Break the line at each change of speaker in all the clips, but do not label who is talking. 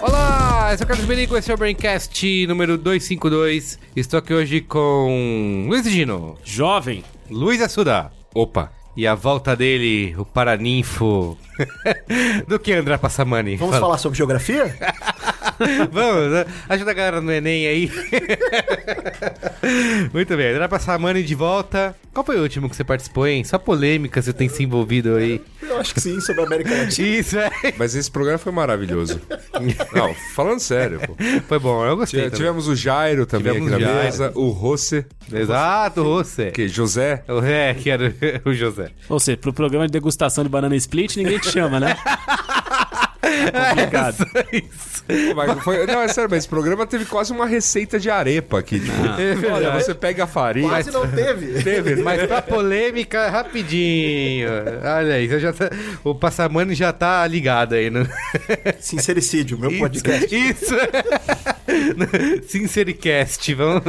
Olá, esse é o Carlos Berico, esse é o Braincast número 252. Estou aqui hoje com Luiz Gino,
Jovem.
Luiz Assuda. Opa. E a volta dele, o paraninfo do que André Passamani.
Vamos falar sobre geografia?
Vamos, né? ajuda a galera no Enem aí. Muito bem, André Passamani de volta. Qual foi o último que você participou, hein? Só polêmica você tem se envolvido aí.
Eu acho que sim, sobre a América Latina.
Isso, é.
Mas esse programa foi maravilhoso. Não, falando sério, pô.
Foi bom, eu gostei.
Tive- Tivemos o Jairo também
Tivemos
aqui na
o Jairo.
mesa, o Rosse,
também. Exato, você.
que José.
É, que era o José.
Ou seja, pro programa de degustação de banana split, ninguém te chama, né? Complicado.
Isso.
Pô, mas foi- não, é sério, mas esse programa teve quase uma receita de arepa aqui. Tipo, olha,
verdade.
você pega a farinha.
Quase não teve.
Teve, mas pra polêmica, rapidinho. Olha aí, você já tá- o Passamani já tá ligado aí no
Sincericídio, meu podcast.
Isso! Sincericast, vamos,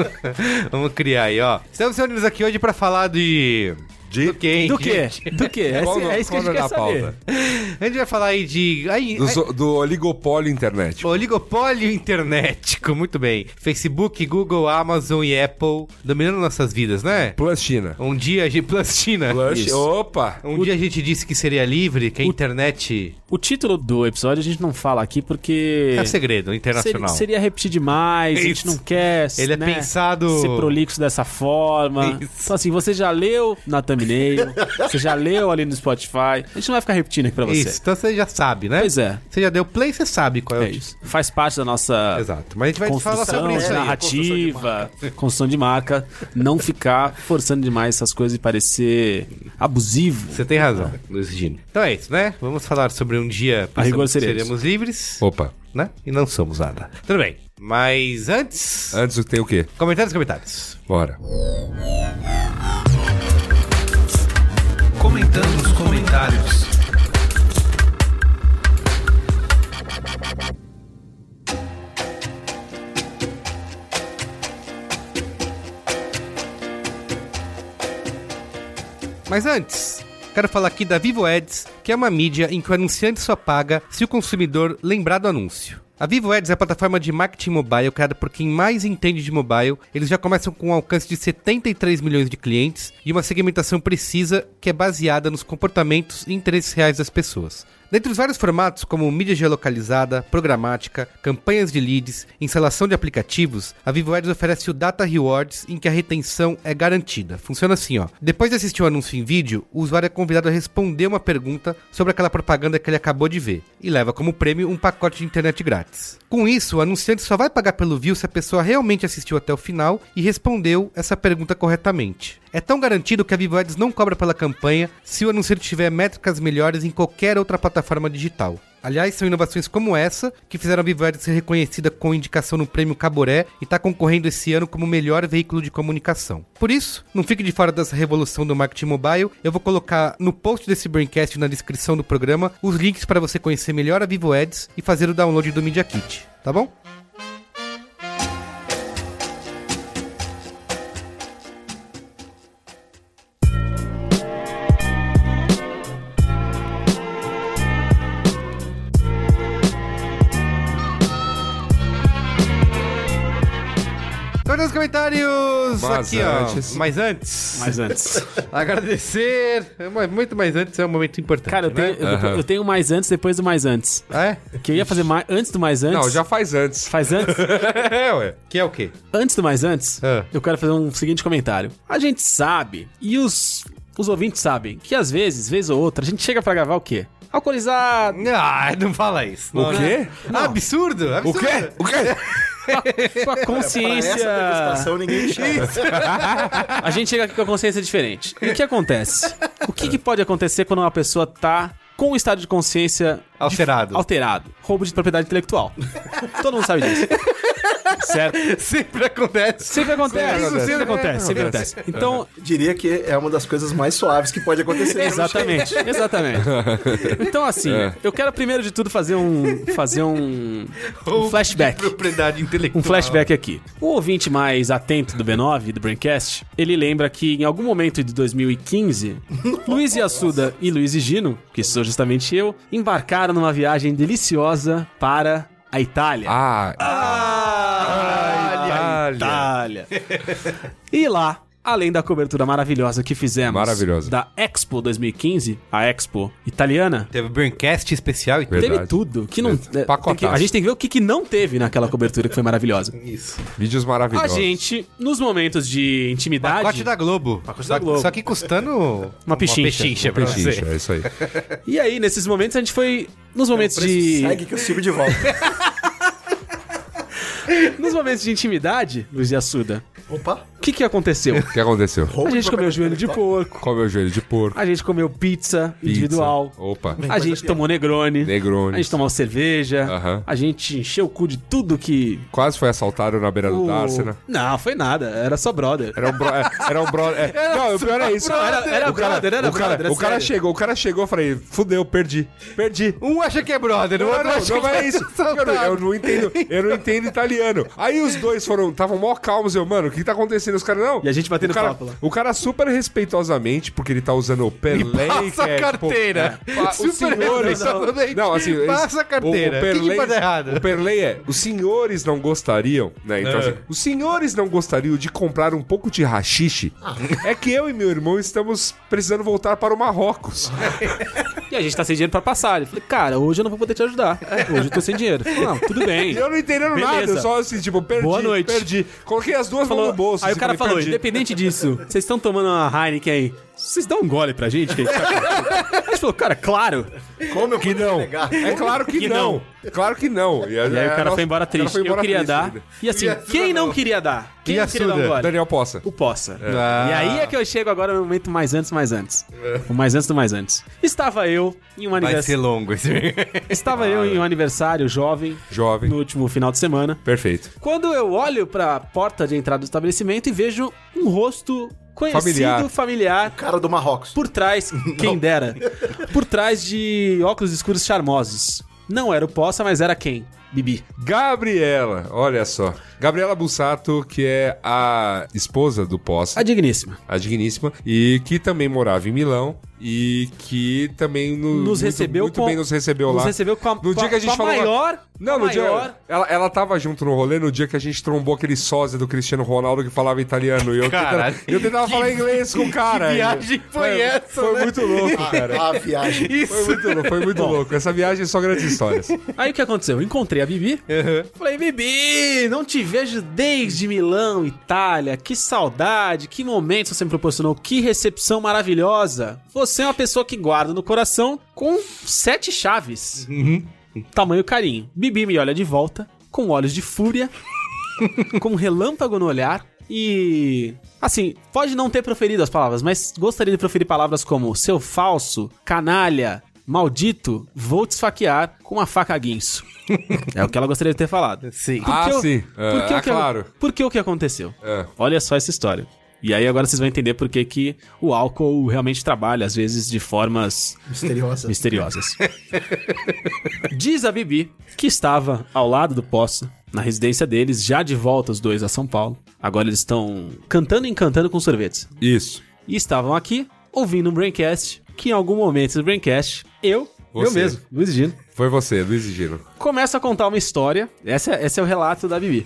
vamos criar aí, ó. Estamos reunidos aqui hoje pra falar de.
De-
Do quê? hein,
Do quê?
gente?
Do quê? É,
Qual o
é
nome-
isso que a gente
qual o
quer
nome da
saber.
né?
pauta?
A gente vai falar aí de. Aí,
Do,
aí-
zo- do oligopólio internet.
Oligopólio internético, muito bem. Facebook, Google, Amazon e Apple dominando nossas vidas, né?
Plus China.
Um dia a gente. Plastina.
Plus, opa!
Um dia a gente disse que seria livre, que a internet.
O título do episódio a gente não fala aqui porque...
É um segredo
Seria,
internacional.
seria repetir demais, a gente
Isso.
não quer
Ele é
né,
pensado-
ser prolixo dessa forma.
Isso.
Então, assim, você já leu na thumbnail, você já leu ali no Spotify. A gente não vai ficar repetindo aqui pra você.
Isso, então você já sabe, né?
Pois é.
Você já deu play, você sabe qual é,
É
o
isso. Faz parte da nossa
Exato. Mas a gente vai falar
construção,
sobre isso
de
aí.
narrativa, construção de marca, não ficar forçando demais essas coisas e parecer abusivo.
Você tem razão, Luiz Gino. Então é isso, né? Vamos falar sobre um dia
A rigor
pensamos que
seremos.
seremos livres,
Opa,
né? E não somos nada. Tudo bem. Mas antes,
antes tem o quê?
comentários, comentários.
Bora.
Comentando os comentários.
Mas antes, quero falar aqui da Vivo Ads, que é uma mídia em que o anunciante só paga se o consumidor lembrar do anúncio. A Vivo Ads é a plataforma de marketing mobile criada por quem mais entende de mobile. Eles já começam com um alcance de 73 milhões de clientes e uma segmentação precisa que é baseada nos comportamentos e interesses reais das pessoas. Dentre os vários formatos, como mídia geolocalizada, programática, campanhas de leads, instalação de aplicativos, a Vivo Ads oferece o Data Rewards, em que a retenção é garantida. Funciona assim, ó. Depois de assistir o anúncio em vídeo, o usuário é convidado a responder uma pergunta sobre aquela propaganda que ele acabou de ver e leva como prêmio um pacote de internet grátis. Com isso, o anunciante só vai pagar pelo view se a pessoa realmente assistiu até o final e respondeu essa pergunta corretamente. É tão garantido que a Vivo Ads não cobra pela campanha se o anunciante tiver métricas melhores em qualquer outra plataforma digital. Aliás, são inovações como essa que fizeram a Vivo Ads ser reconhecida com indicação no Prêmio Caboré e está concorrendo esse ano como o melhor veículo de comunicação. Por isso, não fique de fora dessa revolução do marketing mobile. Eu vou colocar no post desse Braincast e na descrição do programa os links para você conhecer melhor a Vivo Ads e fazer o download do Media Kit, tá bom? Então, nos comentários
Mas
aqui, ó.
antes-
Mas antes,
Mas antes.
agradecer. Mas Muito mais antes é um momento importante.
Cara, eu
né?
tenho, eu-
Aham.
eu tenho mais antes depois do mais antes.
Ah, é?
Que eu ia fazer mais, antes do mais antes.
Não, já faz antes.
Faz antes?
É, ué.
Que é o quê?
antes do mais antes,
É.
Ah.
eu quero fazer um seguinte comentário. A gente sabe, e os, os ouvintes sabem, que às vezes, vez ou outra, a gente chega pra gravar o quê? Alcoolizado.
Ah, não fala isso.
O quê?
Ah, absurdo, absurdo.
O quê? O quê?
Com a
Pra essa
consciência.
degustação ninguém me chama.
A gente chega aqui com a consciência diferente. E o que acontece? O que, que pode acontecer quando uma pessoa tá com um estado de consciência
Alterado.
alterado. Roubo de propriedade intelectual. Todo mundo sabe disso. certo?
Sempre acontece.
Sempre acontece.
acontece.
Sempre acontece. Sempre acontece. Então,
Diria que é uma das coisas mais suaves que pode acontecer.
Exatamente, exatamente. Então, assim, eu quero primeiro de tudo fazer um. fazer um. um flashback.
Propriedade intelectual.
Um flashback aqui. O ouvinte mais atento do B9, do Braincast, ele lembra que em algum momento de 2015, Luiz Yassuda e Luiz e Gino, que sou justamente eu, embarcaram numa viagem deliciosa para a Itália.
Ah, Itália.
Itália. e lá, além da cobertura maravilhosa que fizemos
Maravilhosa.
da Expo 2015, a Expo italiana,
Teve Braincast especial e tudo.
Verdade.
teve tudo que não.
Verdade.
é, tem que- a gente tem que ver o que, que não teve naquela cobertura que foi maravilhosa.
vídeos
A
maravilhosos.
Ah, gente, nos momentos de intimidade.
Pacote da Globo.
Pacote
Só-
da Globo.
Só que custando
Uma pechincha.
pechincha pra você.
Pechincha, é isso aí.
E aí, nesses momentos, a gente foi. Nos momentos de.
Segue que eu sigo de volta.
Nos momentos de intimidade, Luiz Assuda,
Opa.
o que, que aconteceu?
O que aconteceu?
A gente comeu joelho de porco,
Comeu joelho de porco,
a gente comeu pizza,
pizza.
individual,
Opa.
a gente tomou negrone. A
Negroni.
gente tá tomou cerveja,
Aham.
a gente encheu o cu de tudo que.
Quase foi assaltado na beira do
o-
Dársena.
Não, foi nada, era só brother.
Era um bro... é, Era um bro... é. Não, o pior é isso.
Não, era- era
o cara,
brother, era
o cara,
brother, é
o cara
sério.
chegou, o cara chegou, eu falei, fudeu, perdi. Perdi.
Um acha que é brother, o
Não,
outro
não,
acha
não
que
é isso. Eu não, eu não entendo, eu não entendo italiano. Aí os dois foram, estavam mó calmos, eu, mano, o que tá acontecendo? Os caras, não.
E a gente batendo
o cara,
papo lá.
O cara super respeitosamente, porque ele tá usando o Pelé.
Passa a carteira.
Os
né?
senhores.
respeitosamente.
Não, assim. eles-
Passa a carteira. O, que, que pode dar errado?
O Perley é. Os senhores não gostariam, né?
É.
Então, assim, os senhores não gostariam de comprar um pouco de rachixe.
Ah.
É que eu e meu irmão estamos precisando voltar para o Marrocos.
E a gente tá sem dinheiro pra passar. Eu falei, cara, hoje eu não vou poder te ajudar. É, Hoje eu tô sem dinheiro. Eu falei, não, tudo bem.
E eu não entendendo
Beleza.
nada, eu só assim, tipo, perdi,
Boa noite.
perdi. Coloquei as duas
Falou-
mãos no bolso.
aí o
assim,
cara
falei,
falou,
perdi.
independente disso, vocês estão tomando uma Heineken aí, vocês dão um gole pra gente? Que a, gente tá- a gente falou, cara, claro.
Como eu
Que não.
Pegar.
É claro que,
Que
não.
não.
Claro que não. E,
E aí É, o cara foi embora triste. eu queria dar. E assim,
Yasuda
quem não
não.
queria dar? Quem não queria dar um
Yasuda,
gole?
né? Daniel Poça.
O Poça.
Ah.
E aí é que eu chego agora no momento mais antes, mais antes. O mais antes do mais antes. Estava eu em um
Vai ser
aniversário.
longo esse.
Estava eu em um aniversário jovem
Jovem.
no último final de semana.
Perfeito.
Quando eu olho pra porta de entrada do estabelecimento e vejo um rosto conhecido,
Familiar.
familiar,
Cara do Marrocos.
por trás, quem dera, por trás de óculos escuros charmosos. Não era o Poça, mas era quem? Bibi.
Gabriela, olha só. Gabriela Bussato, que é a esposa do Poça,
A digníssima.
a digníssima, e que também morava em Milão e que também no-
Nos
Hum, muito,
recebeu
muito
com-
bem nos recebeu lá.
Nos recebeu com a,
no dia
com a-
que a gente
com a
falou
maior...
Não,
com
no
a maior...
dia. Ela, ela tava junto no rolê no dia que a gente trombou aquele sósia do Cristiano Ronaldo que falava italiano. E eu
Caralho.
tentava, eu tentava falar inglês com o cara.
que
ainda.
viagem foi essa,
Foi
né?
muito louco, cara.
Ah, A, a viagem.
Foi muito louco, foi muito louco. Essa viagem é só grandes histórias.
Aí o que aconteceu? Eu encontrei a Bibi. Falei, Bibi, não te vejo desde Milão, Itália. Que saudade, que momento você me proporcionou, que recepção maravilhosa. Você é uma pessoa que guarda no coração com sete chaves. Tamanho carinho. Bibi me olha de volta, com olhos de fúria, com um relâmpago no olhar e. Assim, pode não ter proferido as palavras, mas gostaria de proferir palavras como seu falso, canalha, maldito, vou te esfaquear com uma faca guinço. é o que ela gostaria de ter falado.
Sim.
Ah,
que eu-
sim. Ah,
que
ah,
o que-
claro.
Por que o que aconteceu?
É.
Olha só essa história. E aí agora vocês vão entender por que, que o álcool realmente trabalha, às vezes, de formas
Misteriosa.
misteriosas. Diz a Bibi que estava ao lado do Poça, na residência deles, já de volta os dois a São Paulo. Agora eles estão cantando e encantando com sorvetes.
Isso.
E estavam aqui ouvindo um Braincast, que em algum momento do Braincast, eu, eu
Você.
mesmo, Luiz e Gino,
Foi você, Luiz e Gino.
começo a contar uma história. Essa, esse é o relato da Bibi.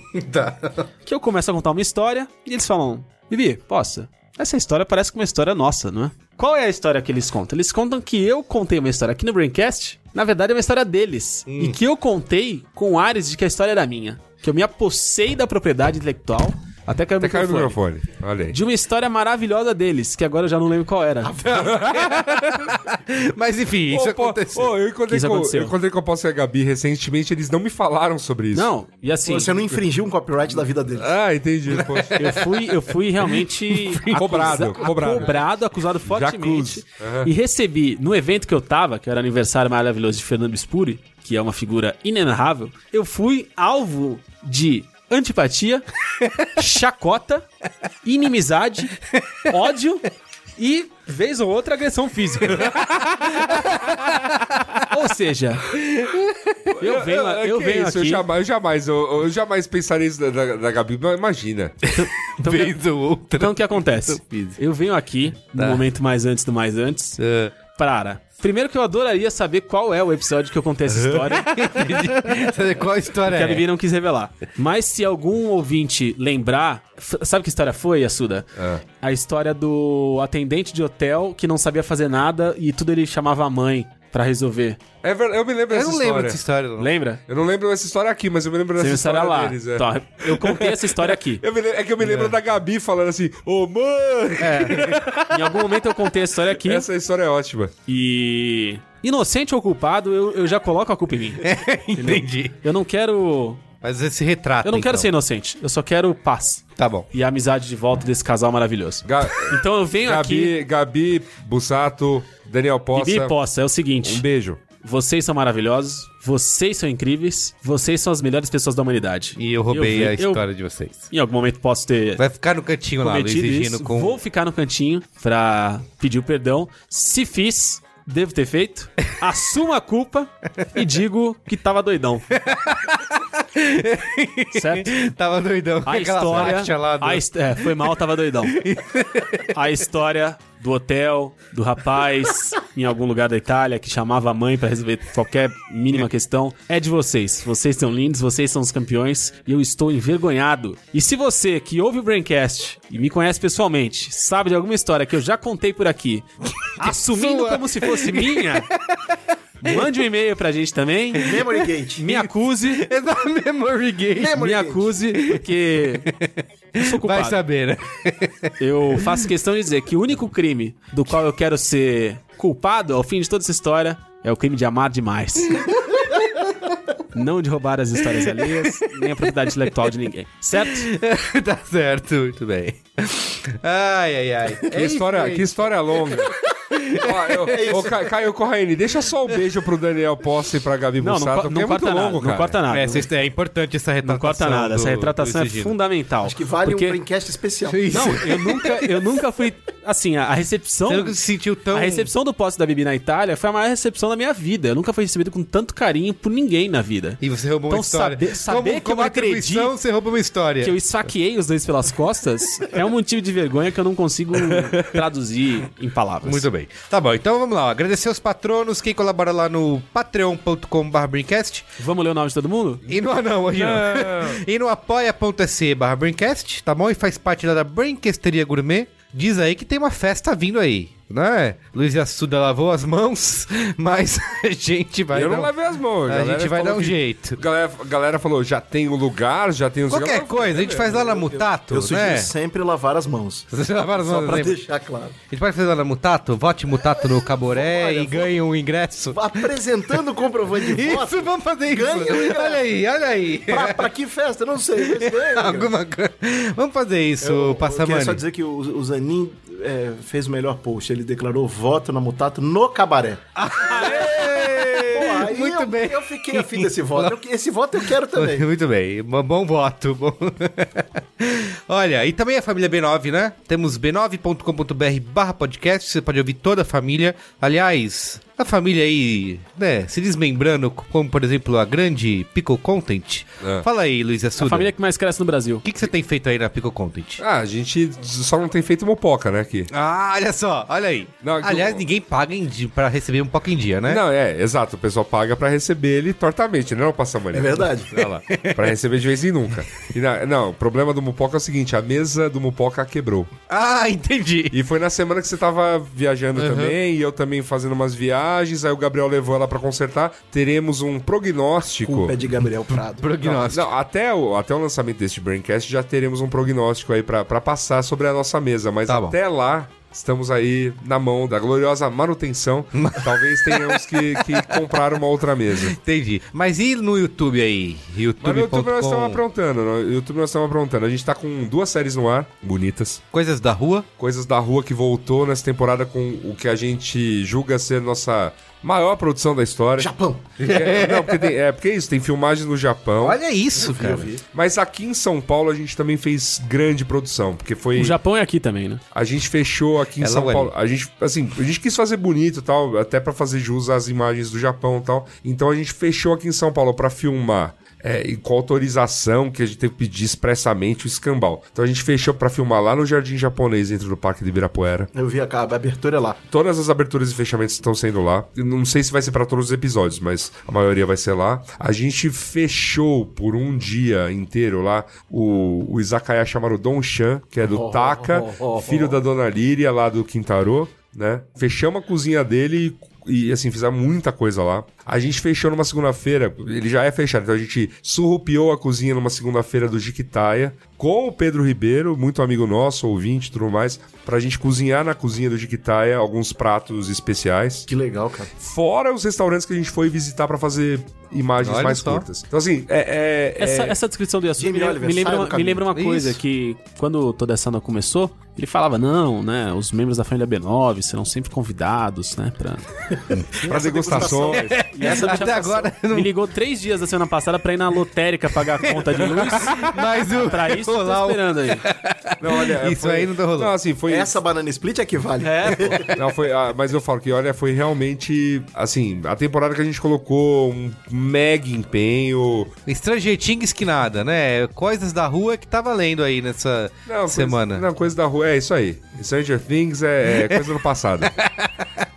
Que eu começo a contar uma história e eles falam: Bibi, possa, essa história parece que uma história nossa, não é? Qual é a história que eles contam? Eles contam que eu contei uma história aqui no Braincast, na verdade é uma história deles. E que eu contei com ares de que a história era minha. Que eu me apossei da propriedade intelectual Até caiu o
Até caiu o
microfone.
microfone. Olha aí.
De uma história maravilhosa deles, que agora eu já não lembro qual era.
Mas enfim, isso
Ô, pô,
aconteceu.
ô, eu, encontrei
Isso
com,
aconteceu.
eu encontrei com a Posse e a Gabi recentemente, eles não me falaram sobre isso.
Não, e assim,
Você não infringiu um copyright da vida dele.
Ah, entendi. Poxa.
eu fui, eu fui realmente acusa-
Cobrado, cobrado.
cobrado, acusado fortemente.
acuso. Aham.
E recebi, no evento que eu tava, que era aniversário maravilhoso de Fernando Spuri, que é uma figura inenarrável, eu fui alvo de antipatia, chacota, inimizade, ódio e, vez ou outra, agressão física. ou seja, eu venho, eu,
É que é
venho
isso, Eu
aqui...
jamais, eu jamais, eu, eu jamais pensaria isso da, da, da Gabi, mas imagina.
Então,
Vez ou outra.
Então o que acontece?
físico.
Eu venho aqui,
Tá.
no momento mais antes do mais antes,
É.
Ah,
para. Primeiro que eu adoraria saber qual é o episódio que eu contei essa história,
sabe qual a história
que a
é?
Bibi não quis revelar. Mas se algum ouvinte lembrar, f- sabe que história foi, Yasuda?
É.
A história do atendente de hotel que não sabia fazer nada e tudo ele chamava a mãe pra resolver.
É verdade, eu me lembro
Eu
dessa
não
história.
lembro dessa história. não.
Lembra?
Eu não lembro dessa história aqui, mas eu me lembro
Você
dessa
me
história
estará lá.
deles. é.
Tá, eu contei essa história aqui.
Eu me lembro- é que eu me lembro da Gabi falando assim, ô mãe!
Em algum momento eu contei a história É aqui.
Essa história é ótima.
E. Inocente ou culpado, eu, eu já coloco a culpa em mim.
É.
Entendi.
Eu não quero.
Mas esse retrato.
Eu não quero
então.
ser inocente. Eu só quero paz.
Tá bom.
E a amizade de volta desse casal maravilhoso.
Ga-
Então eu venho
Gabi,
aqui.
Gabi, Bussato, Daniel Poça.
Bibi Poça, é o
Um
seguinte:
beijo.
vocês são maravilhosos, vocês são incríveis, vocês são as melhores pessoas da humanidade.
E eu roubei
vi-
a
eu-
história de vocês.
em algum momento posso ter
Vai ficar no cantinho lá, Luiz
cometido
Egino,
isso.
com.
Vou ficar no cantinho pra pedir o perdão. Se fiz, devo ter feito. Assumo a culpa e digo que tava doidão. certo?
Tava doidão.
A história.
lá do...
a his- é, foi mal, tava doidão. a história do hotel, do rapaz em algum lugar da Itália que chamava a mãe pra resolver qualquer mínima questão é de vocês. Vocês são lindos, vocês são os campeões e eu estou envergonhado. E se você que ouve o Braincast e me conhece pessoalmente sabe de alguma história que eu já contei por aqui, assumindo como se fosse minha. Mande um e-mail pra gente também.
Memory Gate.
Me acuse.
É da Memory Game.
Memory
Me
Gate.
acuse, porque. Eu sou culpado.
Vai saber, né?
Eu faço questão de dizer que o único crime do qual eu quero ser culpado ao fim de toda essa história é o crime de amar demais. Não de roubar as histórias alheias, nem a propriedade intelectual de ninguém. Certo?
tá certo, muito bem. Ai, ai, ai. É
Que história, que história longa. Ó, eu- ô, Ca- Caio Corraine, deixa só um beijo pro Daniel Posse e pra Gabi
Não, não,
Bussato,
co-
porque é
não
muito
corta nada.
longo, cara.
Não corta nada. né?
É, essa- é importante essa
Não
retratação.
corta nada. Essa
do-
retratação
do
é
Egino.
fundamental.
Acho que vale
porque...
um Braincast especial.
Não, eu nunca, eu nunca fui. Assim, a, a recepção.
Você nunca se sentiu tão.
A recepção do posse da Bibi na Itália foi a maior recepção da minha vida. Eu nunca fui recebido com tanto carinho por ninguém na vida.
E você roubou
Então,
uma história.
saber- saber que eu
atribuição,
acredito-
você roubou uma história.
É.
que eu esfaqueei os dois pelas costas é um motivo de vergonha que eu não consigo traduzir em palavras.
Muito bem. Tá bom, então vamos lá. ó. Agradecer aos patronos, quem colabora lá no patreon.com.br Brincast
Vamos ler o nome de todo mundo?
e no... Ah, não, hoje não. e no apoia.se barra Braincast, tá bom? E faz parte lá da Brinquesteria Gourmet. Diz aí que tem uma festa vindo aí, né? Luiz Assuda lavou as mãos, mas a gente vai...
eu não
dar um-
lavei as mãos.
A
galera
gente vai dar
falou
um
que-
jeito.
Galera, galera falou, já tem o lugar, já tem os...
Qualquer coisa, a gente faz lá na Mutato,
Eu sugiro
né?
sempre lavar as mãos.
Você lavar as
Só
mãos,
pra
lembra?
deixar claro.
A gente pode fazer lá na Mutato? Vote Mutato no Caboré
Olha,
e ganha um ingresso.
Apresentando o comprovante de
Isso, né?
voto.
vamos fazer isso.
Ganha o ingresso.
olha aí, olha aí.
Pra, pra que festa? Eu Não sei. mas ganha, cara.
Alguma coisa. Vamos fazer isso,
Eu queria
Passamani.
só dizer que o, o Zanin é, fez o melhor post. Ele declarou voto na Mutato no cabaré. Pô, aí
Muito
eu,
bem.
Eu fiquei afim desse voto. Eu que- esse voto eu quero também.
Muito bem, bom, bom voto. bom. Olha, e também a família B9, né? Temos b9.com.br barra podcast, você pode ouvir toda a família. Aliás, a família aí, né, se desmembrando, como por exemplo a grande Pico Content.
É.
Fala aí, Luiz
A
Assuda.
família que mais cresce no Brasil.
O que, que você tem feito aí na Pico Content?
Ah, a gente só não tem feito mopoca, né, aqui.
Ah, olha só, olha aí.
Não, que
Aliás,
eu-
ninguém paga em di- pra receber um pouco em dia, né?
Não, é, exato. O pessoal paga pra receber ele tortamente, não passa
É verdade.
Olha lá. Pra receber de vez em nunca. E na- não, o problema do Mupoca é o seguinte: a mesa do Mupoca quebrou.
Ah, entendi.
E foi na semana que você tava viajando também, e eu também fazendo umas imagens, aí o Gabriel levou ela pra consertar. Teremos um prognóstico.
Culpa é de Gabriel Prado.
Prognóstico.
Não, até o, até o lançamento deste Braincast já teremos um prognóstico aí pra pra passar sobre a nossa mesa, mas
Tá bom.
até lá. Estamos aí na mão da gloriosa manutenção. Talvez tenhamos que, que comprar uma outra mesa.
Entendi. Mas e no YouTube aí?
Mas no YouTube nós estamos
YouTube.com.
aprontando. No YouTube nós estamos aprontando. A gente tá com duas séries no ar, bonitas.
Coisas da rua?
Coisas da Rua que voltou nessa temporada com o que a gente julga ser nossa maior produção da história.
Japão.
É, não, porque tem- é porque é isso, tem filmagem no Japão.
Olha isso, cara.
Mas aqui em São Paulo a gente também fez grande produção, porque foi.
O Japão é aqui também, né?
A gente fechou aqui em
Ela
São
é.
Paulo. A gente, assim, a gente quis fazer bonito e tal, até pra fazer jus às imagens do Japão e tal. Então a gente fechou aqui em São Paulo pra filmar. É, e com autorização que a gente teve que pedir expressamente o escambau. Então a gente fechou pra filmar lá no Jardim Japonês, dentro do Parque de Ibirapuera.
Eu vi a, a abertura lá.
Todas as aberturas e fechamentos estão sendo lá. Eu não sei se vai ser pra todos os episódios, mas a maioria vai ser lá. A gente fechou por um dia inteiro lá o, o izakaya chamado Don Chan, que é do Taka, filho da dona Líria lá do Quintarô, né? Fechamos a cozinha dele e e assim, fizemos muita coisa lá. A gente fechou numa segunda-feira, ele já é fechado, então a gente surrupiou a cozinha numa segunda-feira do Jiquitaia com o Pedro Ribeiro, muito amigo nosso, ouvinte e tudo mais, pra gente cozinhar na cozinha do Jiquitaia alguns pratos especiais.
Que legal, cara.
Fora os restaurantes que a gente foi visitar pra fazer imagens
Olha
mais
só.
curtas. Então, assim, é. é-
Essa,
é-
essa descrição do Yasuo
Jamie
me, me
Oliver, sai
lembra,
do
uma- me
caminho.
lembra uma coisa
Isso.
que quando toda essa onda começou, ele falava, não, né, os membros da família B9 serão sempre convidados, né, pra...
pra degustações.
E essa bicha
Até
passou-
agora eu não-
Me ligou três dias da semana passada pra ir na lotérica pagar a conta de luz.
Mas o.
Pra isso,
o
eu tô
Lau-
esperando aí.
não, olha,
Isso aí não tá rolando.
Não, assim, foi.
Essa banana split é que vale.
É, pô.
Não, foi, ah, mas eu falo que, olha, foi realmente, assim, a temporada que a gente colocou um mega empenho.
Stranger Things que nada, né? Coisas da rua que tá valendo aí nessa
Não,
semana.
Coisa, não, coisa da rua, é isso aí. Stranger Things é, é coisa do passado.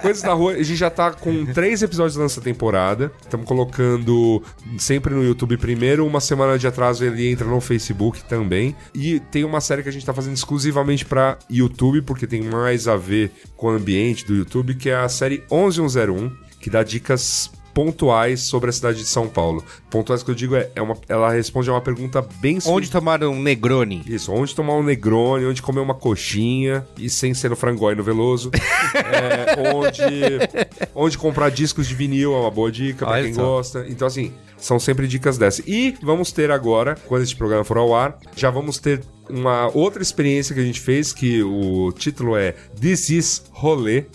Coisas da rua, a gente já tá com três episódios nessa temporada. Estamos colocando sempre no YouTube primeiro, uma semana de atraso ele entra no Facebook também. E tem uma série que a gente tá fazendo exclusivamente pra YouTube, porque tem mais a ver com o ambiente do YouTube, que é a série 11101, que dá dicas pontuais sobre a cidade de São Paulo. Pontuais que eu digo é, é uma, ela responde a uma pergunta bem
Onde tomaram um Negroni?
isso, onde tomar um Negroni, onde comer uma coxinha, e sem ser no Frangói no Veloso. É, onde, onde comprar discos de vinil é uma boa dica pra
Olha
quem
só.
gosta. Então, assim, são sempre dicas dessas. E vamos ter agora, quando este programa for ao ar, já vamos ter uma outra experiência que a gente fez, que o título é This is Rolê.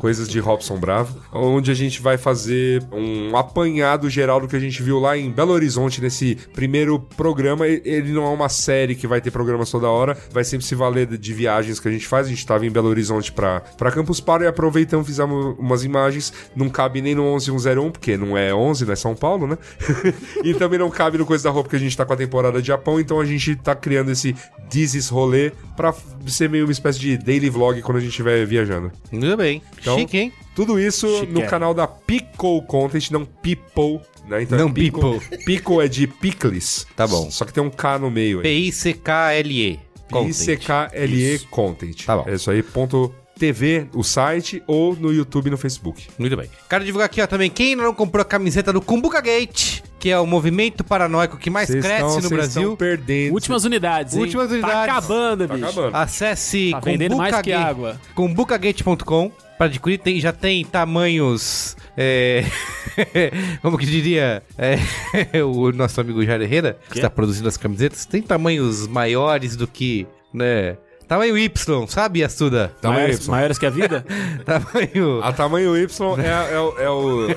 Coisas de Robson Bravo, onde a gente vai fazer um apanhado geral do que a gente viu lá em Belo Horizonte nesse primeiro programa. E- Ele não é uma série que vai ter programas toda hora, vai sempre se valer de- de viagens que a gente faz. A gente estava em Belo Horizonte para Campus Party e aproveitamos, fizemos umas imagens. Não cabe nem no 11101, porque não é 11, né? São Paulo, né? e também não cabe no Coisa da Roupa, porque a gente tá com a temporada de Japão, então a gente tá criando esse This is Rolê pra f- ser meio uma espécie de daily vlog quando a gente estiver viajando.
Tudo bem.
Então-
Chique, hein?
Tudo isso
Chiquérrimo.
é.
no canal da Pico Content, não People, né? Então,
Não
Pico. Pico é de Picles.
Tá bom.
Só que tem um K no meio aí.
P-I-C-K-L-E. Content.
ICKLE Content.
Tá bom.
É isso aí, ponto TV, o site, ou no YouTube e no Facebook.
Muito bem. Quero divulgar aqui ó, também quem ainda não comprou a camiseta do Kumbuka Gate, que é o movimento paranoico que mais
Vocês
cresce
estão-
no
vocês
Brasil.
estão perdendo.
Últimas unidades, hein?
Últimas unidades.
Tá acabando,
Tá
bicho.
Ah.
acabando.
Acesse
Tá vendendo mais que
Kumbuka Gate-
água.
kumbukagate.com para adquirir. Tem, já tem tamanhos. é, como que diria é, o nosso amigo Jair Herrera, que está produzindo as camisetas? Tem tamanhos maiores do que. né? Tamanho Y, sabe, Astuda?
Tamanho
Maiores,
Y.
maiores que a vida?
Tamanho.
A tamanho Y é, é o- é o.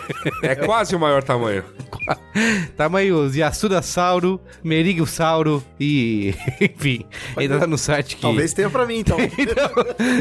É quase o maior tamanho.
Tamanhos Yasuda Sauro, Merigo Sauro e. Enfim, entra lá no site que.
Talvez tenha pra mim, então.
Então,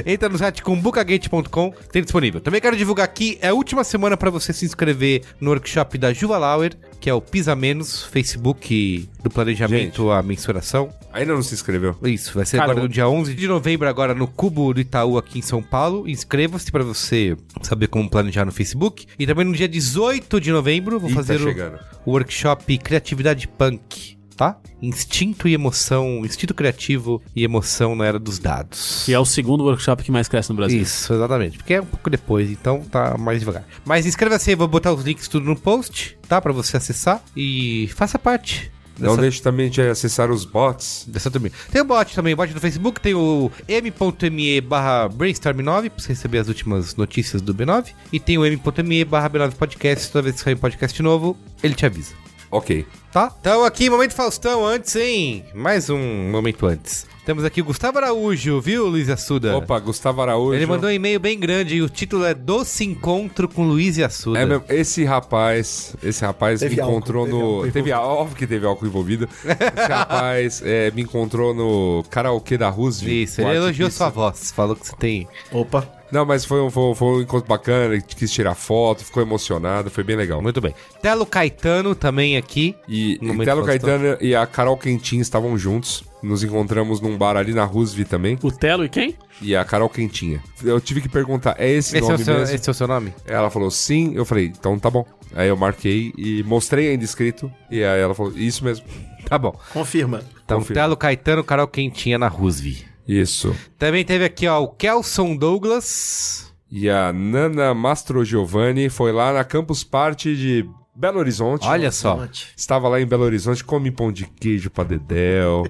entra no site cumbucagate.com, tem disponível. Também quero divulgar aqui, é a última semana para você se inscrever no workshop da Juva Lauer, que é o Pisa Menos, Facebook do Planejamento à Mensuração.
Ainda não se inscreveu.
Isso, vai ser
Cara,
agora no
eu-
dia 11 de novembro, agora no Cubo do Itaú, aqui em São Paulo. Inscreva-se para você saber como planejar no Facebook. E também no dia 18 de novembro, vou
Ih, tá
fazer o,
chegando.
o workshop Criatividade Punk. tá? Instinto e emoção, instinto criativo e emoção na era dos dados.
Que é o segundo workshop que mais cresce no Brasil.
Isso, exatamente. Porque é um pouco depois, então tá mais devagar. Mas inscreva-se aí, vou botar os links tudo no post, tá? Pra você acessar e faça parte.
Não
dessa-
deixe também de acessar os bots.
dessa turminha. Tem o bot também, o bot do Facebook, tem o m.me barra brainstorm9 pra você receber as últimas notícias do B9 e tem o m.me barra B9 podcast, toda vez que sair um podcast novo, ele te avisa.
Ok.
Tá? Então aqui, Momento Faustão, antes, hein? Mais um momento antes. Temos aqui o Gustavo Araújo, viu, Luiz Assuda?
Opa, Gustavo Araújo.
Ele mandou um e-mail bem grande e o título é Doce Encontro com Luiz e Assuda.
É mesmo, esse rapaz, esse rapaz
Teve
me
álcool,
encontrou
teve
no.
álcool
teve álcool, óbvio que teve álcool envolvido. Esse rapaz é, me encontrou no karaokê da Roosevelt.
Isso,
o
ele elogiou
artista.
sua voz, falou que você tem.
Opa.
Não, mas foi um, foi, um- foi um encontro bacana, ele quis tirar foto, ficou emocionado, foi bem legal.
Muito bem. Telo Caetano também aqui.
E
Momento
e Telo
Faustão.
Caetano e a Carol Quentin estavam juntos. Nos encontramos num bar ali na Roosevelt também.
O Telo e quem?
E a Carol Quentinha. Eu tive que perguntar, é esse,
Esse é,
nome
o seu,
mesmo?
esse é o seu nome?
Ela falou sim, eu falei, então tá bom. Aí eu marquei e mostrei ainda escrito. E aí ela falou, isso mesmo.
Tá bom.
Confirma.
Então,
Confirma.
Telo Caetano, Carol Quentinha na Rusvi.
Isso.
Também teve aqui, ó, o Kelson Douglas.
E a Nana Mastro Giovanni foi lá na Campus Party de Belo Horizonte.
Olha só.
Estava lá em Belo Horizonte, comi pão de queijo pra Dedel,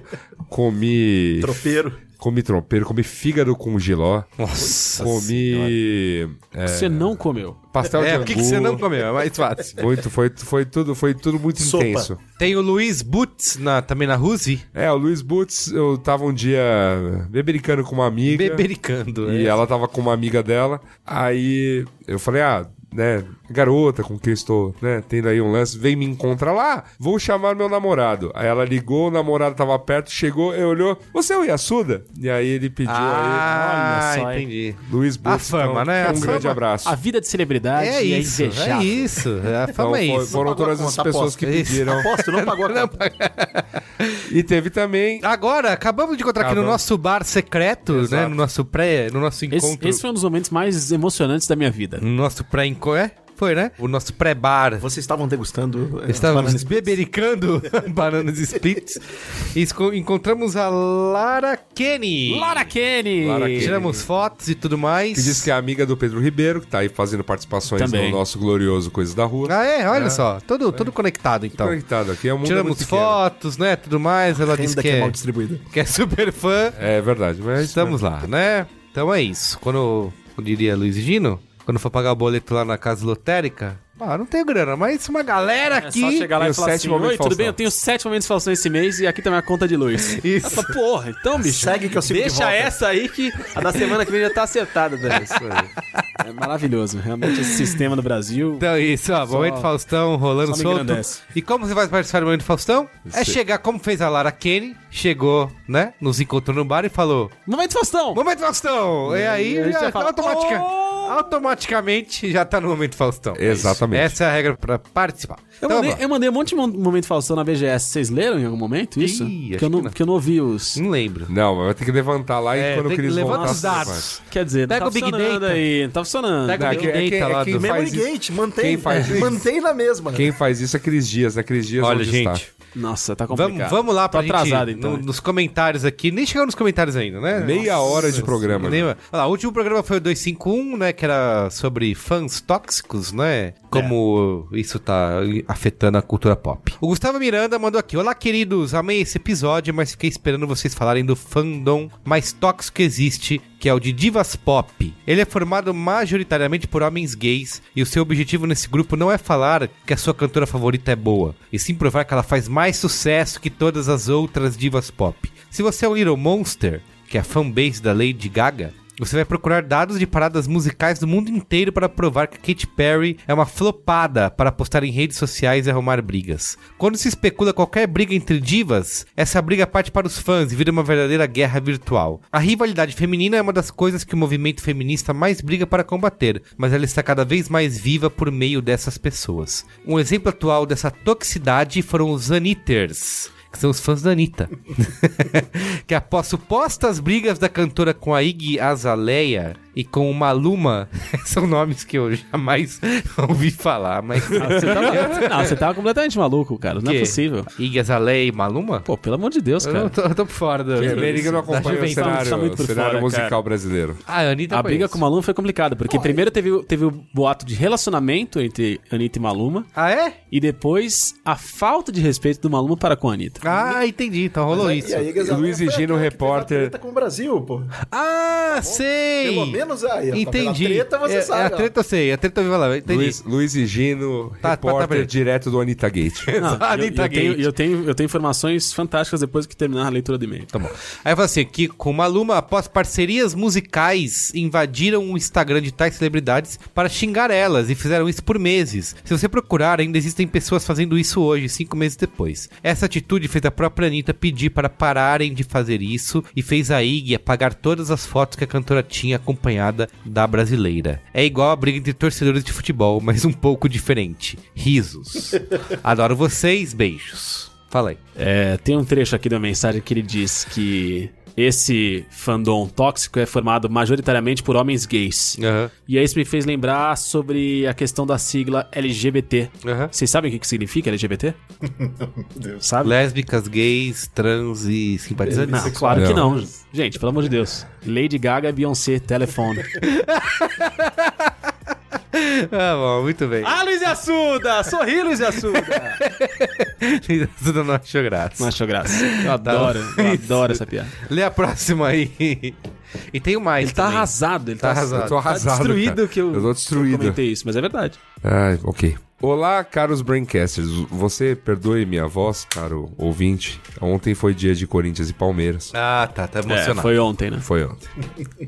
comi.
Tropeiro.
Comi trompeiro, comi fígado com giló,
Nossa.
comi. é,
Você não comeu.
pastel de
É,
angu.
o que, que você não comeu? É mais fácil.
Muito, foi, foi tudo, foi tudo muito
Sopa.
intenso.
Tem o Luiz Butz na, também na Rusvi.
É, o Luiz Butz, eu tava um dia bebericando com uma amiga.
Bebericando.
E
é.
ela tava com uma amiga dela. Aí eu falei, ah, né, garota com quem estou, né, tendo aí um lance, vem me encontrar lá, vou chamar meu namorado. Aí ela ligou, o namorado tava perto, chegou, eu olhou, você é o Yasuda? E aí ele pediu
Ah,
olha só, hein?
entendi.
aí, Luiz Butz,
a fama,
então,
né? A
Um grande
fama.
abraço.
A vida de celebridade
É
é,
isso, é
invejável.
isso. A
Então,
fama é
foi-
isso.
foram
Não pagou
todas
a
as
conta,
pessoas
aposto.
que
É isso.
pediram.
Aposto, não pagou a conta.
E teve também
Agora, acabamos de encontrar aqui no
Acabamos.
nosso bar secreto, né?
Exato.
No nosso pré, no nosso
Esse,
encontro.
esse foi um dos momentos mais emocionantes da minha vida.
No nosso pré-encontro, é? Foi, né? O nosso pré-bar.
Vocês estavam degustando. eh,
Estávamos
bananas-
bebericando bananas splits e esco- encontramos a Lara Kenny.
Lara Kenny!
Lara Kenny.
Tiramos fotos e tudo mais.
que disse que é amiga do Pedro Ribeiro, que tá aí fazendo participações
Também.
no nosso glorioso Coisa da Rua.
Ah, é? Olha só. Todo, todo conectado, então.
Conectado aqui, é um mundo muito
Tiramos
pequeno.
fotos, né? Tudo mais. Ela disse
Renda
que
que é mal
é,
distribuída.
que é super fã.
É verdade, mas
Estamos lá, né? Então é isso. Quando, eu diria Luiz e Gino, quando for pagar o boleto lá na casa lotérica, ah, não tenho grana, mas uma galera
É
aqui.
só chegar lá
E
e,
o
falar assim,
sétimo momento
Oi, tudo
Faustão."
bem? Eu tenho sete momentos Faustão esse mês e aqui tá minha conta de luz.
Isso.
Essa porra, então, bicho.
Segue que eu sigo de
Deixa
volta.
essa aí que a da semana que vem já tá acertada, velho. Isso aí. É maravilhoso. Realmente esse sistema no Brasil...
Então é isso, ó, Momento Faustão rolando
só me
solto.
engrandece.
E como você vai participar do Momento Faustão? É
Sim.
chegar, como fez a Lara Kenny, chegou, né? Nos encontrou no bar e falou:
Momento Faustão!
Momento Faustão!
É,
E aí,
a gente
já,
já fala,
automatica-
"Oh!"
automaticamente já tá no Momento Faustão.
Exatamente.
Essa é a regra pra participar.
Eu,
Então,
mandei,
vamos lá.
eu mandei um monte de mon- momento Faustão na BGS. Vocês leram em algum momento isso?
Ih,
Porque
acho
eu não,
que não.
porque eu não ouvi os...
Não lembro.
Não, mas vai ter que levantar lá
É,
e quando
tem que
eles
levantar
voltar...
os dados.
Quer dizer,
Pega
não
o
tá
Big
funcionando
Data.
aí. Não tá funcionando.
Pega o
Não,
Big
é que- é que-
Data lá
é que
do...
faz
Memory
isso-
Gate, mantém.
quem faz isso?
Mantém na mesma.
Quem faz isso é Cris Dias, né? Cris Dias
Olha,
onde
gente,
Nossa, tá complicado.
vamos, vamos lá
Tô
pra gente... né?
atrasado, então.
no- nos comentários aqui. Nem chegou nos comentários ainda, né?
está. Meia hora de programa.
Nem- Olha lá, o último programa foi o 251, né? Que era sobre fãs tóxicos, né? Como isso tá afetando a cultura pop. O Gustavo Miranda mandou aqui: Olá, queridos, amei esse episódio, mas fiquei esperando vocês falarem do fandom mais tóxico que existe, que é o de divas pop. Ele é formado majoritariamente por homens gays, e o seu objetivo nesse grupo não é falar que a sua cantora favorita é boa, e sim provar que ela faz mais sucesso que todas as outras divas pop. Se você é um Little Monster, que é a fanbase da Lady Gaga, você vai procurar dados de paradas musicais do mundo inteiro para provar que Katy Perry é uma flopada para postar em redes sociais e arrumar brigas. Quando se especula qualquer briga entre divas, essa briga parte para os fãs e vira uma verdadeira guerra virtual. A rivalidade feminina é uma das coisas que o movimento feminista mais briga para combater, mas ela está cada vez mais viva por meio dessas pessoas. Um exemplo atual dessa toxicidade foram os Anitters que são os fãs da Anitta. que após supostas brigas da cantora com a Iggy Azalea, e com uma Luma. São nomes que eu jamais ouvi falar, mas.
Ah, Você tava, não, você tava completamente maluco, cara. Não é
Que?
possível.
Iggy Azalea e Maluma?
Pô, pelo amor de Deus,
eu, não
cara.
tô, eu tô por fora do.
A América não
da
acompanha o
juventude.
cenário,
tá muito por
o cenário
fora,
musical
cara.
brasileiro.
Ah, a Anitta
A briga
conheço.
com o Maluma foi complicada, porque primeiro teve, o- teve o boato de relacionamento entre Anitta e Maluma,
Ah, é?
e depois a falta de respeito do Maluma para com a Anitta.
Ah, entendi. Então rolou isso.
Né? E aí, Iggy Azalea
Luiz
foi
Egino,
aquela que
repórter.
teve a treta com o Brasil, pô.
ah, sei!
Pelo menos aí. ó,
Entendi.
Pela treta você
é,
sabe.
é
ó.
a treta eu sei, a treta eu vi lá. Entendi.
Luiz, Luiz e Gino,
Tá,
repórter
tá, tá, tá.
direto do Anitta Gate.
Não,
Exato,
eu,
Anitta
eu tenho,
Gate.
eu, tenho, eu tenho informações fantásticas depois que terminar a leitura do e-mail.
Tá bom. Aí fala assim, que com uma aluna, após parcerias musicais, invadiram o Instagram de tais celebridades para xingar elas e fizeram isso por meses. Se você procurar, ainda existem pessoas fazendo isso hoje, cinco meses depois. Essa atitude fez a própria Anitta pedir para pararem de fazer isso e fez a Iggy apagar todas as fotos que a cantora tinha acompanhada da brasileira. É igual a briga entre torcedores de futebol, mas um pouco diferente. Risos. Adoro vocês, beijos. Fala aí.
É, tem um trecho aqui da mensagem que ele diz que esse fandom tóxico é formado majoritariamente por homens gays.
Aham,
E aí isso me fez lembrar sobre a questão da sigla LGBT.
aham.
Vocês sabem o que que significa LGBT?
Deus.
Sabe?
Lésbicas, gays, trans e simpatizantes?
Não, claro que não. Gente, pelo amor de Deus. Lady Gaga, Beyoncé, telefone.
Ah, bom, muito bem.
ah, Luiz Assuda! Sorri, Luiz Assuda!
Isso não achou graça.
Não achou graça. Eu adoro, eu
Isso.
adoro essa piada.
Lê a próxima aí. E tem o mais.
Ele tá
também.
arrasado, ele
Tá
tá,
arrasado.
Eu tô arrasado.
destruído
cara.
que eu-
Eu tô destruído.
comentei isso, mas é verdade.
Ah, ok. Olá, caros Braincasters. Você perdoe minha voz, caro ouvinte. Ontem foi dia de Corinthians e Palmeiras.
Ah, tá, tá
É,
emocionado.
foi ontem, né?
Foi ontem.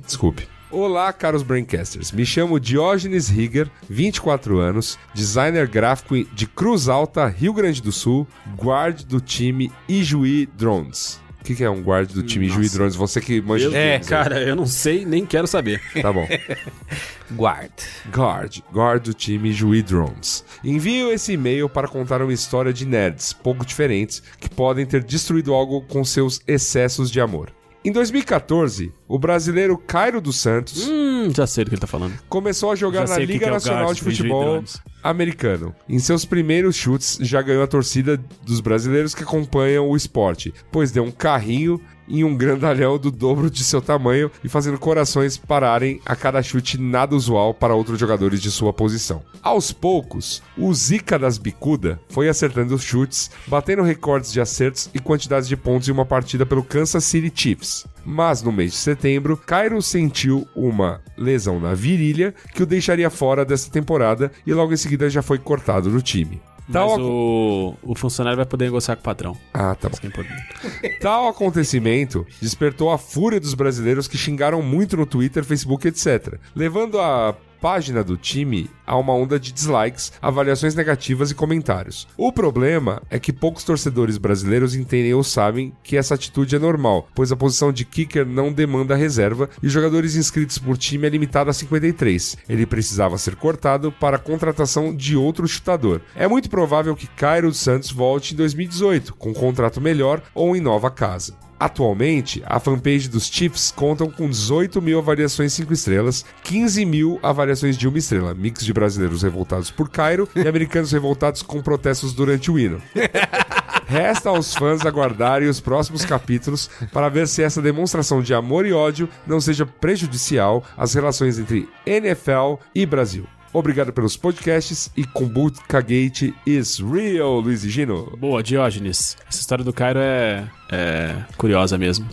Desculpe. Olá, caros Braincasters. Me chamo Diógenes Rigger, 24 anos, designer gráfico de Cruz Alta, Rio Grande do Sul, guard do time Ijuí Drones. O que, que é um guard do time Ijuí Drones? Você que manja de
é,
games,
cara, eu não sei, nem quero saber.
né? Tá bom.
Guard.
Guard, guard do time Juí Drones. Envio esse e-mail para contar uma história de nerds pouco diferentes que podem ter destruído algo com seus excessos de amor. Em 2014, o brasileiro Cairo dos Santos
Hum, já sei do que ele tá falando.
começou a jogar
Já
na
sei o que
Liga
que é o
Nacional
guard
de
do Juí
Futebol
Drones.
Americano. Em seus primeiros chutes, já ganhou a torcida dos brasileiros que acompanham o esporte, pois deu um carrinho em um grandalhão do dobro de seu tamanho e fazendo corações pararem a cada chute nada usual para outros jogadores de sua posição. Aos poucos, o Zica das Bicuda foi acertando os chutes, batendo recordes de acertos e quantidades de pontos em uma partida pelo Kansas City Chiefs. Mas no mês de setembro, Cairo sentiu uma lesão na virilha que o deixaria fora dessa temporada e logo em seguida já foi cortado do time.
mas
ac-
o, o funcionário vai poder negociar com o patrão.
Ah, tá bom.
Isso que é importante.
Tal acontecimento despertou a fúria dos brasileiros que xingaram muito no Twitter, Facebook, etc., levando a página do time a uma onda de dislikes, avaliações negativas e comentários. O problema é que poucos torcedores brasileiros entendem ou sabem que essa atitude é normal, pois a posição de kicker não demanda reserva e os jogadores inscritos por time é limitada a 53. Ele precisava ser cortado para a contratação de outro chutador. É muito provável que Cairo Santos volte em 2018, com um contrato melhor ou em nova casa. Atualmente, a fanpage dos Chiefs contam com 18 mil avaliações 5 estrelas, 15 mil avaliações de 1 estrela, mix de brasileiros revoltados por Cairo e americanos revoltados com protestos durante o hino. Resta aos fãs aguardarem os próximos capítulos para ver se essa demonstração de amor e ódio não seja prejudicial às relações entre NFL e Brasil. Obrigado pelos podcasts e Kombutka Gate is real, Luiz e Gino.
Boa, Diógenes. Essa história do Cairo é, é curiosa mesmo.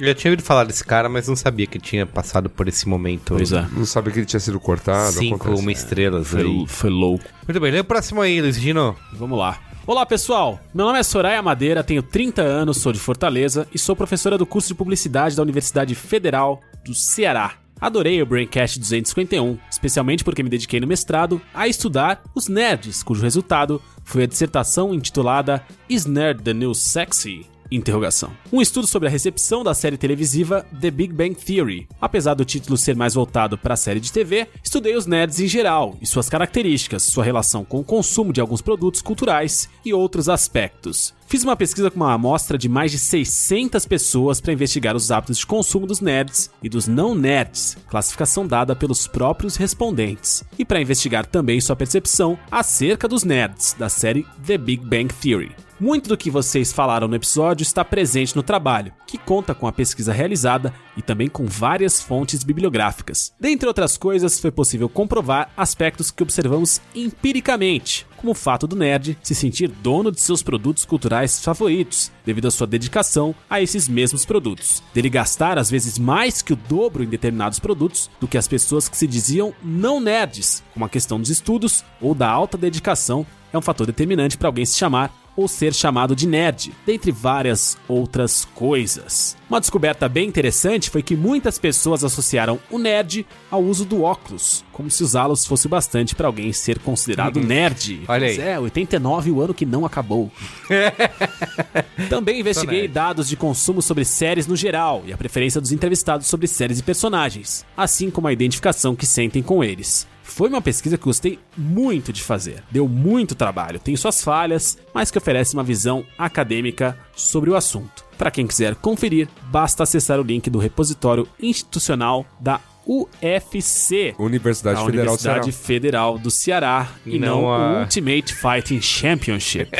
Eu já tinha ouvido falar desse cara, mas não sabia que tinha passado por esse momento.
Pois é.
Não sabia que ele tinha sido cortado.
Cinco,
acontece.
uma estrelas
Foi,
aí.
foi louco.
Muito bem, lê o próximo aí, Luiz Gino.
Vamos lá. Olá, pessoal. Meu nome é Soraya Madeira, tenho 30 anos, sou de Fortaleza e sou professora do curso de publicidade da Universidade Federal do Ceará. Adorei o Braincast 251, especialmente porque me dediquei no mestrado a estudar os nerds, cujo resultado foi a dissertação intitulada Is Nerd the New Sexy? Interrogação. Um estudo sobre a recepção da série televisiva The Big Bang Theory. Apesar do título ser mais voltado para a série de TV, estudei os nerds em geral e suas características, sua relação com o consumo de alguns produtos culturais e outros aspectos. Fiz uma pesquisa com uma amostra de mais de 600 pessoas para investigar os hábitos de consumo dos nerds e dos não nerds, classificação dada pelos próprios respondentes, e para investigar também sua percepção acerca dos nerds da série The Big Bang Theory. Muito do que vocês falaram no episódio está presente no trabalho, que conta com a pesquisa realizada e também com várias fontes bibliográficas. Dentre outras coisas, foi possível comprovar aspectos que observamos empiricamente, como o fato do nerd se sentir dono de seus produtos culturais favoritos, devido à sua dedicação a esses mesmos produtos, dele gastar às vezes mais que o dobro em determinados produtos do que as pessoas que se diziam não nerds, como a questão dos estudos ou da alta dedicação é um fator determinante para alguém se chamar ou ser chamado de nerd, dentre várias outras coisas. Uma descoberta bem interessante foi que muitas pessoas associaram o nerd ao uso do óculos, como se usá-los fosse o bastante para alguém ser considerado nerd.
Uhum. Olha
Pois
aí.
é, 89 o ano que não acabou. Também investiguei dados de consumo sobre séries no geral e a preferência dos entrevistados sobre séries e personagens, assim como a identificação que sentem com eles. Foi uma pesquisa que gostei muito de fazer. Deu muito trabalho, tem suas falhas, mas que oferece uma visão acadêmica sobre o assunto. Para quem quiser conferir, basta acessar o link do repositório institucional da UFC.
Universidade Federal
da
do
Universidade Federal do Ceará e não,
Não
o
a-
Ultimate Fighting Championship.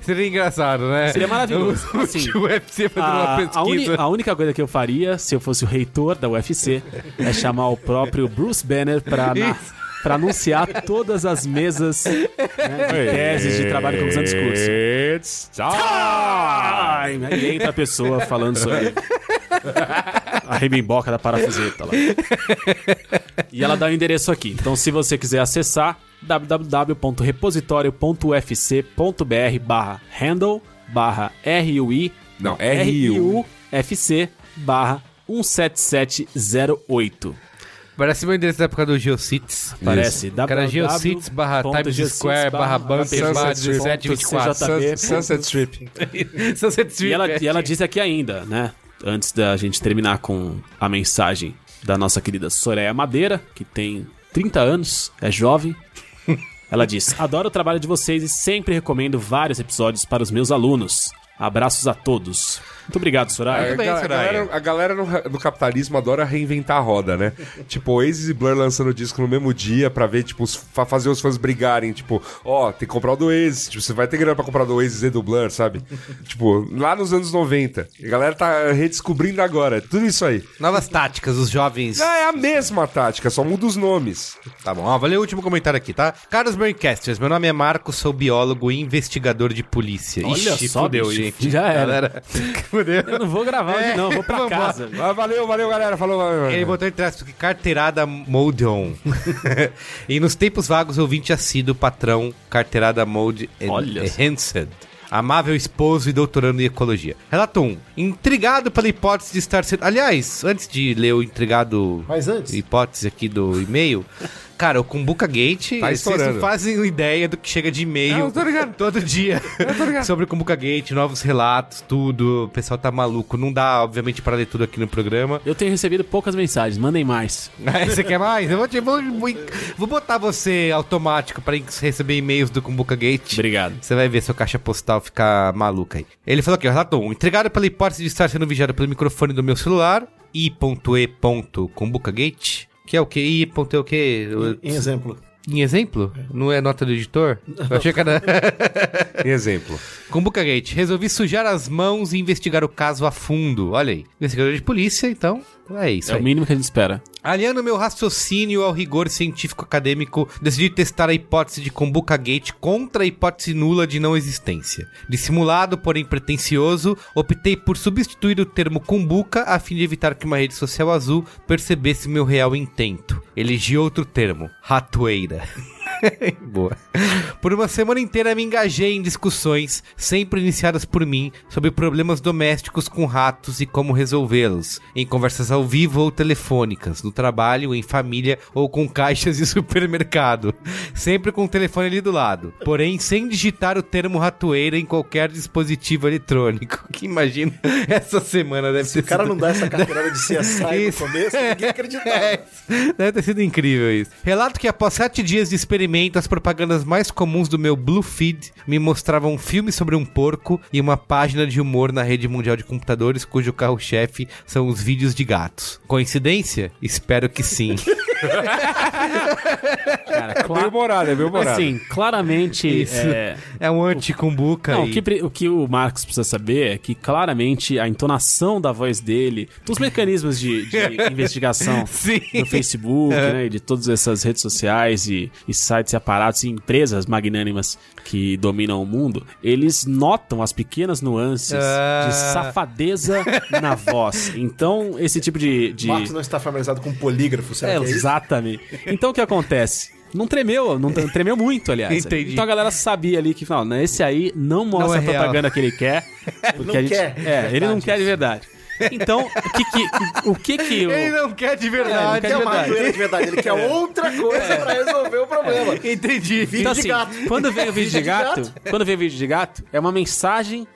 Seria engraçado, né?
Seria maravilhoso.
O,
Assim,
o UFC fazendo uma
A, a uni-
pesquisa.
a única coisa que eu faria, se eu fosse o reitor da UFC, é chamar o próprio Bruce Banner pra, na- pra anunciar todas as mesas né, de teses de trabalho com os antes cursos.
It's time!
Ai, aí entra a pessoa falando sobre a rebimboca da parafuseta lá. E ela dá o endereço aqui. Então, se você quiser acessar, www.repositório.ufc.br barra handle barra RUI
Não, RU.
RUFC barra 17708.
Parece meu endereço da época do Geocities.
Parece
Cara, Geocities barra Times Square barra Bunker barra
Sunset Strip.
1724.
Sun- Sunset Strip.
Sunset Strip,
E ela,
é.
e ela disse aqui ainda, né? Antes da gente terminar com a mensagem da nossa querida Soraya Madeira, que tem 30 anos, é jovem. Ela diz: Adoro o trabalho de vocês e sempre recomendo vários episódios para os meus alunos. Abraços a todos. Muito obrigado, Soraya.
A,
bem,
ga-
Soraya.
galera, é- a galera no, ra- no capitalismo adora reinventar a roda, né? tipo, Oasis e Blur lançando o disco no mesmo dia pra ver, tipo, os, fa- fazer os fãs brigarem. Tipo, ó, tem que comprar o do Oasis. Tipo, você vai ter grana pra comprar o do Oasis e do Blur, sabe? tipo, lá nos anos 90. A galera tá redescobrindo agora. é Tudo isso aí.
Novas táticas, os jovens.
Ah, é a mesma tática, só muda os nomes.
Tá bom, ó, valeu o último comentário aqui, tá? Caros Braincasters, meu nome é Marcos, sou biólogo e investigador de polícia.
Olha
Ixi,
só,
fudeu,
bicho,
hein?
já era.
Galera, fudeu.
Eu não vou gravar hoje, não, vou pra
vamos lá.
casa.
Ah, valeu, valeu, galera. Falou, valeu.
Ele botou em traço que carteirada mode on. e nos tempos vagos, ouvinte assíduo, patrão, carteirada mode en-
Olha só.
enhanced. Amável esposo e doutorando em ecologia. Relato 1. Intrigado pela hipótese de estar sendo. Aliás, antes de ler o intrigado.
Mas antes.
Hipótese aqui do e-mail. Cara, o Cumbuca Gate,
Tá
vocês não
estourando.
fazem ideia do que chega de e-mail
Não, tô ligado.
todo dia sobre o Cumbuca Gate, novos relatos, tudo. O pessoal tá maluco. Não dá, obviamente, pra ler tudo aqui no programa.
Eu tenho recebido poucas mensagens, mandem mais.
Ah, Você quer mais? Eu vou, te, vou, vou, vou botar você automático pra receber e-mails do Kumbuka Gate.
Obrigado.
Você vai ver seu caixa postal ficar maluca aí. Ele falou aqui, ó, relato 1. Entregado pela hipótese de estar sendo vigiado pelo microfone do meu celular, i.e.combucagate, que é o que? i.e. o quê?
Em exemplo.
Em exemplo? Não é nota do editor? Eu achei que era...
Exemplo.
Cumbuca Gate, resolvi sujar as mãos e investigar o caso a fundo. Olha aí. Investigador de polícia, então... É isso
É o
aí.
mínimo que a gente espera.
Aliando meu raciocínio ao rigor científico acadêmico, decidi testar a hipótese de Kombuka Gate contra a hipótese nula de não existência. Dissimulado, porém pretensioso, optei por substituir o termo Kumbuka a fim de evitar que uma rede social azul percebesse meu real intento. Elegi outro termo, ratoeira. Boa. Por uma semana inteira me engajei em discussões, sempre iniciadas por mim, sobre problemas domésticos com ratos e como resolvê-los, em conversas ao vivo ou telefônicas, no trabalho, em família ou com caixas de supermercado, sempre com o telefone ali do lado, porém sem digitar o termo ratoeira em qualquer dispositivo eletrônico. Que imagino essa semana deve
Se
ser.
o cara não dá essa carteirada de CSI no
Isso.
começo, ninguém acreditava.
É, deve ter sido incrível isso. Relato que após sete dias de experimento, as propagandas mais comuns do meu Blue Feed me mostravam um filme sobre um porco e uma página de humor na rede mundial de computadores, cujo carro-chefe são os vídeos de gatos. Coincidência? Espero que sim.
Cara,
Bem
claro.
humorado, é bem humorado.
Assim, claramente.
Isso.
é,
É um anti-cumbuca
Não, o
aí.
que, pre- o que o Marcos precisa saber é que claramente a entonação da voz dele, dos mecanismos de, de investigação
Sim.
do Facebook, né, e de todas essas redes sociais e, e sites e aparatos e empresas magnânimas que dominam o mundo, eles notam as pequenas nuances
Ah.
de safadeza na voz. Então, esse tipo de. de-
Marcos não está familiarizado com polígrafo,
é,
será que é isso?
exatamente. Então o que acontece? Não tremeu, não tre- tremeu muito, aliás.
Entendi.
Então a galera sabia ali que, não, né, esse aí não
é
mostra a propaganda
real.
que ele quer. Porque
não
a gente,
quer, de
É, ele não
verdade.
quer de verdade. Então, o que que. O que que o-
Ele não quer de
É, não
verdade.
quer de
Ele quer uma
verdade.
madeira de verdade, ele
É.
quer outra coisa pra resolver o problema.
Entendi.
Então,
é de
assim,
gato.
quando vem o vídeo de
Vídeo de
gato, quando vem o vídeo de gato, é uma mensagem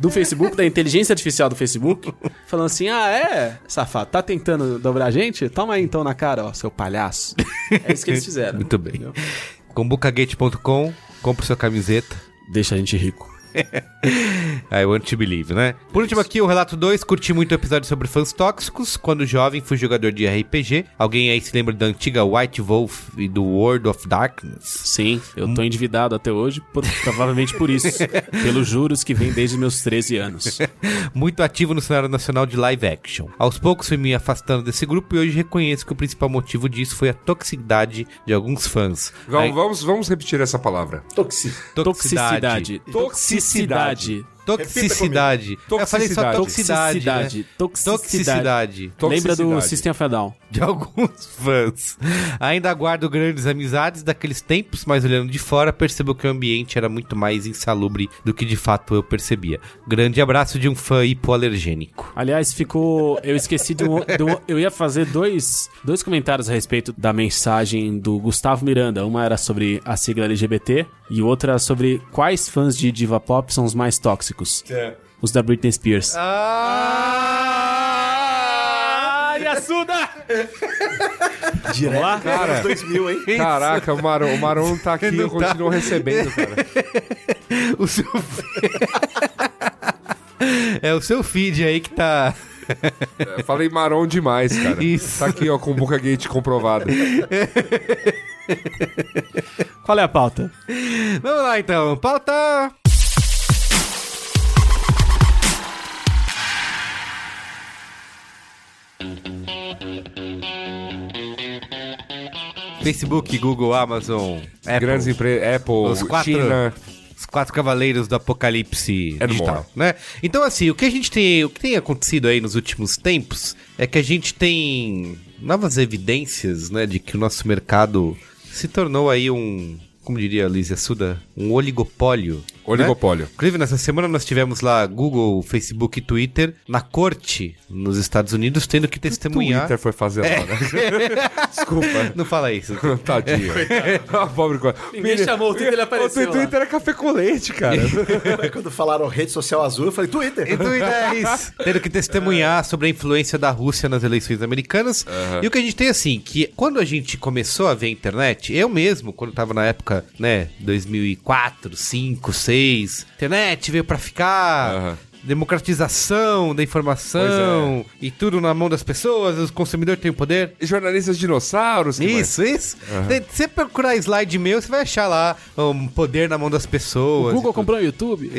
do Facebook, da inteligência artificial do Facebook, falando assim: ah, é, safado, tá tentando dobrar a gente? Toma aí então na cara, ó, seu palhaço. É isso que eles fizeram.
Muito bem. Combucagate.com, compre sua camiseta.
Deixa a gente rico.
I want to believe, né? Por último aqui, o relato 2, curti muito o episódio sobre fãs tóxicos. Quando jovem, fui jogador de RPG. Alguém aí se lembra da antiga White Wolf e do World of Darkness?
Sim, eu tô endividado até hoje, por- provavelmente por isso. pelos juros que vem desde meus 13 anos.
Muito ativo no cenário nacional de live action. Aos poucos fui me afastando desse grupo e hoje reconheço que o principal motivo disso foi a toxicidade de alguns fãs.
Vamos,
A
vamos, vamos repetir essa palavra.
Toxi.
Toxicidade.
Toxicidade.
Toxicidade. Eu falei só
Toxicidade.
toxicidade. Toxicidade.
Toxicidade.
Né?
Toxicidade.
toxicidade.
Lembra do
Toxicidade.
System of a Down?
de alguns fãs. Ainda aguardo grandes amizades daqueles tempos, mas olhando de fora, percebo que o ambiente era muito mais insalubre do que de fato eu percebia. Grande abraço de um fã hipoalergênico.
Aliás, ficou. Eu esqueci de um. de um- eu ia fazer dois, dois comentários a respeito da mensagem do Gustavo Miranda. Uma era sobre a sigla LGBT e outra sobre quais fãs de diva pop são os mais tóxicos. Os da Britney Spears.
Ah!
Yasuda!
Direto
lá?
dos anos 2000, hein?
Caraca, o Marão, o Marão não tá aqui e
Não
eu
tá.
continuo recebendo, cara.
O seu... é o seu feed aí que tá.
Eu falei Marão demais, cara.
Isso.
Tá aqui, ó, com o Boca Gate comprovado.
Qual é a pauta?
Vamos lá então, pauta! Facebook, Google, Amazon, Apple,
Grandes empresas, Apple, né?
os quatro,
China.
os quatro cavaleiros do apocalipse
And
digital,
more.
né? Então assim, o que a gente tem, o que tem acontecido aí nos últimos tempos é que a gente tem novas evidências, né, de que o nosso mercado se tornou aí um, como diria a Lízia Suda, um oligopólio.
Oligopólio.
Né? Inclusive, nessa semana nós tivemos lá Google, Facebook e Twitter na corte nos Estados Unidos, tendo que testemunhar.
Twitter foi fazer lá, né? Desculpa.
Não fala isso.
Tadinho. A pobre coisa.
Ninguém chamou, o Twitter ele apareceu
O Twitter é café com leite, cara.
Aí quando falaram rede social azul, eu falei, Twitter.
E é do Inés. Tendo que testemunhar sobre a influência da Rússia nas eleições americanas. E o que a gente tem assim, que quando a gente começou a ver a internet, eu mesmo, quando tava na época, né, 2004, 5, 6, internet veio pra ficar.
Aham.
Democratização da informação
é.
e tudo na mão das pessoas, os consumidores têm o poder.
Jornalistas dinossauros. que mais?
Isso, isso. Se você procurar slide meu, você vai achar lá um poder na mão das pessoas.
Google comprou o YouTube?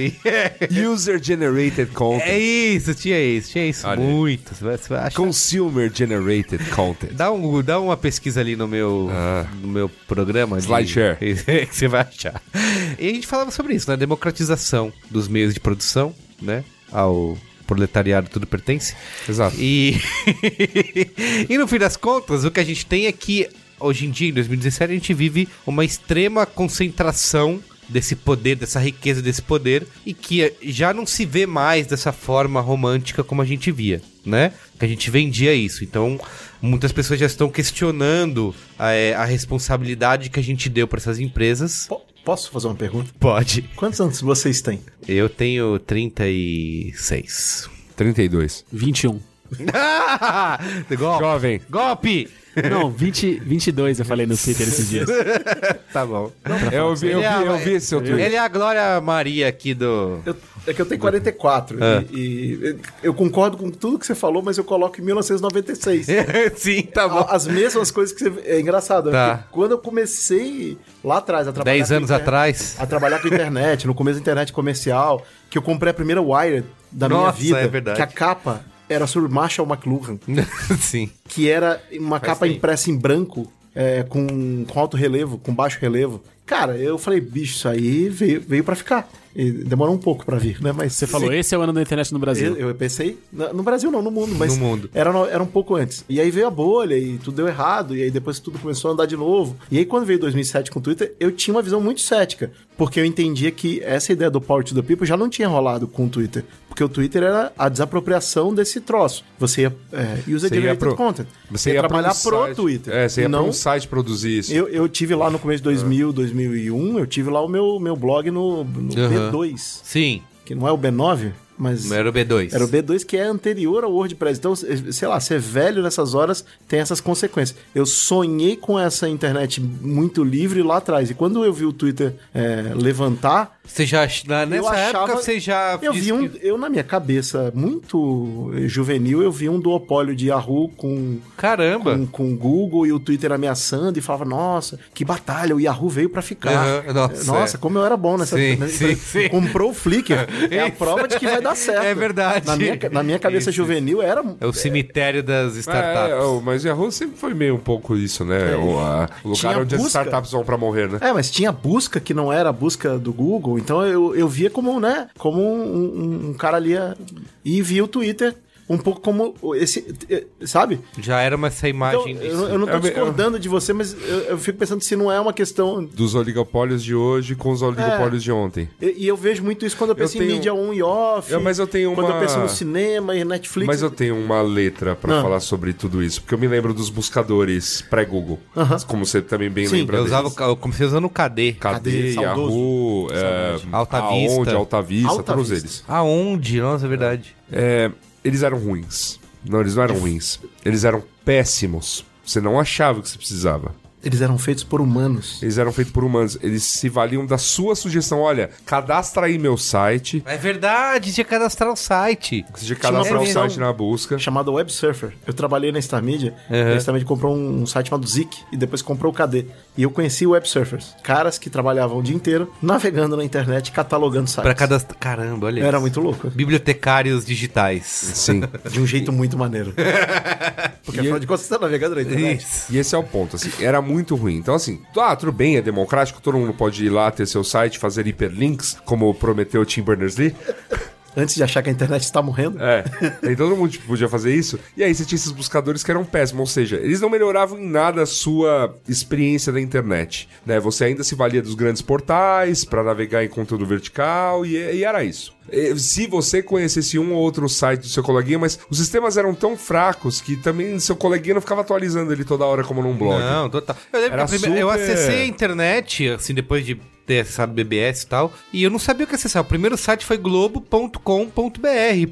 User Generated Content.
É isso, tinha isso, tinha isso.
Olha aí.
muito. Você vai, você vai achar.
Consumer Generated Content.
Dá, um, Google, dá uma pesquisa ali no meu,
Ah.
no meu programa. de-
Slideshare.
que você vai achar. E a gente falava sobre isso, né? Democratização dos meios de produção, né? Ao proletariado tudo pertence.
Exato.
E... e no fim das contas, o que a gente tem é que hoje em dia, em 2017, a gente vive uma extrema concentração desse poder, dessa riqueza desse poder, e que eh, já não se vê mais dessa forma romântica como a gente via, né? Que a gente vendia isso. Então, muitas pessoas já estão questionando a, eh, a responsabilidade que a gente deu para essas empresas.
Po- posso fazer uma pergunta?
Pode.
Quantos anos vocês têm?
Eu tenho 36.
32.
21.
Golpe.
Jovem.
Golpe!
Não, 20, 22 eu falei no Twitter esses dias.
Tá bom.
Eu vi, eu
Ele é a-
vi, eu vi seu tweet.
Ele é a Glória Maria aqui do.
Eu- é que eu tenho 44.
É.
E, e eu- eu concordo com tudo que você falou, mas eu coloco em 1996.
Sim, tá
A- As mesmas coisas que você. É engraçado. é
Tá.
que quando eu comecei lá atrás a trabalhar. né?
Dez
com
anos
inter-
atrás.
A trabalhar com internet, no começo da internet comercial, que eu comprei a primeira Wired da minha
Nossa,
vida.
é verdade.
Que a capa era sobre Marshall McLuhan,
Sim.
que era uma capa
tempo.
impressa em branco, é, com, com alto relevo, com baixo relevo. Cara, eu falei, bicho, isso aí veio, veio pra ficar. E demorou um pouco pra vir, né? Mas
Você falou, esse é o ano da internet no Brasil.
eu, eu pensei, na- no Brasil não, no mundo, mas
No mundo.
Era, no- era um pouco antes. E aí veio a bolha e tudo deu errado, e aí depois tudo começou a andar de novo. E aí quando veio 2007 com o Twitter, eu tinha uma visão muito cética, porque eu entendia que essa ideia do Power to the People já não tinha rolado com o Twitter, porque o Twitter era a desapropriação desse troço. Você ia é, user
Você ia
generated
pro-
content.
Você ia pra
trabalhar
um
pro
site-
Twitter.
É, você ia pra
não
um site É. produzir isso.
eu, eu tive lá no começo de 2000, 2001, eu tive lá o meu, meu blog no, no
Aham.
B2,
Sim.
que não é o B9, mas
Era o B2.
era o B2 que é anterior ao WordPress. Então, sei lá, ser velho nessas horas tem essas consequências. Eu sonhei com essa internet muito livre lá atrás. E quando eu vi o Twitter é, levantar,
Você já. na- Nessa
eu achava...
época você já.
Eu
disse
vi um...
Ah, que-
Eu, na minha cabeça, muito eh, juvenil, eu vi um duopólio de Yahoo com...
Caramba!
Com, com o Google e o Twitter ameaçando e falava, nossa, que batalha, o Yahoo veio pra ficar. Eh,
Aham, nossa,
nossa,
é.
como eu era bom nessa.
Sim,
nessa-
sim, sim.
Comprou o Flickr. É a prova de que vai dar certo.
É verdade.
Na minha, na minha cabeça
Isso.
juvenil era.
É o cemitério das
É,
startups.
é, mas Yahoo sempre foi meio um pouco isso, né? O, a- o lugar
Tinha
onde as
busca.
startups vão pra morrer, né?
É, mas tinha a busca que não era a busca do Google, então eu, eu via como, né, como um, um- um cara ali a- e via o Twitter um pouco como esse, eh, sabe?
Já era uma, essa
Então,
imagem
eu,
disso.
eu não tô
Eu me- eu-
discordando de você, mas eu, eu fico pensando se não é uma questão
Dos oligopólios de hoje com os oligopólios de ontem.
E, e eu vejo muito isso quando eu penso em
tenho-
mídia on e off.
Eu- mas eu tenho
Quando
uma-
eu penso no cinema e Netflix.
Mas eu tenho uma letra pra
Ah.
falar sobre tudo isso, porque eu me lembro dos buscadores pré-Google, como você também bem
Sim,
lembra
Eu
deles.
usava, o ca- eu comecei usando o KD.
Cadê,
Cadê, saudoso.
Yahoo, é,
Alta
Aonde,
Vista.
Alta Vista,
Alta
todos
Vista.
eles.
Aonde? Nossa, é verdade.
É, eles eram ruins. Não, eles não eram ruins. Eles eram péssimos. Você não achava o que você precisava.
Eles eram feitos por humanos.
Eles eram feitos por humanos. Eles se valiam da sua sugestão. Olha, cadastra aí meu site.
É verdade, tinha que cadastrar o site.
Você tinha que
Tinha uma
cadastrar o
opção.
site na busca.
Chamado Web Surfer. Eu trabalhei na Star Media. A Star Media comprou um, um site chamado Zik e depois comprou o KD. E eu conheci Web Surfers. Caras que trabalhavam o dia inteiro navegando na internet, catalogando sites.
Pra cadastrar. Caramba, olha
Era
isso.
muito louco.
Bibliotecários digitais.
Sim.
De um jeito muito maneiro. Porque afinal de contas você tá navegando na internet.
E esse é o ponto, assim, era muito ruim. Então, assim, ah, tudo bem, é democrático, todo mundo pode ir lá ter seu site, fazer hiperlinks, como prometeu o Tim Berners-Lee.
Antes de achar que a internet está morrendo.
É. Aí todo mundo tipo, podia fazer isso. E aí você tinha esses buscadores que eram péssimos. Ou seja, eles não melhoravam em nada a sua experiência da internet. Né? Você ainda se valia dos grandes portais para navegar em conteúdo vertical e, e era isso. E Se você conhecesse um ou outro site do seu coleguinha, mas os sistemas eram tão fracos que também seu coleguinha não ficava atualizando ele toda hora como num blog.
Não, total. Eu lembro
Era
que a primeira- eu
super-
acessei a internet, assim, depois de ter acessado BBS e tal, e eu não sabia o que acessar. O primeiro site foi globo.com.br,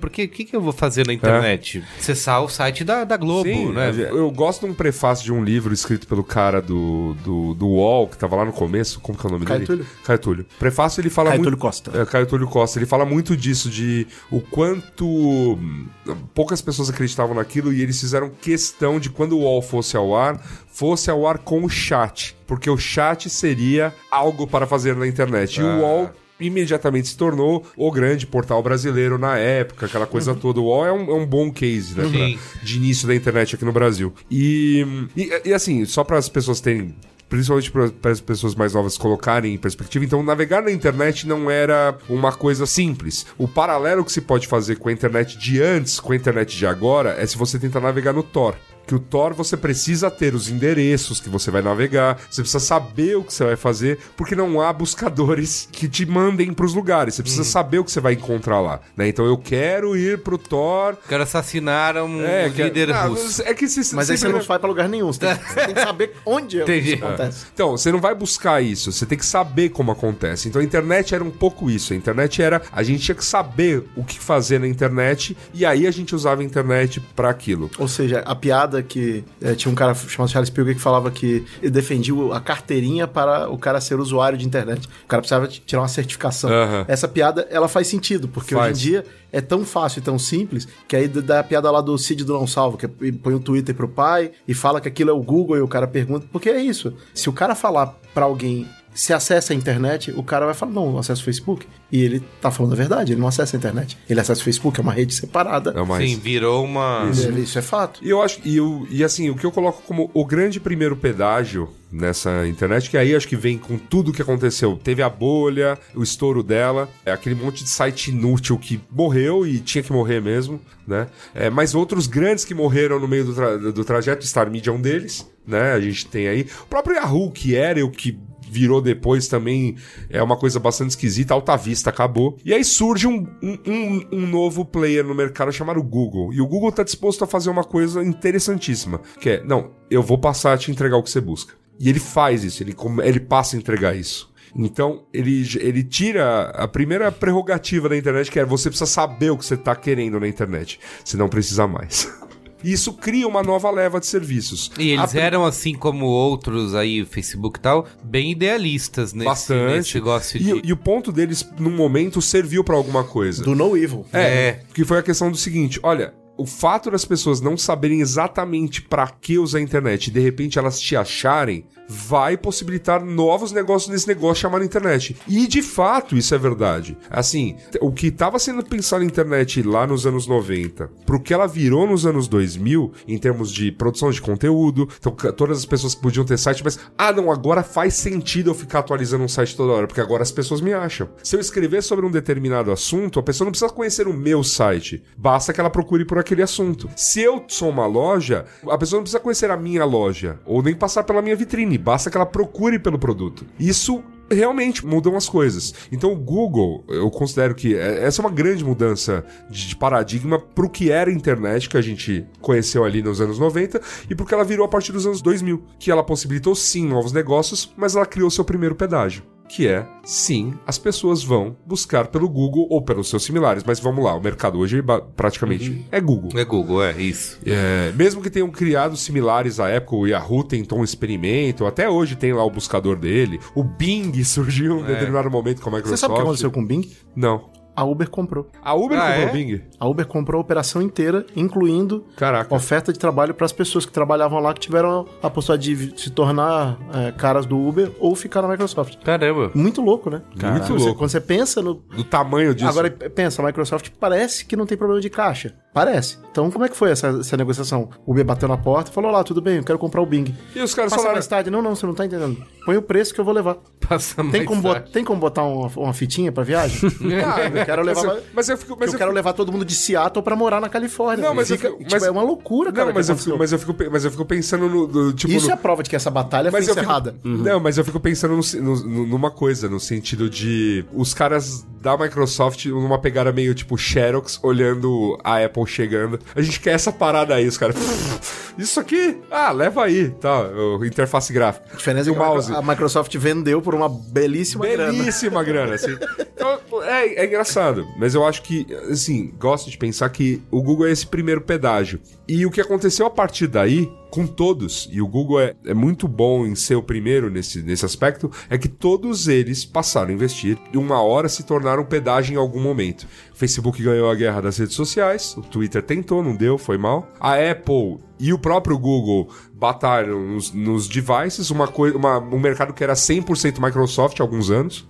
porque o que, que eu vou fazer na internet? Acessar o site da, da Globo,
É. Sim,
né?
eu- Eu gosto de um prefácio de um livro escrito pelo cara do, do, do UOL, que tava lá no começo. Como que é o nome
Caio
dele?
Túlio.
Caio Túlio. Prefácio ele fala
Caio
muito.
Túlio Costa.
É, Caio Túlio Costa. Ele fala muito disso, de o quanto hum, poucas pessoas acreditavam naquilo e eles fizeram questão de quando o UOL fosse ao ar, fosse ao ar com o chat. Porque o chat seria algo para fazer na internet. E
Ah.
o UOL imediatamente se tornou o grande portal brasileiro na época, aquela coisa toda. O UOL é um, é um bom case, né? pra-
Uhum. Sim.
de início da internet aqui no Brasil. E, e, e assim, só para as pessoas terem. Principalmente para as pessoas mais novas colocarem em perspectiva. Então, navegar na internet não era uma coisa simples. O paralelo que se pode fazer com a internet de antes, com a internet de agora, é se você tentar navegar no Tor. que o Tor você precisa ter os endereços que você vai navegar, você precisa saber o que você vai fazer, porque não há buscadores que te mandem pros lugares. Você precisa saber o que você vai encontrar lá, né? Então eu quero ir pro Tor.
Quero assassinar um
que-
líder
Ah,
russo.
É que se,
Mas aí você não vai pra lugar nenhum. Você tem, que- você tem que saber onde é que
Entendi.
isso acontece.
Então, você não vai buscar isso, você tem que saber como acontece. Então a internet era um pouco isso. A internet era. A gente tinha que saber o que fazer na internet e aí a gente usava a internet pra aquilo.
Ou seja, a piada que eh, tinha um cara chamado Charles Pilger que falava que ele defendia o- a carteirinha para o cara ser usuário de internet. O cara precisava t- tirar uma certificação.
Aham.
Essa piada, ela faz sentido, porque hoje
Faz.
em dia é tão fácil e tão simples que aí d- dá a piada lá do Cid do Não Salvo, que é- põe o Twitter pro pai e fala que aquilo é o Google e o cara pergunta, porque é isso. Se o cara falar pra alguém se acessa a internet, o cara vai falar, não, eu acesso o Facebook. E ele tá falando a verdade, ele não acessa a internet. Ele acessa o Facebook, é uma rede separada.
É mais.
Sim, virou uma.
Ele- isso é fato.
E eu acho. E, eu- e assim, o que eu coloco como o grande primeiro pedágio nessa internet, que aí acho que vem com tudo que aconteceu. Teve a bolha, o estouro dela, é aquele monte de site inútil que morreu e tinha que morrer mesmo, né? É, mas outros grandes que morreram no meio do, tra- do trajeto, Star Media é um deles, né? A gente tem aí. O próprio Yahoo, que era o que virou depois também é uma coisa bastante esquisita. Alta Vista acabou. E aí surge um, um, um- um novo player no mercado chamado Google. E o Google tá disposto a fazer uma coisa interessantíssima, que é, não, eu vou passar a te entregar o que você busca. E ele faz isso, ele, come- ele passa a entregar isso. Então, ele, ele tira a primeira prerrogativa da internet, que é você precisa saber o que você tá querendo na internet. Senão precisa mais. E isso cria uma nova leva de serviços.
E eles
A
eram, assim como outros aí, Facebook e tal, bem idealistas nesse,
Bastante.
nesse negócio de.
E, e o ponto deles, num momento, serviu pra alguma coisa.
Do No Evil. Né?
É, que foi a questão do seguinte, olha, o fato das pessoas não saberem exatamente pra que usar a internet e de repente elas te acharem, vai possibilitar novos negócios nesse negócio chamado internet. E de fato isso é verdade. Assim, t- o que estava sendo pensado na internet lá nos anos 90, pro que ela virou nos anos 2000, em termos de produção de conteúdo, então c- todas as pessoas que podiam ter site, mas, ah não, agora faz sentido eu ficar atualizando um site toda hora, porque agora as pessoas me acham. Se eu escrever sobre um determinado assunto, a pessoa não precisa conhecer o meu site. Basta que ela procure por aquele assunto. Se eu sou uma loja, a pessoa não precisa conhecer a minha loja ou nem passar pela minha vitrine. Basta que ela procure pelo produto. Isso realmente mudam as coisas. Então o Google, eu considero que é- essa é uma grande mudança de de paradigma pro que era a internet que a gente conheceu ali nos anos 90 e porque ela virou a partir dos anos 2000, que ela possibilitou sim novos negócios, mas ela criou seu primeiro pedágio. Que é, sim, as pessoas vão buscar pelo Google ou pelos seus similares, mas vamos lá, o mercado hoje ba- praticamente
Uhum.
é Google.
É Google, é isso.
É, mesmo que tenham criado similares à época, o Yahoo tentou um experimento, até hoje tem lá o buscador dele, o Bing surgiu em um determinado momento com a
É. Você
Microsoft.
sabe o que aconteceu com o Bing?
Não.
A Uber comprou.
A Uber
Ah,
comprou
é?
o Bing?
A Uber comprou a operação inteira, incluindo
Caraca.
oferta de trabalho para as pessoas que trabalhavam lá que tiveram a possibilidade de se tornar é, caras do Uber ou ficar na Microsoft.
Caramba.
Muito louco, né?
Muito
Você-
louco.
Quando você pensa no.
Do tamanho disso.
Agora pensa, a Microsoft parece que não tem problema de caixa. Parece. Então, como é que foi essa, essa negociação? O Uber bateu na porta e falou: lá, tudo bem, eu quero comprar o Bing.
e os caras
Passa
falaram.
mais tarde. Não, não, você não tá entendendo. Põe o preço que eu vou levar.
Passa
Tem,
mais
como, bot-
tarde.
tem como botar uma, uma fitinha pra viagem? eu quero levar.
Mas eu, mas eu fico.
Mas
Mas
eu,
eu
quero levar todo mundo de Seattle pra morar na Califórnia.
Não, mas
Fica-
eu fico-
tipo,
mas-
é uma loucura, cara.
Não,
que
mas eu,
aconteceu.
fico, mas, eu fico, mas eu fico pensando no. do- tipo,
Isso
no-
é a prova de que essa batalha foi
eu fico-
encerrada.
Não, mas eu fico pensando no- no- numa coisa, no sentido de os caras da Microsoft numa pegada meio tipo Xerox olhando a Apple chegando. A gente quer essa parada aí, os caras. Isso aqui? Ah, leva aí, tá? O interface gráfica.
A diferença é
e o
que a-
um mouse.
a Microsoft vendeu por uma belíssima, grana.
Belíssima grana, assim. Então, é, é engraçado. Mas eu acho que, assim, gosto de pensar que o Google é esse primeiro pedágio. E o que aconteceu a partir daí, com todos, e o Google é, é muito bom em ser o primeiro nesse, nesse aspecto, é que todos eles passaram a investir e uma hora se tornaram pedágio em algum momento. O Facebook ganhou a guerra das redes sociais, o Twitter tentou, não deu, foi mal. A Apple e o próprio Google batalham nos, nos devices, uma coi- uma, um mercado que era 100% Microsoft há alguns anos,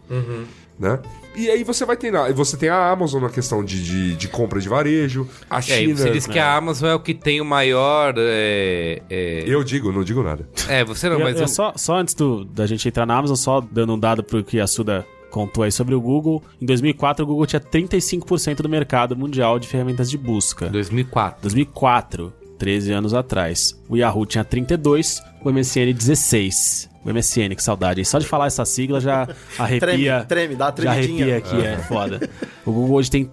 né? E aí você vai ter, na- você tem a Amazon na questão de, de, de compra de varejo, a
É, e
China... né?
você diz que a Amazon é o que tem o maior. É, é-
Eu digo, não digo nada.
é, você não,
E-
mas.
e
o-
só, só antes do- da gente entrar na Amazon, só dando um dado pro que a Suda contou aí sobre o Google. Em 2004, o Google tinha 35% do mercado mundial de ferramentas de busca.
2004.
2004. 13 anos atrás. O Yahoo tinha 32, o MSN 16. O MSN, que saudade. hein? Só de falar essa sigla já arrepia.
Treme, treme, dá uma
já
tremidinha.
arrepia aqui, é. foda. O Google hoje tem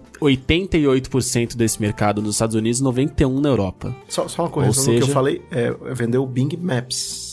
88% desse mercado nos Estados Unidos e 91% na Europa.
Só, só uma correção do que
seja-
eu falei, é, vendeu o Bing Maps.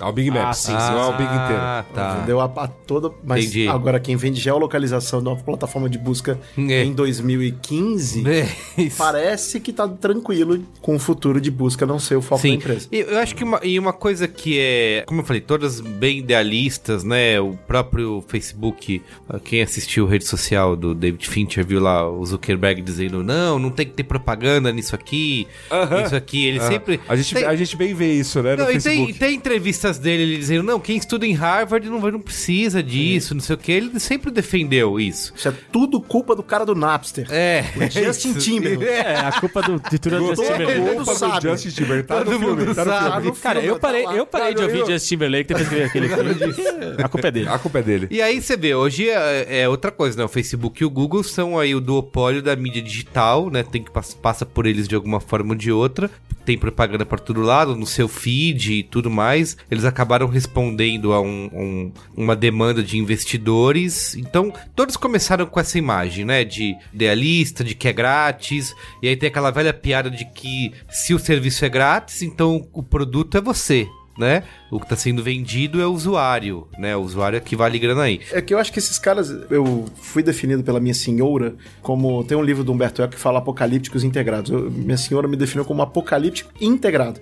Ah, o Big Maps.
Ah, sim,
não
sim,
é o Big inteiro.
Ah, tá.
Vendeu a, a toda, mas
Entendi.
agora quem vende geolocalização de uma plataforma de busca
É.
em 2015,
É, isso.
parece que tá tranquilo com o futuro de busca não ser o foco da
Sim,
empresa.
E eu acho que uma, e uma coisa que é, como eu falei, todas bem idealistas, né? O próprio Facebook, ah, quem assistiu a rede social do David Fincher viu lá o Zuckerberg dizendo: não, não tem que ter propaganda nisso aqui,
Aham.
isso aqui. Ele
Ah,
sempre.
a, gente,
tem-
a gente bem vê isso, né? No
Não, e tem,
Facebook.
tem entrevistas dele ele dizendo: não, quem estuda em Harvard não, vai- não precisa disso, não sei o que. Ele sempre defendeu isso.
Isso é tudo culpa do cara do Napster.
É.
O Justin
isso.
Timberlake.
É, a culpa do, de tudo é do
Todo
Justin Timberlake.
mundo
mundo
sabe.
sabe. Justin Timberlake. Tá
Todo
no filme,
mundo
tá no
sabe.
filme.
Cara, eu parei, eu parei de ouvir Justin Timberlake depois que veio aquele filme. A culpa é dele.
A culpa é dele.
E aí você vê, hoje é, é outra coisa, né? O Facebook e o Google são aí o duopólio da mídia digital, né? Tem que pass- passa por eles de alguma forma ou de outra. Tem propaganda para todo lado, no seu feed e tudo mais. Eles acabaram respondendo a um- um- uma demanda de investidores. Então, todos começaram com essa imagem, né? De idealista, de que é grátis. E aí tem aquela velha piada de que se o serviço é grátis, então o produto é você. Né? O que está sendo vendido é o usuário, né? O usuário é que vale grana aí.
É que eu acho que esses caras, eu fui definido pela minha senhora como. Tem um livro do Humberto Eco que fala apocalípticos integrados. Eu- minha senhora me definiu como apocalíptico integrado.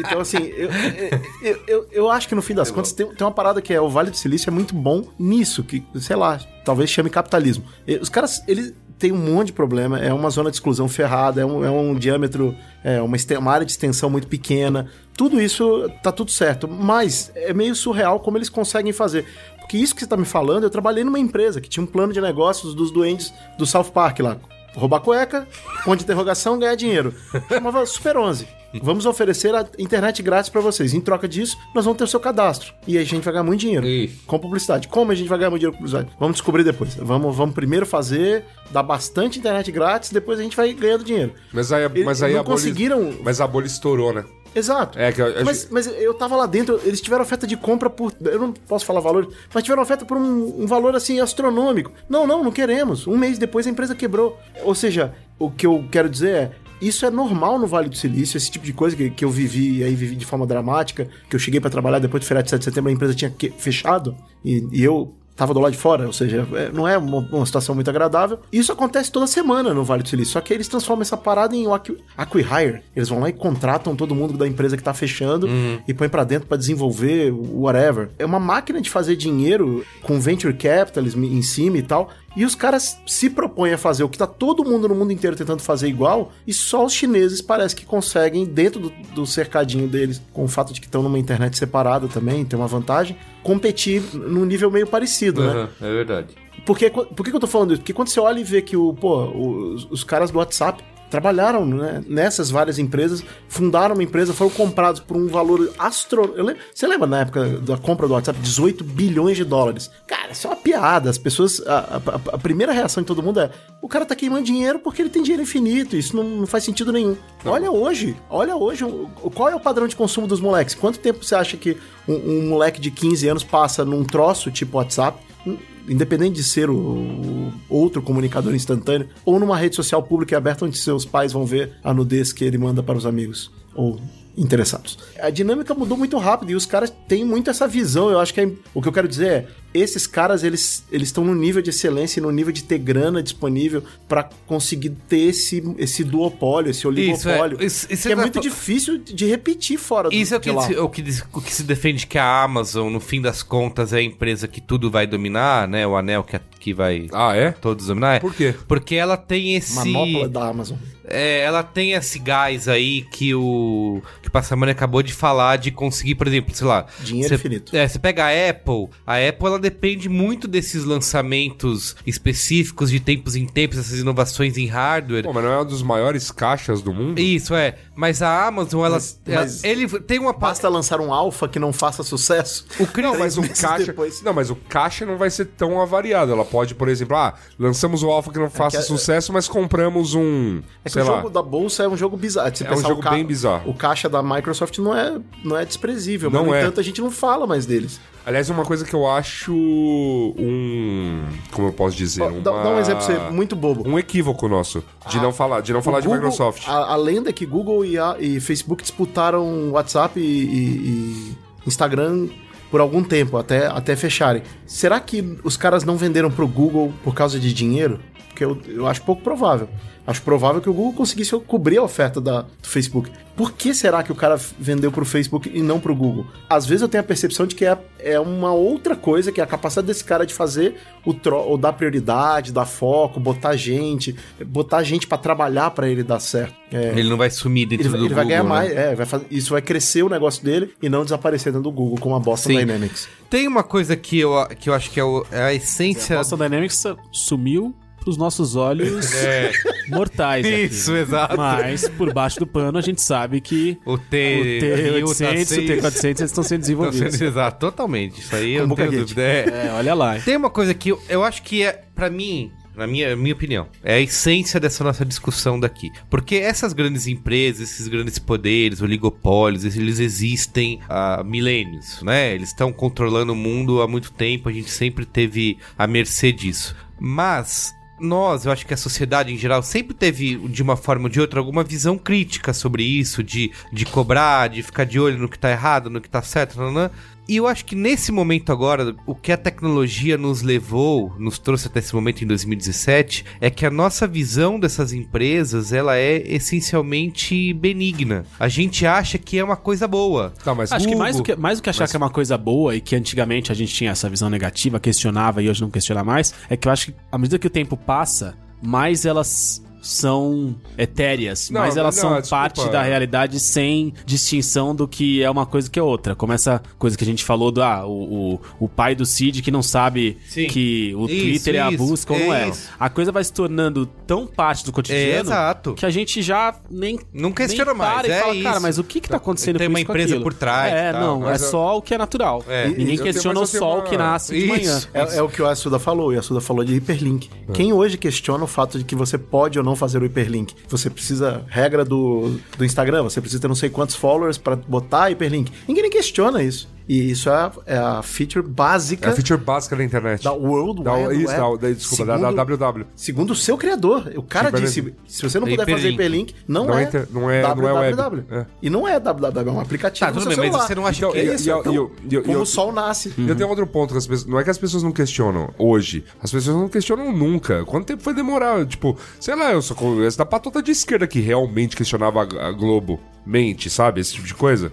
Então, assim, eu, eu, eu, eu acho que no fim das contas tem, tem uma parada que é o Vale do Silício é muito bom nisso, que, sei lá, talvez chame capitalismo. E Os caras, eles têm um monte de problema, é uma zona de exclusão ferrada, é um, é um diâmetro, é uma, este- uma área de extensão muito pequena. Tudo isso tá tudo certo, mas é meio surreal como eles conseguem fazer. Porque isso que você tá me falando, eu trabalhei numa empresa que tinha um plano de negócios dos duendes do South Park lá. Roubar cueca, ponto de interrogação, ganhar dinheiro. Chamava Super 11. Vamos oferecer a internet grátis pra vocês. Em troca disso, nós vamos ter o seu cadastro. E aí a gente vai ganhar muito dinheiro. Com publicidade. Como a gente vai ganhar muito dinheiro com publicidade? Vamos descobrir depois. Vamos, vamos primeiro fazer, dar bastante internet grátis, depois a gente vai ganhando dinheiro.
Mas aí,
Eles
mas aí
não
a bolha...
conseguiram-
Mas a bolha estourou, né?
Exato.
É que eu- eu-
mas, mas eu tava lá dentro, eles tiveram oferta de compra por. Eu não posso falar valor, mas tiveram oferta por um, um valor assim astronômico. Não, não, não queremos. Um mês depois a empresa quebrou. Ou seja, o que eu quero dizer é. Isso é normal no Vale do Silício, esse tipo de coisa que, que eu vivi e aí vivi de forma dramática, que eu cheguei pra trabalhar depois do feriado de 7 de setembro, a empresa tinha que- fechado e, e eu tava do lado de fora, ou seja, é, não é uma, uma situação muito agradável. Isso acontece toda semana no Vale do Silício, só que eles transformam essa parada em um acqui- acquihire. Eles vão lá e contratam todo mundo da empresa que tá fechando e põe pra dentro pra desenvolver whatever. É uma máquina de fazer dinheiro com venture capitalism em cima e tal. E os caras se propõem a fazer o que tá todo mundo no mundo inteiro tentando fazer igual, e só os chineses parece que conseguem, dentro do, do cercadinho deles, com o fato de que estão numa internet separada também, tem uma vantagem, competir num nível meio parecido,
Uhum.
né?
é verdade.
Porque, por que, que eu tô falando isso? Porque quando você olha e vê que o, pô, os, os caras do WhatsApp trabalharam né, nessas várias empresas, fundaram uma empresa, foram comprados por um valor astro... eu lem- Você lembra na época da compra do WhatsApp? 18 bilhões de dólares. Cara, isso é uma piada. As pessoas... A, a- a primeira reação de todo mundo é o cara tá queimando dinheiro porque ele tem dinheiro infinito. Isso não, não faz sentido nenhum. Olha hoje, olha hoje o- o- qual é o padrão de consumo dos moleques. Quanto tempo você acha que um, um moleque de 15 anos passa num troço tipo WhatsApp? independente de ser o, o outro comunicador instantâneo, ou numa rede social pública e aberta onde seus pais vão ver a nudez que ele manda para os amigos ou interessados. A dinâmica mudou muito rápido e os caras têm muito essa visão. Eu acho que é- o que eu quero dizer é, esses caras eles eles estão no nível de excelência e no nível de ter grana disponível para conseguir ter esse esse duopólio, esse oligopólio,
Isso é. Isso- isso
que é
tá
muito
fa-
difícil de repetir fora do
Isso é o que,
de lá.
se- o, que, diz- o que se defende que a Amazon, no fim das contas, é a empresa que tudo vai dominar, né? O anel que, que vai
Ah, é?
todos dominar.
Por quê?
Porque ela tem esse.
Manopla da Amazon.
é, ela tem esse gás aí que o. Que o Passamani acabou de falar de conseguir, por exemplo, sei lá.
Dinheiro
Cê-
infinito.
É, você pega a Apple, a Apple ela depende muito desses lançamentos específicos de tempos em tempos, essas inovações em hardware.
Pô, mas não é um dos maiores caixas do mundo?
Isso é, mas a Amazon, ela,
Mas- mas-
ela- ele tem uma pa-
Basta lançar um alfa que não faça sucesso.
O um Chris,
Não, mas o
meses
caixa.
depois.
Não, mas o caixa não vai ser tão avariado. Ela pode, por exemplo, ah, lançamos o Alpha que não faça
que é-
sucesso, mas compramos um.
É que
sei
o
lá.
jogo da bolsa é um jogo bizarro. Se
É um
pensar,
jogo
o ca-
bem bizarro.
O caixa da Microsoft não é, não é desprezível,
Não
mas no
é.
entanto a gente não fala mais deles.
Aliás, uma coisa que eu acho um. Como eu posso dizer?
Ó, dá,
uma-
dá um exemplo pra você, muito bobo.
Um equívoco nosso de não falar, de, não falar de
Google-
Microsoft.
Ah,
A, a lenda é que Google e, a- e Facebook disputaram WhatsApp e, e- e Instagram por algum tempo, até, até fecharem. Será que os caras não venderam pro Google por causa de dinheiro? Porque eu, eu acho pouco provável. Acho provável que o Google conseguisse cobrir a oferta da, do Facebook. Por que será que o cara vendeu pro Facebook e não pro Google? Às vezes eu tenho a percepção de que é, é uma outra coisa, que é a capacidade desse cara de fazer o tro ou dar prioridade, dar foco, botar gente, botar gente pra trabalhar pra ele dar certo. É,
ele não vai sumir dentro do
ele, vai- ele vai
Google,
ganhar
né?
mais, é, vai fazer- isso vai crescer o negócio dele e não desaparecer dentro do Google com uma bosta
Sim. né,
Dynamics.
Tem uma coisa que eu, que eu acho que é, o- é a essência...
Boston Dynamics sumiu pros nossos olhos mortais. aqui.
Isso,
né?
exato.
Mas por baixo do pano a gente sabe que
O T...
o T800 e o
T400
T400 eles estão sendo
Não,
desenvolvidos.
sim, Exato, totalmente. Isso aí eu não
Com boca
tenho
quente.
dúvida. É.
É, olha lá. hein?
Tem uma coisa que eu, eu acho que é, pra mim, na minha, minha opinião, é a essência dessa nossa discussão daqui. Porque essas grandes empresas, esses grandes poderes, oligopólios, eles- eles existem há milênios, né? Eles estão controlando o mundo há muito tempo, a gente sempre teve à mercê disso. Mas nós, eu acho que a sociedade em geral sempre teve, de uma forma ou de outra, alguma visão crítica sobre isso, de, de cobrar, de ficar de olho no que tá errado, no que tá certo, nanã. E eu acho que nesse momento agora, o que a tecnologia nos levou, nos trouxe até esse momento em 2017, é que a nossa visão dessas empresas, ela é essencialmente benigna. A gente acha que é uma coisa boa.
Tá, mas
Acho que mais do
Google-
que, mais do que achar que é uma coisa boa e que antigamente a gente tinha essa visão negativa, questionava e hoje não questiona mais, é que eu acho que à medida que o tempo passa, mais elas são etéreas,
Não,
mais elas
não,
são
desculpa.
parte da realidade sem distinção do que é uma coisa que é outra. Como essa coisa que a gente falou do ah, o, o, o pai do Cid que não sabe
Sim.
que o
Isso,
Twitter é a
isso,
busca ou não é.
isso.
A coisa vai se tornando tão parte do
É,
cotidiano
exato.
que a gente já nem
Não questiona mais,
para e
é
fala,
isso.
cara, mas o que que tá acontecendo
Tem
com
uma
isso, com
empresa
aquilo?"
por trás,
É,
tá,
não, é
mas a-
só o que é natural.
É.
Ninguém
Eu
questiona
tenho-
o
mas eu
sol
tenho
que
uma-
nasce de
Isso.
manhã.
É, é o que o Yasuda falou, o Yasuda falou de hiperlink.
É.
Quem hoje questiona o fato de que você pode ou não fazer o hiperlink? Você precisa, regra do, do Instagram, você precisa ter não sei quantos followers pra botar hiperlink. Ninguém nem questiona isso. E isso é a, é a feature
É
básica
a feature básica da internet.
da World
é,
Da-
Wide
isso,
Web.
da- da- desculpa, da- da
segundo-
WW.
Segundo o seu criador. O cara
Hiperlink.
disse, se você não puder
Hiperlink.
fazer hiperlink, não,
Não é
é,
inter- não é- não é web.
www.
É.
E não é www, é um aplicativo
Tá,
do
tudo
seu
bem, mas
celular.
você não acha
Então,
que...
e-
É isso,
e-
então,
e- e- e-
como
e-
o sol nasce.
E Eu tenho outro ponto que as pessoas. Não é que as pessoas não questionam hoje. As pessoas não questionam nunca. Quanto tempo foi demorar? Tipo, sei lá, eu sou com essa da patota de esquerda que realmente questionava a, a Globo. Mente, sabe? Esse tipo de coisa.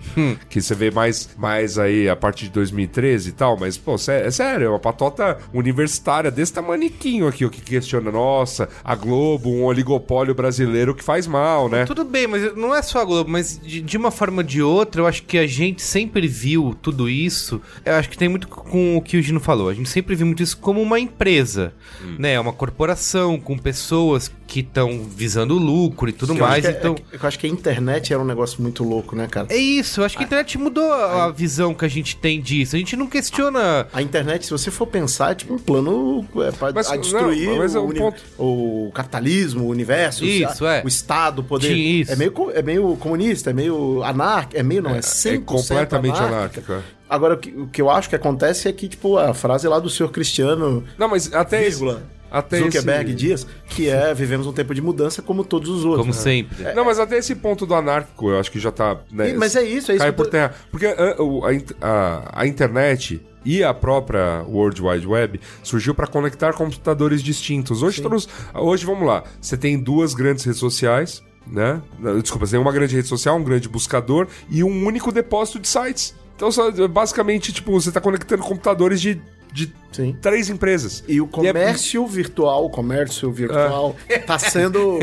Que você vê mais, mais aí a partir de 2013 e tal. Mas, pô, sé- é sério, é uma patota universitária desse tamaniquinho aqui, o que questiona, nossa, a Globo, um oligopólio brasileiro que faz mal, né?
Tudo bem, mas não é só a Globo, mas de, de uma forma ou de outra, eu acho que a gente sempre viu tudo isso. Eu acho que tem muito com o que o Gino falou. A gente sempre viu muito isso como uma empresa,
Hum.
né? Uma corporação com pessoas que estão visando lucro e tudo
Eu acho
mais.
que é-
então.
é- eu acho que a internet era um negócio muito louco, né, cara?
É isso, eu acho que a internet mudou a, a visão que a gente tem disso. A gente não questiona.
A internet, se você for pensar, é tipo um plano é, pra
Mas,
a destruir
não, mas é
o,
um
uni-
ponto-
o capitalismo, o universo, o-
Isso, é.
o Estado, o poder.
Sim, isso.
É, meio, co- é meio comunista, é meio anarco, é meio não, é, 100%
É completamente
anárquico.
anárquica.
Agora, o que, o que eu acho que acontece é que, tipo, a frase lá do senhor Cristiano,
Não, mas até. esse-
vírgula,
até
Zuckerberg
esse-
Dias, que é vivemos um tempo de mudança como todos os outros.
Como
né?
sempre.
Não, mas até esse ponto do anárquico, eu acho que já tá. né,
E- mas é isso, é isso.
Cai
que
por
eu tô-
terra. Porque a, o- a in- a- a internet e a própria World Wide Web surgiu para conectar computadores distintos. Hoje, todos, hoje, vamos lá, você tem duas grandes redes sociais, né? Não, Desculpa, você tem uma grande rede social, um grande buscador e um único depósito de sites. Então, só- basicamente, tipo, você tá conectando computadores de de
Sim.
três empresas.
E o
é-
comércio virtual, o comércio virtual, tá sendo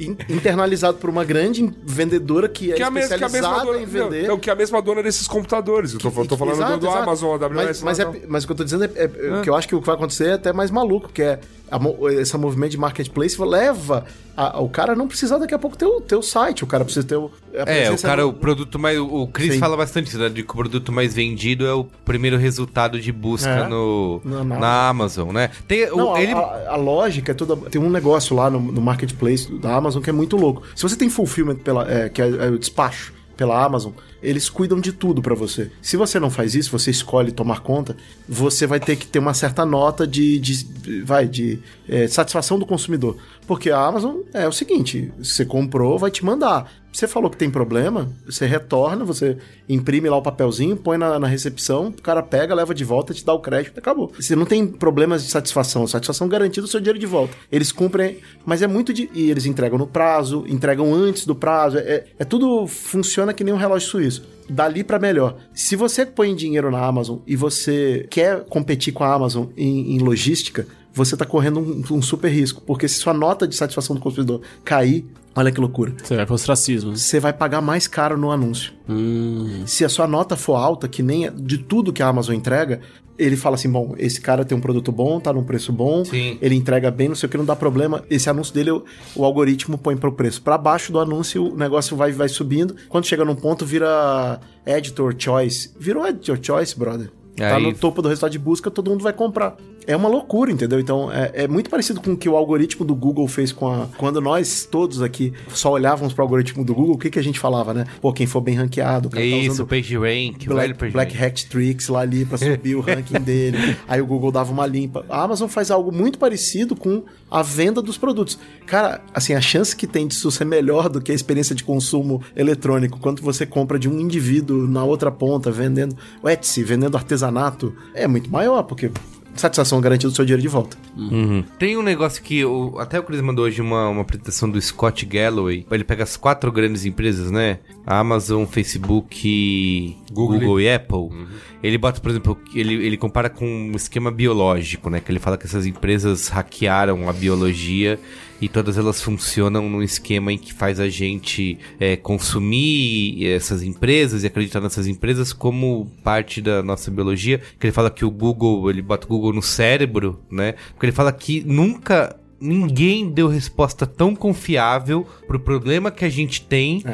in- internalizado por uma grande vendedora que é,
que é a mesma, que é a
especializada
mesma dona,
em vender.
não, que é a mesma dona desses computadores. Eu tô, fal- tô falando
Exato,
do, do
exato.
Amazon, tá. Ah. AWS.
Mas, mas,
lá,
é-
tal.
mas o que eu tô dizendo é, é- é- o que eu acho que o que vai acontecer é até mais maluco, que é a mo- esse movimento de marketplace leva a- o cara não precisar daqui a pouco ter o teu site, o cara precisa ter o, a
É, o
presença
cara,
no-
o produto mais. O Chris
Sim.
fala bastante isso, né? De que o produto mais vendido é o primeiro resultado de busca
É.
no,
Na- na-
na Amazon, né? Tem, o-
Não, a-
ele,
a, a lógica é toda. Tem um negócio lá no, no marketplace da Amazon que é muito louco. Se você tem fulfillment, pela, é, que é, é o despacho pela Amazon, eles cuidam de tudo pra você. Se você não faz isso, você escolhe tomar conta, você vai ter que ter uma certa nota de, de- vai de é, satisfação do consumidor, porque a Amazon é o seguinte: você comprou, vai te mandar. Você falou que tem problema, você retorna, você imprime lá o papelzinho, põe na, na recepção, o cara pega, leva de volta, te dá o crédito, acabou. Você não tem problemas de satisfação, satisfação garantida, o seu dinheiro de volta. Eles cumprem, mas é muito de. E eles entregam no prazo, entregam antes do prazo, é, é tudo funciona que nem um relógio suíço. Dali pra melhor. Se você põe dinheiro na Amazon e você quer competir com a Amazon em, em logística, você tá correndo um, um super risco, porque se sua nota de satisfação do consumidor cair, olha que loucura
Você vai pro é ostracismo.
você vai pagar mais caro no anúncio. Se a sua nota for alta, que nem de tudo que a Amazon entrega, ele fala assim: bom, esse cara tem um produto bom, tá num preço bom,
Sim.
ele entrega bem, não sei o que, não dá problema. Esse anúncio dele, o, o algoritmo põe pro preço. Pra baixo do anúncio, o negócio vai, vai subindo. Quando chega num ponto, vira editor choice. Virou editor choice, brother. Tá
Aí-
no topo do resultado de busca, todo mundo vai comprar. É uma loucura, entendeu? Então, é, é muito parecido com o que o algoritmo do Google fez com a. Quando nós todos aqui só olhávamos pro algoritmo do Google, o que, que a gente falava, né? Pô, quem for bem ranqueado, o cara
é
tá
isso,
usando
o PageRank, o velho
Black,
PageRank.
Black Hat Tricks lá ali pra subir o ranking dele. Aí o Google dava uma limpa. A Amazon faz algo muito parecido com a venda dos produtos. Cara, assim, a chance que tem disso ser melhor do que a experiência de consumo eletrônico, quando você compra de um indivíduo na outra ponta, vendendo o Etsy, vendendo artesanato, é muito maior, porque satisfação garantida do seu dinheiro de volta.
Uhum. Tem um negócio que o- até o Chris mandou hoje uma, uma apresentação do Scott Galloway. Ele pega as quatro grandes empresas, né? A Amazon, Facebook,
Google.
Google, e Uhum. Apple. Ele bota, por exemplo, ele, ele compara com um esquema biológico, né? Que ele fala que essas empresas hackearam a biologia e todas elas funcionam num esquema em que faz a gente é, consumir é, essas empresas e acreditar nessas empresas como parte da nossa biologia. Que ele fala que o Google, ele bota o Google no cérebro, né? Porque ele fala que nunca ninguém deu resposta tão confiável pro problema que a gente tem.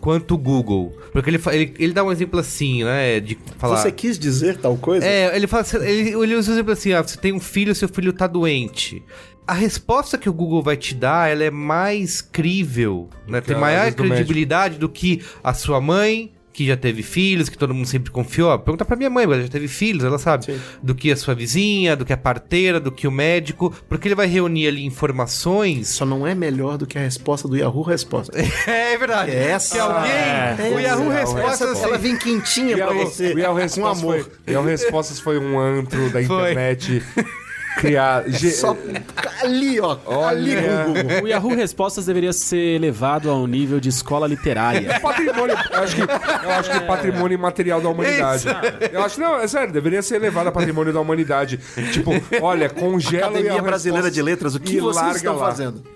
Quanto o Google. Porque ele, fa- ele, ele dá um exemplo assim, né? De falar.
Você quis dizer tal coisa?
É, ele fala, assim- ele, ele usa o exemplo assim, ah, você tem um filho, seu filho tá doente. A resposta que o Google vai te dar, ela é mais crível, né?
que
Tem
a
maior
análise do médico.
credibilidade do que a sua mãe, que já teve filhos, que todo mundo sempre confiou. Pergunta pra minha mãe, ela já teve filhos, ela sabe. Do que a sua vizinha, do que a parteira, do que o médico, porque ele vai reunir ali informações.
Só não é melhor do que a resposta do Yahoo Resposta.
É verdade. É.
Essa.
Que alguém, o Yahoo resposta
assim.
Essa, ela vem quentinha pra você.
O Yahoo
com
Respostas
amor.
foi, o Yahoo Respostas foi um antro da internet criar. ge-
É Só ali, ó. Ali,
Olha.
Google.
O Yahoo Respostas deveria ser elevado a um nível de escola literária.
Patrimônio, eu acho que, eu acho que é patrimônio imaterial da humanidade. Eu acho, não, é sério, deveria ser elevado a patrimônio da humanidade. Tipo, olha, congela o
Academia
Yahoo
Brasileira de
Respostas
Letras, o que
e
vocês
larga
estão
lá.
fazendo?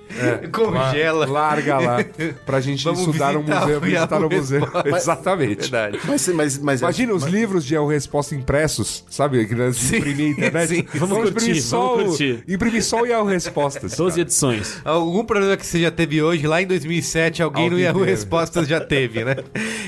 Congela.
Larga lá pra gente
Vamos
estudar um
visitar
museu,
o
visitar um
Yahoo
museu. Exatamente.
Verdade.
Mas, mas, mas é
Imagina os livros de Yahoo Resposta impressos, sabe? Que nós imprimir a internet.
sim.
Vamos,
curtir, vamos
o-
curtir.
Imprimir só o Yahoo Respostas.
12
cara.
edições.
Algum problema que você já teve hoje, lá em 2007, alguém,
Alguém
no Yahoo
teve.
Respostas já teve, né?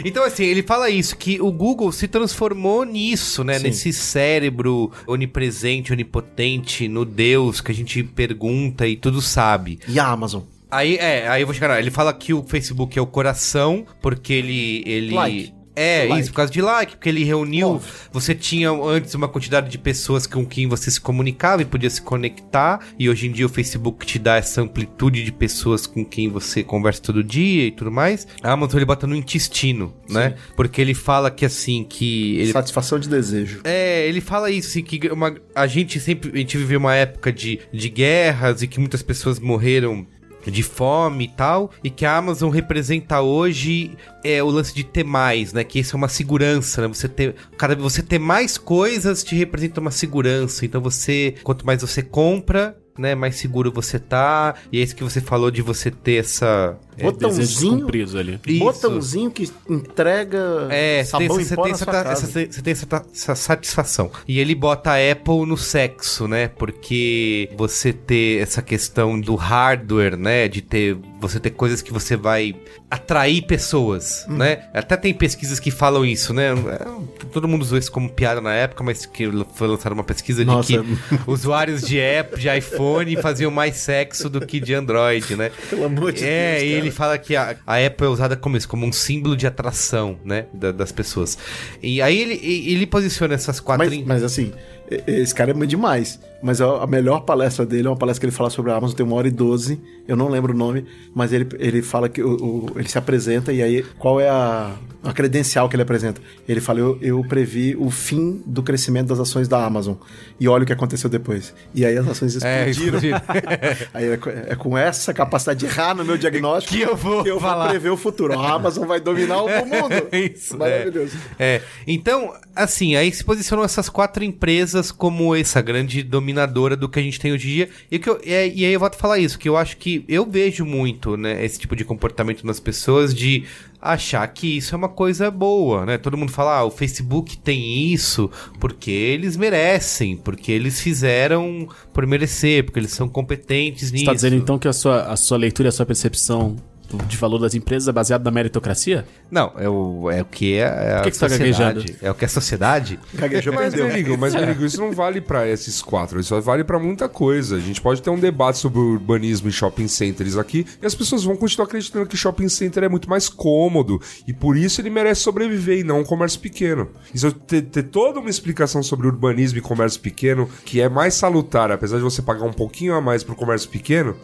Então, assim, ele fala isso, que o Google se transformou nisso, né? Nesse cérebro onipresente, onipotente, no Deus que a gente pergunta e tudo sabe.
E a Amazon?
Aí, é, aí eu vou chegar lá. Ele fala que o Facebook é o coração, porque ele. ele...
Like.
É,
Like.
isso, por causa de like, porque ele reuniu.
Óbvio.
Você tinha antes uma quantidade de pessoas com quem você se comunicava e podia se conectar, e hoje em dia o Facebook te dá essa amplitude de pessoas com quem você conversa todo dia e tudo mais. A Amazon ele bota no intestino, né? Porque ele fala que assim, que. Ele
Satisfação de desejo.
é, ele fala isso, assim, que uma, a gente sempre. A gente viveu uma época de, de guerras e que muitas pessoas morreram de fome e tal, e que a Amazon representa hoje é o lance de ter mais, né? Que isso é uma segurança, né? Você ter, cara, você ter mais coisas te representa uma segurança. Então você, quanto mais você compra, né, mais seguro você tá. E é isso que você falou de você ter essa é,
Desejos
Botãozinho.
cumpridos ali.
isso.
Botãozinho que entrega
É, você tem,
sabão
você
em pó
tem
na sua
certa-
casa.
essa- você tem certa- essa satisfação. E ele bota a Apple no sexo, né? Porque você ter essa questão do hardware, né? De ter. Você ter coisas que você vai atrair pessoas,
Hum.
né? Até tem pesquisas que falam isso, né? É, Todo mundo usou isso como piada na época, mas que foi lançada uma pesquisa
Nossa.
de que usuários de app, de iPhone faziam mais sexo do que de Android, né?
Pelo amor de
é,
Deus,
e ele fala que a, a Apple é usada como isso, como um símbolo de atração, né? da- das pessoas. E aí ele, e- ele posiciona essas quatro.
Mas,
em-
mas assim, e- esse cara é muito demais. Mas a a melhor palestra dele é uma palestra que ele fala sobre a Amazon, tem uma hora e doze, eu não lembro o nome, mas ele, ele fala que o, o- ele se apresenta e aí qual é a, a credencial que ele apresenta? Ele fala: eu, eu previ o fim do crescimento das ações da Amazon. E olha o que aconteceu depois. E aí as ações
É,
explodiram.
explodiram.
aí é, co- é com essa capacidade de errar no meu diagnóstico
Que eu vou falar.
prever o futuro. A Amazon vai dominar o mundo.
É isso,
Maravilhoso.
É. Então, assim, aí se posicionam essas quatro empresas como essa grande dominadora do que a gente tem hoje em dia. E, que eu- é- e aí eu volto a falar isso, que eu acho que eu vejo muito, né, esse tipo de comportamento nas pessoas de achar que isso é uma coisa boa, né? Todo mundo fala, ah, o Facebook tem isso porque eles merecem, porque eles fizeram por merecer, porque eles são competentes
Você
nisso.
tá dizendo então que a sua, a sua leitura e a sua percepção de valor das empresas é baseada na meritocracia?
Não, é o, é o que é a
Por que que você tá
sociedade.
gaguejando?
é o que a sociedade
Gaguejou,
Mas,
perdeu.
Merigo, mas, Merigo, isso não vale pra esses quatro, isso vale pra muita coisa. A gente pode ter um debate sobre urbanismo e shopping centers aqui, e as pessoas vão continuar acreditando que shopping center é muito mais cômodo, e por isso ele merece sobreviver e não um comércio pequeno. E se eu ter, ter toda uma explicação sobre urbanismo e comércio pequeno, que é mais salutar, apesar de você pagar um pouquinho a mais pro comércio pequeno,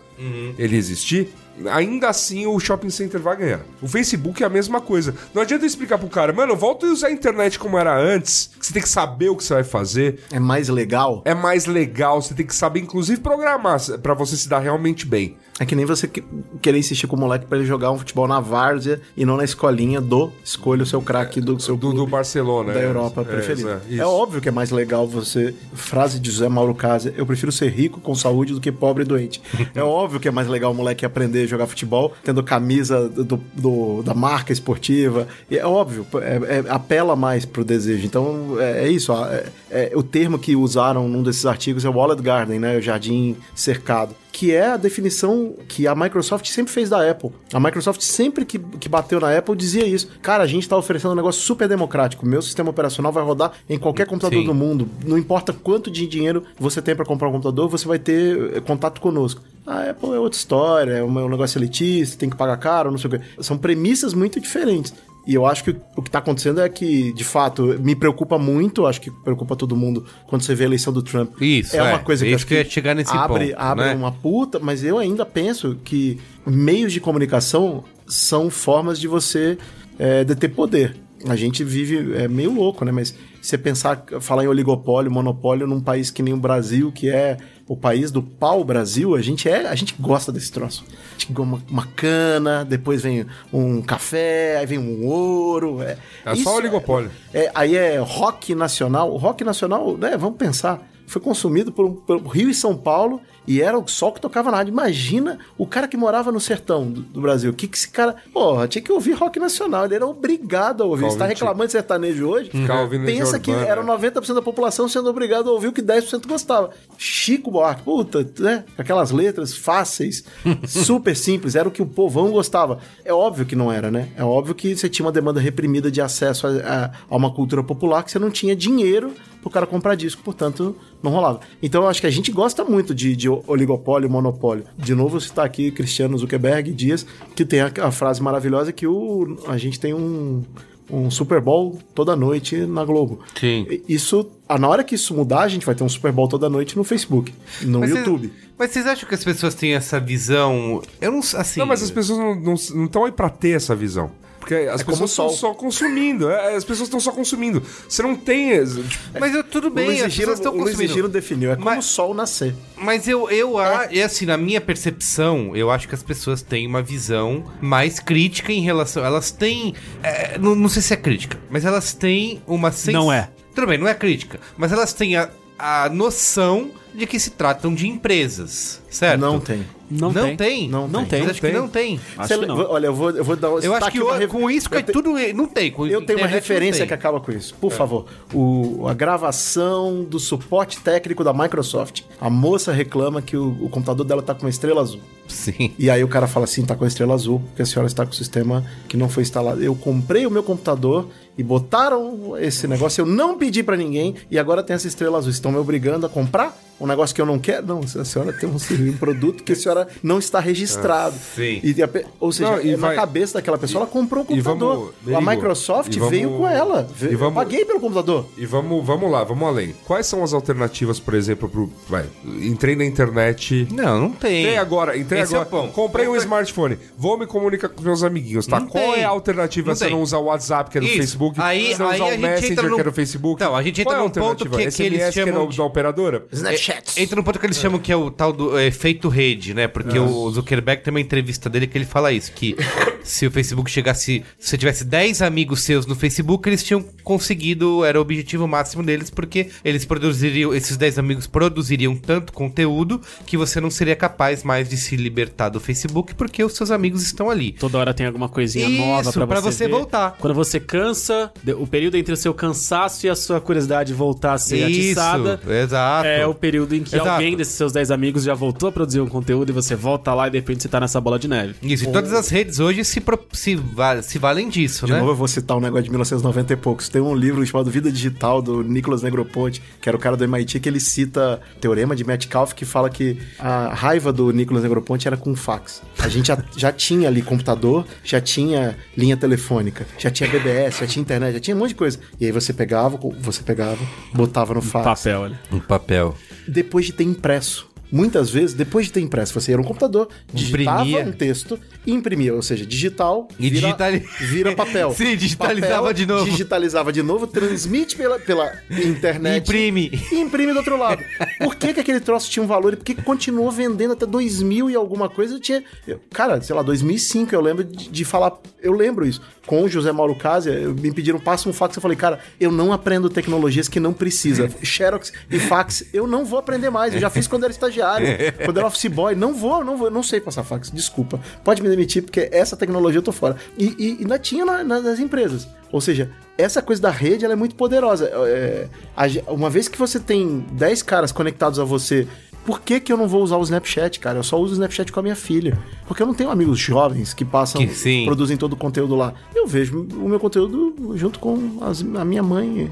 ele existir, ainda assim o shopping center vai ganhar. O Facebook é a mesma coisa. Não adianta eu explicar pro cara, mano, volta a usar a internet como era antes, que você tem que saber o que você vai fazer.
É mais legal
É mais legal, você tem que saber, inclusive, programar pra você se dar realmente bem.
É que nem você que- querer insistir com o moleque pra ele jogar um futebol na várzea e não na escolinha do escolha o seu craque do seu
Do,
clube
do Barcelona.
da
é.
Europa
É,
preferida.
exa-
É,
isso.
óbvio que é mais legal você frase de José Mauro Casa, eu prefiro ser rico com saúde do que pobre e doente. é óbvio que é mais legal o moleque aprender a jogar futebol tendo camisa do, do- da marca esportiva. E é óbvio, é- é- apela mais pro desejo. Então é, é isso. a- é- é o termo que usaram num desses artigos é Wallet Garden, né? O jardim cercado que é a definição que a Microsoft sempre fez da Apple. A Microsoft sempre que, que bateu na Apple dizia isso. Cara, a gente está oferecendo um negócio super democrático. Meu sistema operacional vai rodar em qualquer computador
Sim.
do mundo. Não importa quanto de dinheiro você tem para comprar um computador, você vai ter eh, contato conosco. A Apple é outra história, é um é um negócio elitista, tem que pagar caro, não sei o quê. São premissas muito diferentes. E eu acho que o que tá acontecendo é que, de fato, me preocupa muito, acho que preocupa todo mundo quando você vê a eleição do Trump.
Isso,
é
é.
uma coisa que
Isso
eu acho
que eu ia chegar nesse
abre,
ponto,
abre
né?
É uma puta, mas eu ainda penso que meios de comunicação são formas de você é, deter poder. A gente vive é meio louco, né? Mas você pensar, falar em oligopólio, monopólio num país que nem o Brasil, que é o país do pau Brasil, a gente é, a gente gosta desse troço. A gente gosta uma, uma cana, depois vem um café, aí vem um ouro. É,
É só oligopólio.
é, aí é rock nacional. O rock nacional, né, vamos pensar, foi consumido por, um- pelo Rio e São Paulo e era o sol que tocava na rádio. Imagina o cara que morava no sertão do, do Brasil. O que, que esse cara. Porra, tinha que ouvir rock nacional. Ele era obrigado a ouvir. Você tá
Ouvinte.
reclamando de sertanejo hoje?
Ficar ouvindo
Pensa
Legião
que
Urbana,
era
né?
90% da população sendo obrigado a ouvir o que 10% gostava. Chico Buarque, puta, né? Aquelas letras fáceis, super simples, era o que o povão gostava. É óbvio que não era, né? É óbvio que você tinha uma demanda reprimida de acesso a, a- a uma cultura popular que você não tinha dinheiro pro cara comprar disco, portanto, não rolava. Então eu acho que a gente gosta muito de, de oligopólio, monopólio. De novo, citar aqui Cristiano Zuckerberg Dias, que tem a, a frase maravilhosa que o, a gente tem um. Um Super Bowl toda noite na Globo.
Sim.
Isso, ah, na hora que isso mudar, a gente vai ter um Super Bowl toda noite no Facebook, no
Mas vocês-
YouTube.
mas vocês acham que as pessoas têm essa visão? Eu não sei. Assim,
Não, mas as pessoas não estão aí pra ter essa visão. Porque as
É como
pessoas
o
estão
sol.
só consumindo. é, as pessoas estão só consumindo. Você não tem. tipo,
Mas eu, tudo
O
bem,
Luiz
as
Giro,
pessoas estão
o Luiz
consumindo.
Giro definiu, é como
Mas-
o sol nascer.
Mas eu, eu
Ah.
a- é assim, na minha percepção, eu acho que as pessoas têm uma visão mais crítica em relação. Elas têm. é, não, não sei se é crítica, mas elas têm uma sens...
Não é.
Tudo bem, não é crítica. Mas elas têm a, a noção de que se tratam de empresas, certo?
Não tem.
Não, tem.
Não
Não
tem.
tem.
Mas acho que não tem.
Acho
Você
que
le-
não.
Olha, eu vou, eu vou dar
Eu acho
destaque
que
pra
o-
re-
com isso que
eu
é
te-
tudo. Não tem. com
Eu tenho
internet
uma
não
referência
tem. É.
que acaba com isso. Por favor, o, a gravação do suporte técnico da Microsoft. A moça reclama que o, o computador dela tá com uma estrela azul.
Sim.
E aí o cara fala assim, tá com a estrela azul, porque a senhora está com o sistema que não foi instalado. Eu comprei o meu computador e botaram esse negócio, eu não pedi pra ninguém e agora tem essa estrela azul. Estão me obrigando a comprar um negócio que eu não quero? Não, a senhora tem um, um produto que a senhora não está registrado.
Ah, sim.
E a pe- ou seja,
Não, e
é
vai-
na cabeça daquela pessoa, ela comprou um
e vamos-
computador.
Rodrigo,
a Microsoft
e vamos-
veio com ela. Ve-
e vamos-
eu paguei pelo computador.
E vamos, vamos lá, vamos além. Quais são as alternativas, por exemplo, pro. Vai, entrei na internet.
Não, não tem.
Entrei agora, entrei
Esse é
agora.
o pão.
Comprei um
Compre-
smartphone. Vou me comunicar com meus amiguinhos, tá?
Não
Qual
tem.
é a alternativa
Não
se eu
tem.
não usar o WhatsApp, que é do
Isso.
Facebook?
Aí-
se eu não
aí
usar
a
o
gente
Messenger,
entra
que é
num-
do Facebook?
Então, a gente entra
Qual é a
num ponto
alternativa?
que- que eles
SMS que é
chamam
da,
de-
da operadora?
Snapchat.
Entra no ponto que eles chamam que é o tal do é, efeito rede, né? Porque o Zuckerberg tem uma entrevista dele que ele fala isso, que se o Facebook chegasse, se você tivesse 10 amigos seus no Facebook, eles tinham conseguido, era o objetivo máximo deles, porque eles produziriam, esses 10 amigos produziriam tanto conteúdo que você não seria capaz mais de se libertar do Facebook, porque os seus amigos estão ali.
Toda hora tem alguma coisinha
Isso,
nova pra você
pra você
ver.
voltar.
Quando você cansa, de- o período entre o seu cansaço e a sua curiosidade voltar a ser atiçada...
exato.
É o período em que
Exato.
alguém desses seus 10 amigos já voltou a produzir um conteúdo e você volta lá e de repente você tá nessa bola de neve.
Isso, e todas as redes hoje se, pro- se, va- se valem disso,
De
né?
novo, eu vou citar um negócio de 1990 e poucos. Tem um livro chamado Vida Digital, do Nicholas Negroponte, que era o cara do MIT, que ele cita o teorema de Metcalfe, que fala que a raiva do Nicholas Negroponte era com fax. A gente já, já tinha ali computador, já tinha linha telefônica, já tinha BBS, já tinha internet, já tinha um monte de coisa. E aí você pegava, você pegava, botava no fax
Papel, né? olha.
Um papel.
depois de ter impresso. Muitas vezes, depois de ter impresso, você ia no computador, digitava
Imprimia.
um texto e imprimia, ou seja, digital
E
vira,
digitali-
vira papel.
Sim, digitalizava de novo.
Digitalizava de novo, transmite pela, pela internet.
Imprime.
E imprime do outro lado. Por que, que aquele troço tinha um valor e por que que continuou vendendo até 2000 e alguma coisa? Eu tinha. eu- cara, sei lá, 2005 eu lembro de, de falar. Eu lembro isso. Com o José Mauro Casia, eu- me pediram, passa um fax. Eu falei, cara, eu não aprendo tecnologias que não precisa. Xerox e fax, eu não vou aprender mais. Eu já fiz quando era estagiário, quando era office boy. Não vou, não vou, eu não sei passar fax, desculpa. Pode me demitir, porque essa tecnologia eu tô fora. E, e ainda tinha na- na- nas empresas. Ou seja, essa coisa da rede ela é muito poderosa. É, a ge- uma vez que você tem 10 caras conectados a você, por que, que eu não vou usar o Snapchat, cara? Eu só uso o Snapchat com a minha filha. Porque eu não tenho amigos jovens que passam,
Que sim.
produzem todo o conteúdo lá. Eu vejo o meu conteúdo junto com as- a minha mãe.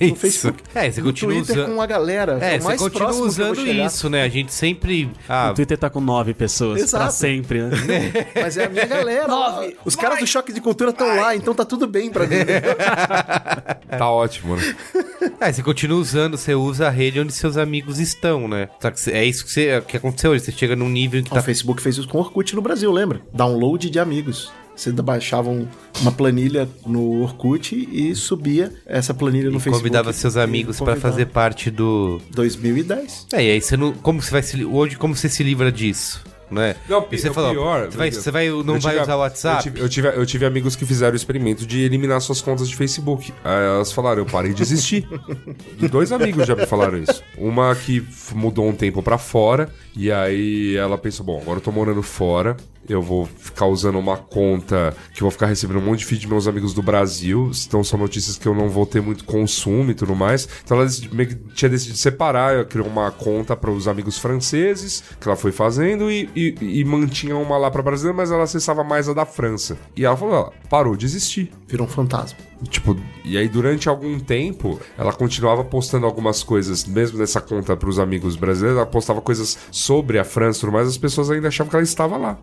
Isso.
Facebook.
É, você
No
continua
Twitter
usando.
com a galera.
É,
o
você continua
próximo que eu vou
usando
chegar.
isso, né? A gente sempre. Ah,
O Twitter tá com 9 pessoas pra
Exato.
sempre, né?
Mas é a minha galera.
Nove.
Os caras do Choque de Cultura estão lá, então tá tudo bem pra mim.
Tá ótimo, né?
é, você continua usando, você usa a rede onde seus amigos estão, né? Só que cê- é isso que, cê- é o que aconteceu hoje. Você chega num nível em que
O
tá.
Facebook fez isso com o Orkut no Brasil, lembra? Download de amigos. Você baixava um- uma planilha no Orkut e subia essa planilha no Facebook.
Convidava seus amigos
E
pra
convidava.
fazer parte do.
2010.
É, e aí você não. Como você vai se. li- Hoje, como você se livra disso? Né?
Não, é
E você
o
falou,
pior,
você vai,
meu
você vai, não
Eu
vai
tive-
usar o
Eu
WhatsApp?
tive, eu, tive, eu tive amigos que fizeram o experimento de eliminar suas contas de Facebook. Aí elas falaram, eu parei de existir. Dois amigos já me falaram isso. Uma que f- mudou um tempo pra fora, e aí ela pensou, bom, agora eu tô morando fora, eu vou ficar usando uma conta que eu vou ficar recebendo um monte de feed de meus amigos do Brasil, então são notícias que eu não vou ter muito consumo e tudo mais. Então ela decidi- meio que tinha decidido separar, ela criou uma conta para os amigos franceses, que ela foi fazendo, e, e, e mantinha uma lá pra brasileira, mas ela acessava mais a da França. E ela falou, ela parou de existir.
Virou um fantasma.
Tipo, e aí durante algum tempo, ela continuava postando algumas coisas, mesmo nessa conta pros amigos brasileiros, ela postava coisas sobre a França e tudo mais, as pessoas ainda achavam que ela estava lá.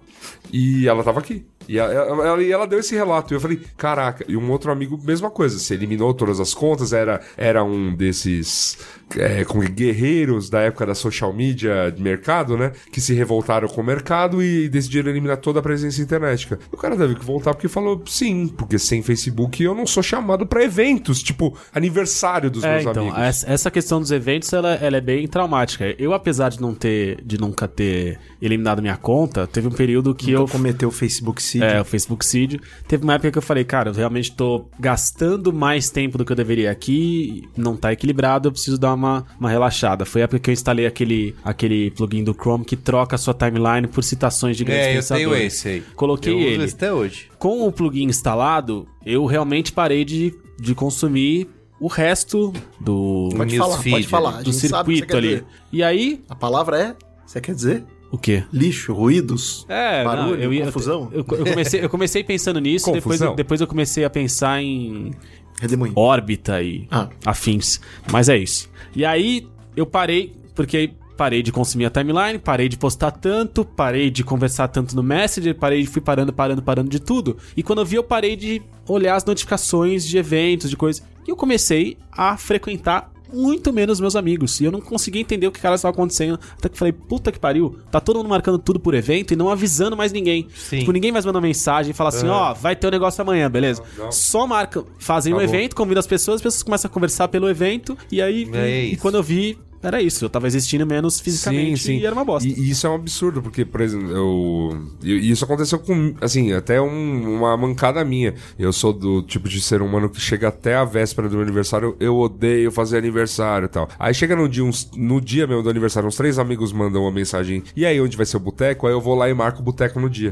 E ela estava aqui. E ela, ela- ela- e ela deu esse relato. E eu falei, caraca. E um outro amigo, mesma coisa. Se eliminou todas as contas, era, era um desses é, como que, guerreiros da época da social media de mercado, né? Que se revoltaram com o mercado e decidiram eliminar toda a presença internetica. O cara teve que voltar porque falou, sim, porque sem Facebook eu não sou chamado pra eventos, tipo aniversário dos
É,
meus
então,
amigos.
essa essa questão dos eventos, ela, ela é bem traumática. Eu, apesar de não ter, de nunca ter eliminado minha conta, teve um período
Então
que eu...
cometeu o Facebook Seed.
É, o Facebook Seed. Teve uma época que eu falei, cara, eu realmente tô gastando mais tempo do que eu deveria aqui, não tá equilibrado, eu preciso dar uma, uma relaxada. Foi a época que eu instalei aquele, aquele plugin do Chrome que troca a sua timeline por citações de grandes
É, eu
pensadores.
tenho esse aí.
Coloquei
eu uso
ele.
esse até hoje.
Com o plugin instalado, eu realmente parei de, de consumir o resto do,
Mas
Pode
News
falar,
feed,
pode falar. Ah, A
do
gente sabe o que você
circuito
quer
ali.
dizer.
E aí,
A palavra é. Você quer dizer?
o quê?
Lixo, ruídos,
É,
barulho,
não, eu ia,
confusão,
Eu, eu comecei, eu comecei pensando nisso, depois, eu-
Confusão?
depois eu comecei a pensar em
redemoinho.
órbita e
Ah.
afins. Mas é isso. E aí eu parei, porque aí parei de consumir a timeline, parei de postar tanto, parei de conversar tanto no Messenger, parei de fui parando, parando, parando de tudo. E quando eu vi, eu parei de olhar as notificações de eventos, de coisas. E eu comecei a frequentar muito menos meus amigos. E eu não conseguia entender o que cara estava acontecendo. Até que eu falei, puta que pariu, tá todo mundo marcando tudo por evento e não avisando mais ninguém.
Sim.
Tipo, ninguém mais manda mensagem e fala assim, ó, vai ter o negócio amanhã, beleza?
É. Não, não.
Só marca, fazem um
Acabou.
evento, convida as pessoas, as pessoas começam a conversar pelo evento, e aí.
É
e, e
isso.
quando eu vi, era isso, eu tava existindo menos fisicamente e era uma bosta.
E, e isso é um absurdo, porque, por exemplo, eu, e- isso aconteceu com, assim, até um- uma mancada minha. Eu sou do tipo de ser humano que chega até a véspera do meu aniversário, eu odeio fazer aniversário e tal. Aí chega no dia, uns- no dia mesmo do aniversário, uns três amigos mandam uma mensagem, e aí onde vai ser o boteco? Aí eu vou lá e marco o boteco no dia.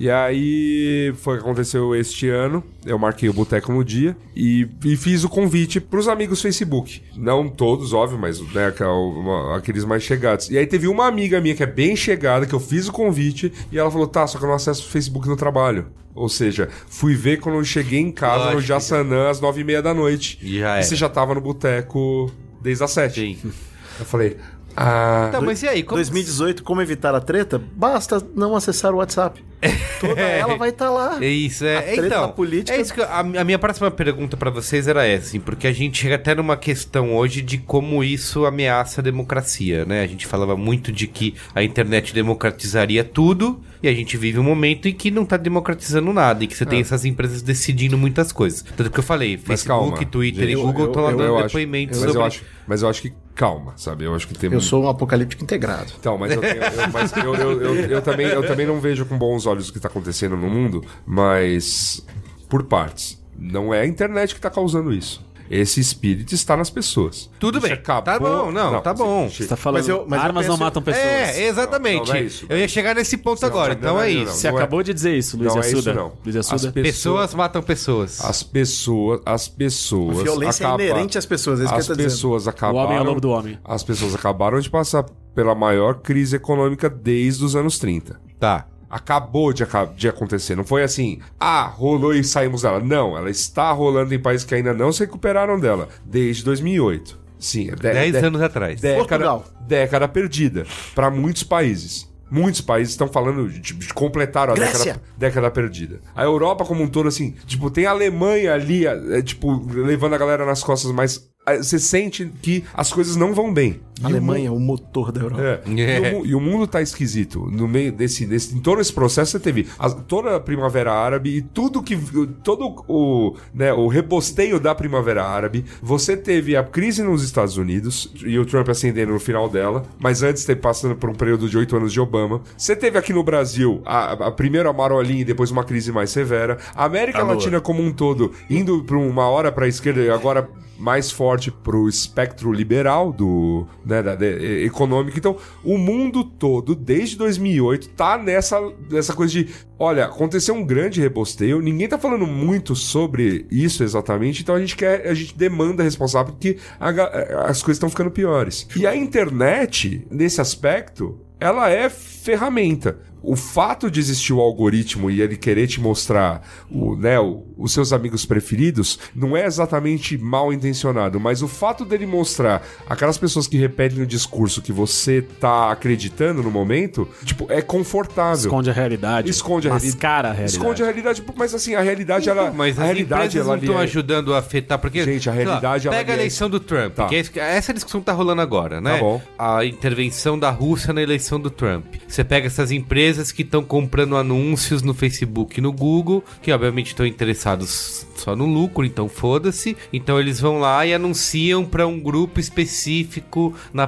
E aí foi o que aconteceu este ano. Eu marquei o boteco no dia e, e fiz o convite pros amigos Facebook. Não todos, óbvio, mas né, aqua- uma- aqueles mais chegados. E aí teve uma amiga minha que é bem chegada, que eu fiz o convite, e ela falou: tá, só que eu não acesso o Facebook no trabalho. Ou seja, fui ver quando eu cheguei em casa no
Lógico.
Jassanã às nove e meia da noite.
E já era.
você já tava no boteco desde as sete.
Sim.
Eu falei. Ah,
Tá, mas e aí? Como...
2018, como evitar a treta? Basta não acessar o WhatsApp. Toda ela vai estar lá.
É isso,
A
é.
treta
então,
da política-
é isso que eu- a, a minha próxima pergunta pra vocês era essa, assim, porque a gente chega até numa questão hoje de como isso ameaça a democracia, né? A gente falava muito de que a internet democratizaria tudo e a gente vive um momento em que não tá democratizando nada e que você tem essas empresas decidindo mutas coisas. Tanto que eu falei,
Ah. Mas
Facebook,
calma,
Twitter e
gente,
Google
eu-
estão lá
eu-
dando
eu acho-
depoimentos
mas
sobre
eu acho, mas eu acho que calma, sabe? Eu acho que tem
Eu sou um apocalíptico integrado.
Então, mas, eu, tenho- eu- mas eu- eu- eu- eu também, eu também não vejo com bons olhos o que está acontecendo no mundo, mas por partes. Não é a internet que está causando isso. Esse espírito está nas pessoas.
Tudo
Isso
bem. Tá bom, não, tá bom.
gente,
Você tá falando,
Mas eu- mas eu
armas não
penso-
matam pessoas.
É, exatamente.
Não, não é isso.
eu ia chegar nesse ponto agora,
não,
então
não,
é
não,
isso.
Você
não é.
acabou de dizer isso, Luiz
não é
Assuda.
isso não.
Luiz
As
Assuda.
pessoas,
Pessoas matam pessoas.
as pessoas, as pessoas.
A violência
acaba-
é inerente às pessoas, é isso que eu
As
tô dizendo.
pessoas
O
acabaram.
homem é o lobo do homem.
As pessoas acabaram de passar pela maior crise econômica desde os anos 30.
Tá.
acabou de, aca- de acontecer. Não foi assim, ah, rolou e saímos dela. Não, ela está rolando em países que ainda não se recuperaram dela, desde 2008. Sim, é de-
Dez
de-
anos atrás.
década,
Portugal.
década perdida para muitos países. Muitos países estão falando de, de completar a
Grécia.
década, década perdida. A Europa como um todo, assim, tipo, tem a Alemanha ali, é, tipo, levando a galera nas costas, mas é, você sente que as coisas não vão bem.
A Alemanha, é o motor da Europa.
É.
É. E, o, mu- e o mundo tá esquisito. No meio desse, desse, em todo esse processo, você teve as- toda a Primavera Árabe e tudo que. todo o, né, o rebosteio da Primavera Árabe. Você teve a crise nos Estados Unidos e o Trump ascendendo no final dela, mas antes teve passando por um período de oito anos de Obama. Você teve aqui no Brasil a, a primeira marolinha e depois uma crise mais severa. A América Latina como um todo indo para uma hora para a esquerda e agora mais forte pro espectro liberal do né, da, de- e- econômico. Então, o mundo todo, desde 2008, tá nessa, nessa coisa de, olha, aconteceu um grande rebosteio, ninguém tá falando muito sobre isso exatamente, então a gente quer, a gente demanda responsável porque a ga- as coisas estão ficando piores. E a internet, nesse aspecto, ela é ferramenta. O fato de existir o algoritmo e ele querer te mostrar o, né, o- os seus amigos preferidos não é exatamente mal intencionado, mas o fato dele mostrar aquelas pessoas que repetem o discurso que você tá acreditando no momento, tipo, é confortável.
Esconde a realidade.
Esconde a realidade.
Mascara a realidade.
Esconde a realidade, mas assim, a realidade ela.
Então, Mas
a
as
realidade
empresas não estão
ali é-
ajudando a afetar, porque...
Gente, a
sei lá,
realidade, ela
Pega a
aliena.
eleição do Trump,
Tá.
que é isso que- essa discussão tá rolando agora, né?
Tá bom.
A intervenção da Rússia na eleição do Trump. Você pega essas empresas que estão comprando anúncios no Facebook e no Google, que obviamente estão interessados só no lucro, então foda-se. Então eles vão lá e anunciam para um grupo específico na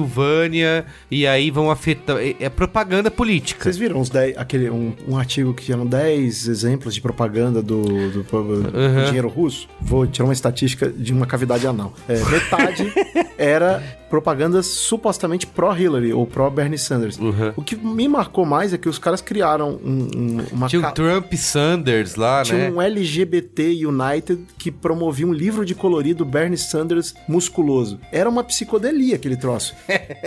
Pensilvânia, e aí vão afetar... é- É propaganda política.
Vocês viram uns 10, aquele, um, um artigo que eram 10 exemplos de propaganda do, do, do dinheiro russo? Vou tirar uma estatística de uma cavidade anal. É, metade era propaganda supostamente pró-Hillary ou pró-Bernie Sanders. O que me marcou mais é que os caras criaram um, um- uma...
Tinha
ca-
o Trump Sanders lá, né?
Tinha um LGBT United que promovia um livro de colorido Bernie Sanders musculoso. Era uma psicodelia aquele troço.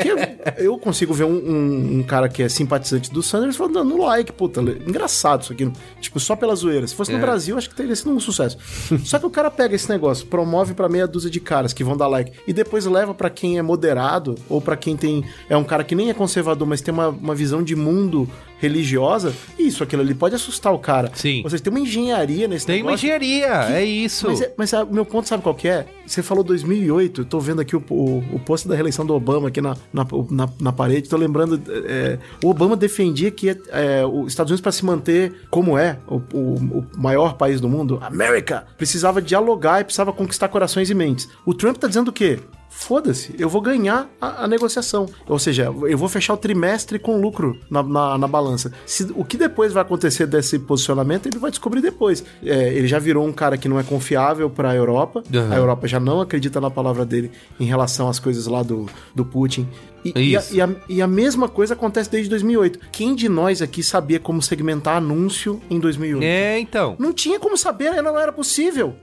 Que eu, eu consigo ver um, um- um cara que é simpatizante do Sanders falando, dando like, puta, le- engraçado isso aqui. Tipo, só pela zoeira. Se
É.
fosse no Brasil, acho que teria sido um sucesso. só que o cara pega esse negócio, promove pra meia dúzia de caras que vão dar like e depois leva pra quem é moderado ou pra quem tem. É um cara que nem é conservador, mas tem uma, uma visão de mundo religiosa. Isso, aquilo ali pode assustar o cara.
Sim.
Ou seja, tem uma engenharia nesse
Tem uma
negócio.
engenharia,
que-
é isso.
Mas, é- mas é- o meu ponto sabe qual que é? Você falou 2008, eu tô vendo aqui o, o, o post da reeleição do Obama aqui na, na, na, na parede, tô lembrando, é, o Obama defendia que é, os Estados Unidos para se manter como é, o, o- o maior país do mundo, América, precisava dialogar e precisava conquistar corações e mentes. O Trump tá dizendo o quê? Foda-se, eu vou ganhar a, a negociação. Ou seja, eu vou fechar o trimestre com lucro na, na, na balança. Se- o que depois vai acontecer desse posicionamento, ele vai descobrir depois. É, ele já virou um cara que não é confiável para a Europa.
Aham.
A Europa já não acredita na palavra dele em relação às coisas lá do, do Putin. E, e a,
É Isso.
e a- e a mesma coisa acontece desde 2008. Quem de nós aqui sabia como segmentar anúncio em 2008?
É, então.
Não tinha como saber, não era possível.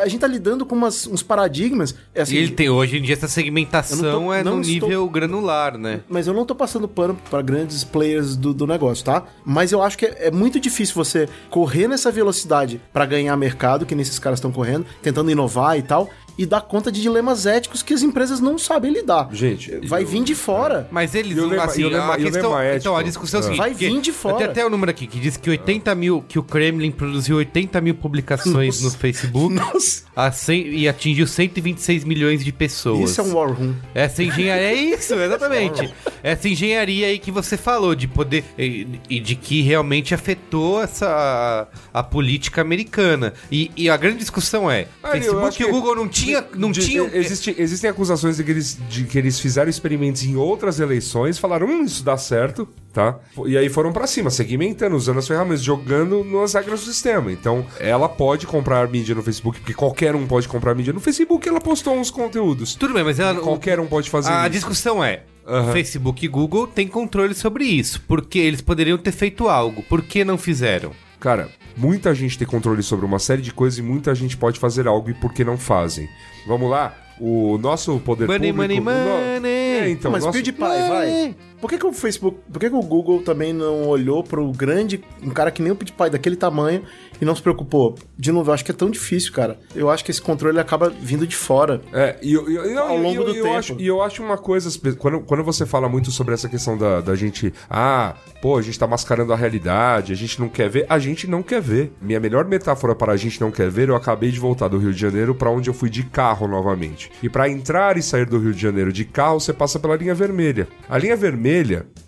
A gente tá lidando com umas- uns paradigmas. é assim,
E ele tem hoje em dia essa
eu
segmentação
não tô-
é no
não estou-
nível granular, né?
Mas eu não tô passando pano pra grandes players do, do negócio, tá? Mas eu acho que é, é muito difícil você correr nessa velocidade pra ganhar mercado, que nesses caras estão correndo, tentando inovar e tal, e dar conta de dilemas éticos que as empresas não sabem lidar.
Gente,
Vai vir de fora.
Mas eles
E o
não,
lema-
assim,
e o
a
lema- e o tipo,
questão,
lema ético?
então a discussão é o seguinte,
Vai
porque
vir de fora.
Tem até o número aqui que diz que 80 mil, que o Kremlin produziu 80 mil publicações no Facebook
Nossa,
a 100 e atingiu 126 milhões de pessoas.
isso é um war room.
Essa engenharia. É isso, exatamente. Essa engenharia aí que você falou, de poder. E, e de que realmente afetou essa. a política americana. E, e a grande discussão é:
Ah, eu acho
Facebook e o
que-
Google não tinha. Não
De-
tinham.
existe- existem acusações de que, eles, de que eles fizeram experimentos em outras eleições, falaram, hum, isso dá certo, tá? E aí foram pra cima, segmentando, usando as ferramentas, jogando nas regras do sistema. Então, ela pode comprar mídia no Facebook, porque qualquer um pode comprar mídia no Facebook, ela postou uns conteúdos.
Tudo bem, mas ela.
Qualquer um pode fazer
A
isso.
discussão é.
Aham.
Facebook e Google têm controle sobre isso, porque eles poderiam ter feito algo, por que não fizeram?
Cara, muita gente tem controle sobre uma série de coisas e muita gente pode fazer algo e por que não fazem? Vamos lá? O nosso poder
Money, money,
público... o no-
money.
É, então,
Mas
nosso-
PewDiePie,
É.
vai. Por que, que o Facebook, por que, que o Google também não olhou pro grande, um cara que nem o PewDiePie daquele tamanho e não se preocupou? De novo, eu acho que é tão difícil, cara. Eu acho que esse controle acaba vindo de fora.
É, e eu, eu- eu-
Ao longo
eu-
do
eu
tempo.
Acho, e eu acho uma coisa, as pe- quando, quando você fala muito sobre essa questão da, da gente, ah, pô, a gente tá mascarando a realidade, a gente não quer ver, a gente não quer ver. Minha melhor metáfora para a gente não quer ver, eu acabei de voltar do Rio de Janeiro pra onde eu fui de carro novamente. E pra entrar e sair do Rio de Janeiro de carro, você passa pela linha vermelha. A linha vermelha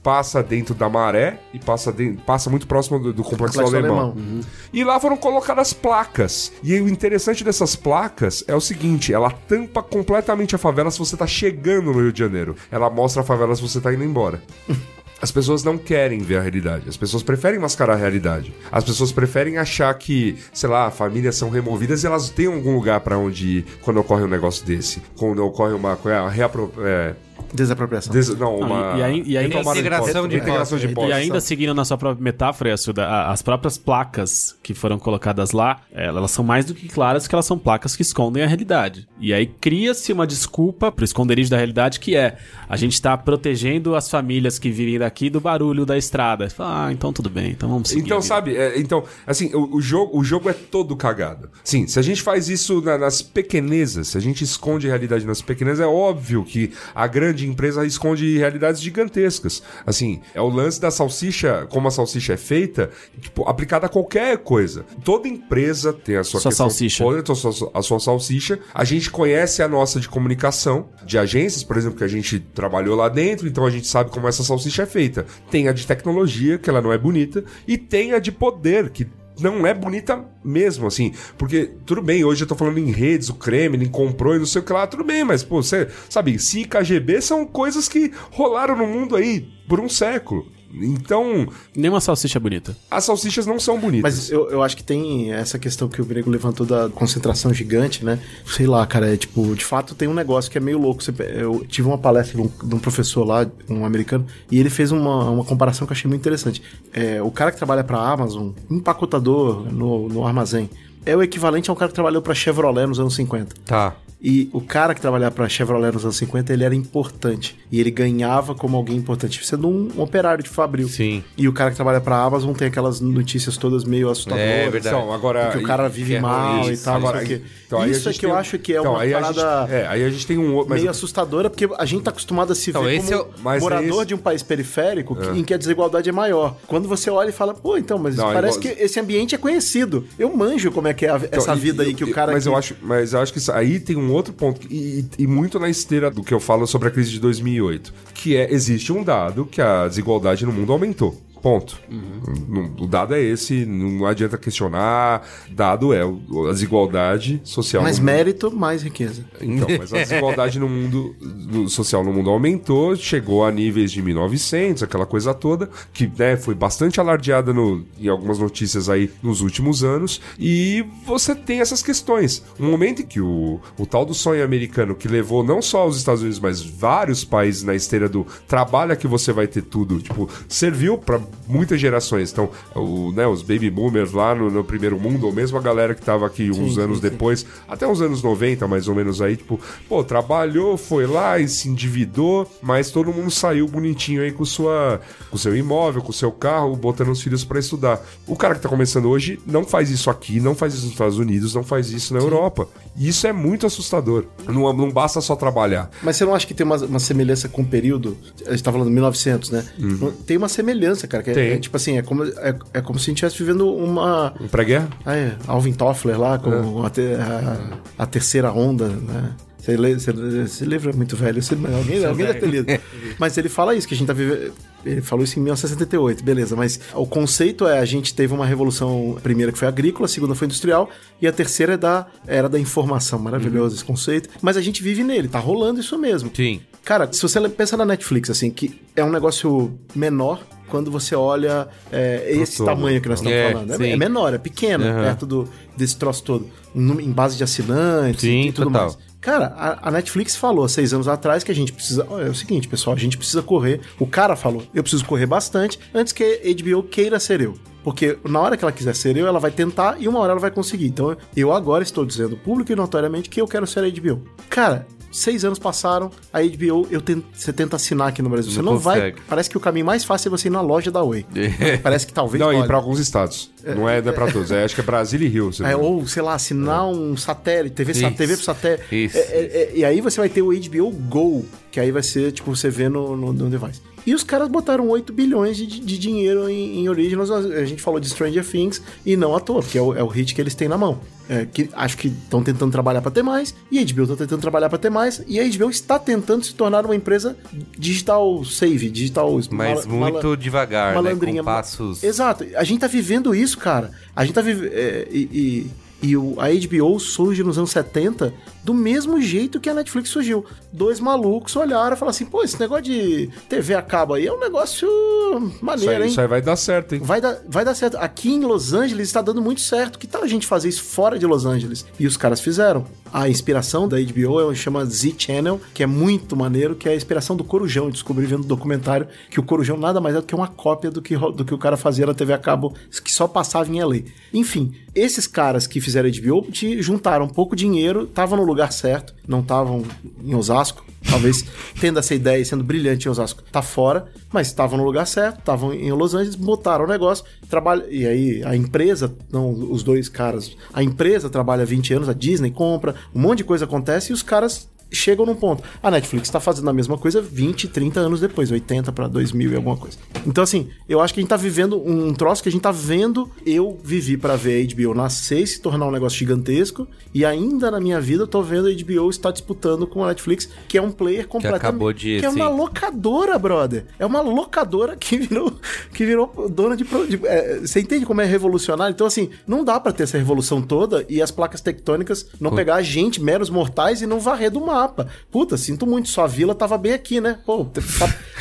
passa dentro da maré e passa, dentro, passa muito próximo do, do complexo,
Complexo
alemão. Uhum.
alemão.
E lá foram colocadas placas. E o interessante dessas placas é o seguinte: ela tampa completamente a favela se você tá chegando no Rio de Janeiro. Ela mostra a favela se você tá indo embora. As pessoas não querem ver a realidade. As pessoas preferem mascarar a realidade. As pessoas preferem achar que, sei lá, famílias são removidas e elas têm algum lugar pra onde ir quando ocorre um negócio desse. Quando ocorre uma, co- é, reapro- é,
Desapropriação.
Des- não, uma.
e- e aí- e aí-
tomada de
Integração
posse,
de
integração de
posse.
posse.
E ainda seguindo na sua própria metáfora, Yasuda, a- as próprias placas que foram colocadas lá, eh, elas são mais do que claras que elas são placas que escondem a realidade. E aí cria-se uma desculpa pro esconderijo da realidade que é a gente tá protegendo as famílias que vivem daqui do barulho da estrada. Você fala, ah, então tudo bem, então vamos seguir.
Então,
a vida."
sabe, é, então, assim, o, o jogo, o jogo é todo cagado. Sim, se a gente faz isso na- nas pequenezas, se a gente esconde a realidade nas pequenezas, é óbvio que a grande empresa esconde realidades gigantescas. Assim, é o lance da salsicha, como a salsicha é feita, tipo, aplicada a qualquer coisa. Toda empresa tem a sua,
Sua
questão
salsicha.
podre, a sua, a sua salsicha. A gente conhece a nossa de comunicação, de agências, por exemplo, que a gente trabalhou lá dentro, então a gente sabe como essa salsicha é feita. Tem a de tecnologia, que ela não é bonita, e tem a de poder, que não é bonita mesmo, assim. Porque, tudo bem, hoje eu tô falando em redes, o Kremlin comprou e não sei o que lá, tudo bem, mas, pô, você sabe, se KGB são coisas que rolaram no mundo aí por um século. Então,
Nenhuma salsicha é bonita.
as salsichas não são bonitas.
Mas eu, eu acho que tem essa questão que o Grego levantou da concentração gigante, né? Sei lá, cara, é tipo, de fato tem um negócio que é meio louco. Você pe- Eu tive uma palestra de um, de um professor lá, um americano, e ele fez uma, uma comparação que eu achei muito interessante. É, o cara que trabalha pra Amazon, empacotador no, no armazém, é o equivalente ao cara que trabalhou pra Chevrolet nos anos 50.
Tá.
E o cara que trabalhava pra Chevrolet nos anos 50, ele era importante. E ele ganhava como alguém importante, sendo um, um operário de fabril.
Sim.
E o cara que trabalha pra Amazon tem aquelas notícias todas meio assustadoras.
É verdade.
Então, agora,
Porque o cara
e-
vive
é,
mal e tal,
Agora,
não sei o quê.
então, aí a
Isso é
gente
que eu
tem um-
acho que é
então,
uma
aí a
parada
gente- é, aí a gente tem um outro. Mas,
meio assustadora, porque a gente tá acostumado a se
Então,
ver
esse
como
é o- mas
morador
é esse-
de um país periférico que- em que a desigualdade é maior. Quando você olha e fala, pô, então, mas
Não, é
parece
igual-
que esse ambiente é conhecido. Eu manjo como é que é a-
então,
essa
e-
vida aí
e-
que o cara...
Mas eu
que-
acho, mas eu acho que isso- aí tem um outro ponto e, e- e muito na esteira do que eu falo sobre a crise de 2008, que é existe um dado que a desigualdade no mundo aumentou. Ponto.
Uhum.
Não- O dado é esse, não adianta questionar. Dado é o- a desigualdade social.
Mais
no mundo.
mérito, mais riqueza.
Então, mas a desigualdade no mundo no social no mundo aumentou, chegou a níveis de 1900, aquela coisa toda, que né, foi bastante alardeada no, em algumas notícias aí nos últimos anos. E você tem essas questões. Um momento em que o, o tal do sonho americano, que levou não só os Estados Unidos, mas vários países na esteira do trabalha que você vai ter tudo, tipo, serviu para muitas gerações. Então, o, né, os baby boomers lá no, no primeiro mundo, ou mesmo a galera que tava aqui uns anos depois, até os anos 90, mais ou menos aí, tipo, pô, trabalhou, foi lá e se endividou, mas todo mundo saiu bonitinho aí com sua com seu imóvel, com seu carro, botando os filhos pra estudar. O cara que tá começando hoje não faz isso aqui, não faz isso nos Estados Unidos, não faz isso na Europa. E isso é muito assustador. Não, não basta só trabalhar.
Mas você não acha que tem uma, uma semelhança com o período? A gente tá falando 1900, né? Tem uma semelhança, cara. Que é-
Tem.
é tipo assim, é como, é, é como se a gente estivesse vivendo uma.
Pré-guerra?
Ah, é, Alvin Toffler lá, com a, te- a- a terceira onda, né? Você, lê, você, lê- você lembra muito velho, você, alguém, alguém deve ter lido. Mas ele fala isso, que a gente tá vivendo. Ele falou isso em 1968, beleza, mas o conceito é: a gente teve uma revolução, a primeira que foi agrícola, a segunda foi industrial, e a terceira é da, era da informação. Maravilhoso esse conceito. Mas a gente vive nele, tá rolando isso mesmo.
Sim.
Cara, se você pensa na Netflix, assim, que é um negócio menor quando você olha é, esse
todo.
tamanho que nós estamos
É,
falando.
sim.
É, é menor, é pequeno, perto do, desse troço todo. No- em base de assinantes
Sim,
e tudo
total.
mais. Cara, a, a Netflix falou há seis anos atrás que a gente precisa. ó, É o seguinte, pessoal, a gente precisa correr. O cara falou, eu preciso correr bastante antes que a HBO queira ser eu. Porque na hora que ela quiser ser eu, ela vai tentar e uma hora ela vai conseguir. Então eu agora estou dizendo público e notoriamente que eu quero ser a HBO. Cara. Seis anos passaram, a HBO, eu ten- você tenta assinar aqui no Brasil. Você
Não
não, vai.
consegue.
Parece que o caminho mais fácil é você ir na loja da Oi. Parece que talvez.
Não, e
olha,
pra alguns estados. não é, não é pra todos. É, acho que é Brasília e Rio. você
é,
viu?
ou, sei lá, assinar um satélite, TV, sa-
É. Isso.
TV pro satélite.
Isso.
É, é, é, e aí você vai ter o HBO Go, que aí vai ser, tipo, você vê no, no, no device. E os caras botaram 8 bilhões de, de dinheiro em, em Originals. A gente falou de Stranger Things e não à toa, porque é o, é o hit que eles têm na mão. É, que acho que estão tentando trabalhar pra ter mais, e a HBO tá tentando trabalhar pra ter mais, e a HBO está tentando se tornar uma empresa digital save, digital...
Mas
mala- mala-
muito devagar, né?
malandrinha.
Com passos.
Exato. A gente tá vivendo isso, cara. A gente tá vivendo. e e, e o, a HBO surge nos anos 70 do mesmo jeito que a Netflix surgiu. Dois malucos olharam e falaram assim: pô, esse negócio de TV a cabo aí é um negócio
Isso
maneiro,
aí,
hein?
isso aí vai dar certo, hein?
Vai dar, vai dar certo. tá Aqui em Los Angeles está dando muito certo. Que tal a gente fazer isso fora de Los Angeles? E os caras fizeram. a inspiração da HBO, é chama Z Channel, que é muito maneiro, que é a inspiração do Corujão. Eu Descobri vendo um documentário que o Corujão nada mais é do que uma cópia do que, ro- do que o cara fazia na TV a cabo, que só passava em LA. Enfim, esses caras que fizeram a HBO te juntaram pouco dinheiro, estavam no lugar certo, não estavam em Osasco, talvez tendo essa ideia e sendo brilhante em Osasco, tá fora, mas estavam no lugar certo, estavam em Los Angeles, botaram o negócio, trabalha e aí a empresa, não os dois caras, a empresa trabalha 20 anos, a Disney compra, um monte de coisa acontece e os caras chegam num ponto. A Netflix tá fazendo a mesma coisa 20, 30 anos depois, 80 para 2000 e alguma coisa. Então assim, eu acho que a gente tá vivendo um troço que a gente tá vendo, eu vivi para ver a HBO nascer e se tornar um negócio gigantesco e ainda na minha vida eu tô vendo a HBO estar disputando com a Netflix, que é um player completamente
acabou de,
que é uma
assim,
locadora, brother. É uma locadora que virou, que virou dona de. pro- de- é, você entende como é revolucionário? Então, assim, não dá pra ter essa revolução toda e as placas tectônicas não pegar a gente, meros mortais, e não varrer do mapa. Puta, sinto muito, sua vila tava bem aqui, né? Pô, tá-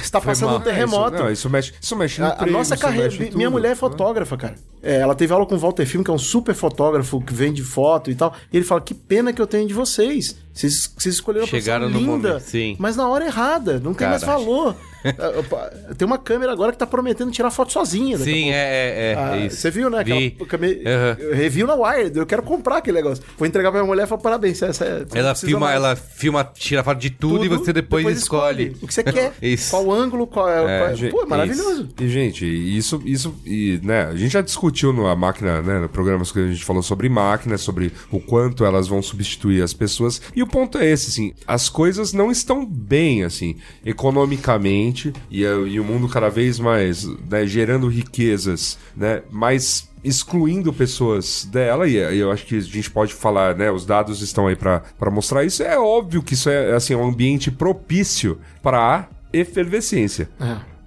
está passando um
É,
terremoto.
Isso, não, isso mexe, isso mexe no
A- a,
emprego,
nossa
isso
carreira.
mexe em
mi- Minha
tudo,
mulher é
né?
fotógrafa, cara. É, ela teve aula com o Walter Film, que é um super fotógrafo que vende foto e tal. E ele fala: que pena que eu tenho de vocês. Vocês, vocês escolheram uma
Chegaram
profissão
no
linda,
momento, sim.
mas na hora errada, não tem mais
Cara.
valor. Ah, opa, tem uma câmera agora que tá prometendo tirar foto sozinha. daqui a
Sim, é, é, é,
pouco. Ah,
é isso.
Você viu, né?
Vi.
Aquela câmera-
Aham.
eu Review na Wired, eu quero comprar aquele negócio. Vou entregar pra minha mulher e falar: parabéns, essa é- você não
Ela
precisa
filma,
mais
ela filma, tira foto de tudo, e você depois, escolhe.
O que você quer.
Isso.
Qual ângulo, qual é.
É,
qual é-
Gente,
Pô, é maravilhoso.
E, gente, isso, isso e, né, a gente já discutiu na máquina, né, no programa que a gente falou sobre máquinas, sobre o quanto elas vão substituir as pessoas. E o ponto é esse, assim, as coisas não estão bem, assim, economicamente, e, é- e o mundo cada vez mais, né, gerando riquezas, né, mais excluindo pessoas dela, e eu acho que a gente pode falar, né? Os dados estão aí pra pra mostrar isso. É óbvio que isso é assim, um ambiente propício pra efervescência.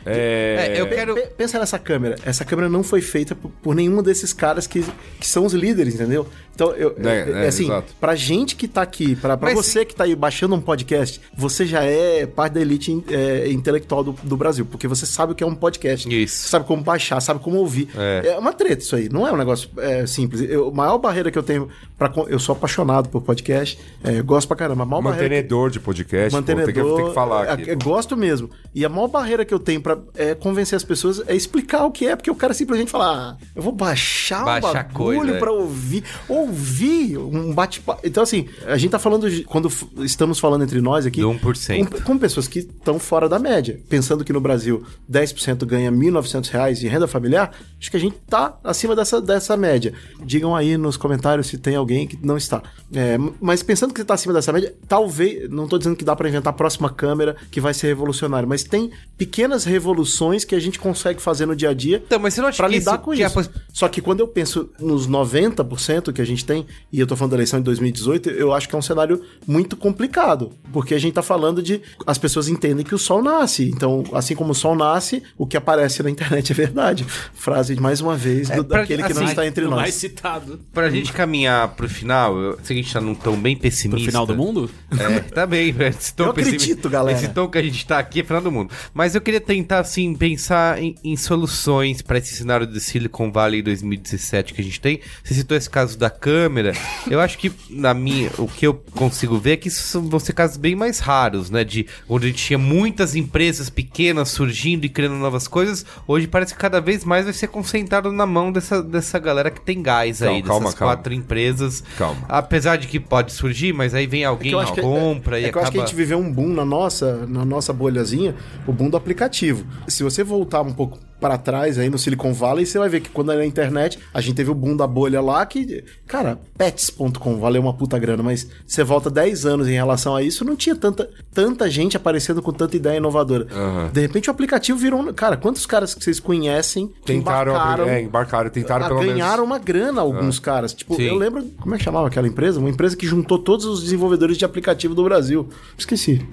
É,
É, eu quero.
Pe- Pensa nessa câmera. Essa câmera não foi feita por, por nenhum desses caras que, que são os líderes, entendeu? Então, eu,
Né,
é,
né,
assim,
exato.
pra gente que tá aqui, pra, pra
Mas
você que tá aí baixando um podcast, você já é parte da elite in- é, intelectual do, do Brasil, porque você sabe o que é um podcast.
Isso.
Você sabe como baixar, sabe como ouvir. É, uma treta isso aí, não é um negócio é, simples. Eu, a maior barreira que eu tenho para Eu sou apaixonado por podcast, é, gosto pra caramba. A maior barreira que-
Mantenedor de podcast, pô, tem que-
Mantenedor.
tem, que, falar
é,
aqui.
é, gosto mesmo. E a maior barreira que eu tenho pra é, convencer as pessoas é explicar o que é, porque o cara simplesmente fala: ah, eu vou baixar
Baixa a
um
coisa,
bagulho
é.
pra ouvir. Ouvir um bate-papo. Então, assim, a gente tá falando, de- quando f- estamos falando entre nós aqui. um
Do 1%.
Com, com pessoas que estão fora da média. Pensando que no Brasil 10% ganha R$ 1.900 reais de renda familiar, acho que a gente tá acima dessa, dessa média. Digam aí nos comentários se tem alguém que não está. É, mas pensando que você tá acima dessa média, talvez, não tô dizendo que dá para inventar a próxima câmera que vai ser revolucionária, mas tem pequenas revoluções que a gente consegue fazer no dia a dia
Então, mas você não acha
pra
que
lidar
isso,
com
que é a
isso.
pos-
Só que quando eu penso nos 90% que a gente tem, e eu tô falando da eleição de 2018, eu acho que é um cenário muito complicado, porque a gente tá falando de as pessoas entendem que o sol nasce. Então, assim como o sol nasce, o que aparece na internet é verdade. Frase mais uma vez do,
pra-
daquele que não
assim,
está entre
O
nós.
mais citado.
Pra gente caminhar pro final, eu sei que a gente tá num tom bem pessimista.
Pro final do mundo?
É, tá bem, velho. Esse tom
Eu
pessimista-
acredito, galera.
Esse tom que a gente tá aqui é final do mundo. Mas eu queria tentar, assim, pensar em, em soluções pra esse cenário de Silicon Valley 2017 que a gente tem. Você citou esse caso da câmera. Eu acho que, na minha, o que eu consigo ver é que isso são- vão ser casos bem mais raros, né? De onde a gente tinha muitas empresas pequenas surgindo e criando novas coisas. Hoje parece que cada vez mais vai ser concentrado na mão dessa, dessa galera que tem gás aí,
Calma, calma,
dessas
calma.
quatro empresas.
Calma.
Apesar de que pode surgir, mas aí vem alguém,
eu acho que-
compra
É
e
que
acaba...
eu acho que a gente viveu um boom na nossa, na nossa bolhazinha, o boom do aplicativo. Se você voltar um pouco para trás aí no Silicon Valley, você vai ver que quando era a internet, a gente teve o boom da bolha lá que, cara, pets.com valeu uma puta grana, mas você volta 10 anos em relação a isso, não tinha tanta, tanta gente aparecendo com tanta ideia inovadora. De repente o aplicativo virou, um- cara, quantos caras que vocês conhecem que
Tentaram,
embarcaram
é, embarcaram, tentaram
a-
pelo menos.
Ah,
É.
ganharam uma grana alguns caras. Tipo,
Sim.
eu lembro. Como é que chamava aquela empresa? Uma empresa que juntou todos os desenvolvedores de aplicativo do Brasil. Esqueci.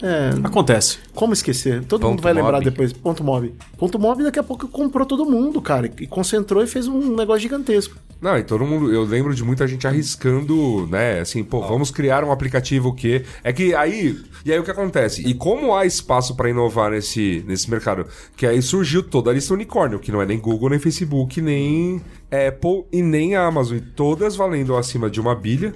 É,
Acontece.
como esquecer? Todo
Ponto
mundo vai lembrar
mob.
depois. Ponto mob. Ponto mob daqui a pouco comprou todo mundo, cara. E concentrou e fez um negócio gigantesco.
Não, e todo mundo. Eu lembro de muita gente arriscando, né? Assim, pô, vamos criar um aplicativo que. É que aí. E aí o que acontece? E como há espaço pra inovar nesse, nesse mercado? Que aí surgiu toda a lista unicórnio, que não é nem Google, nem Facebook, nem. Apple e nem a Amazon. Todas valendo acima de uma bilha.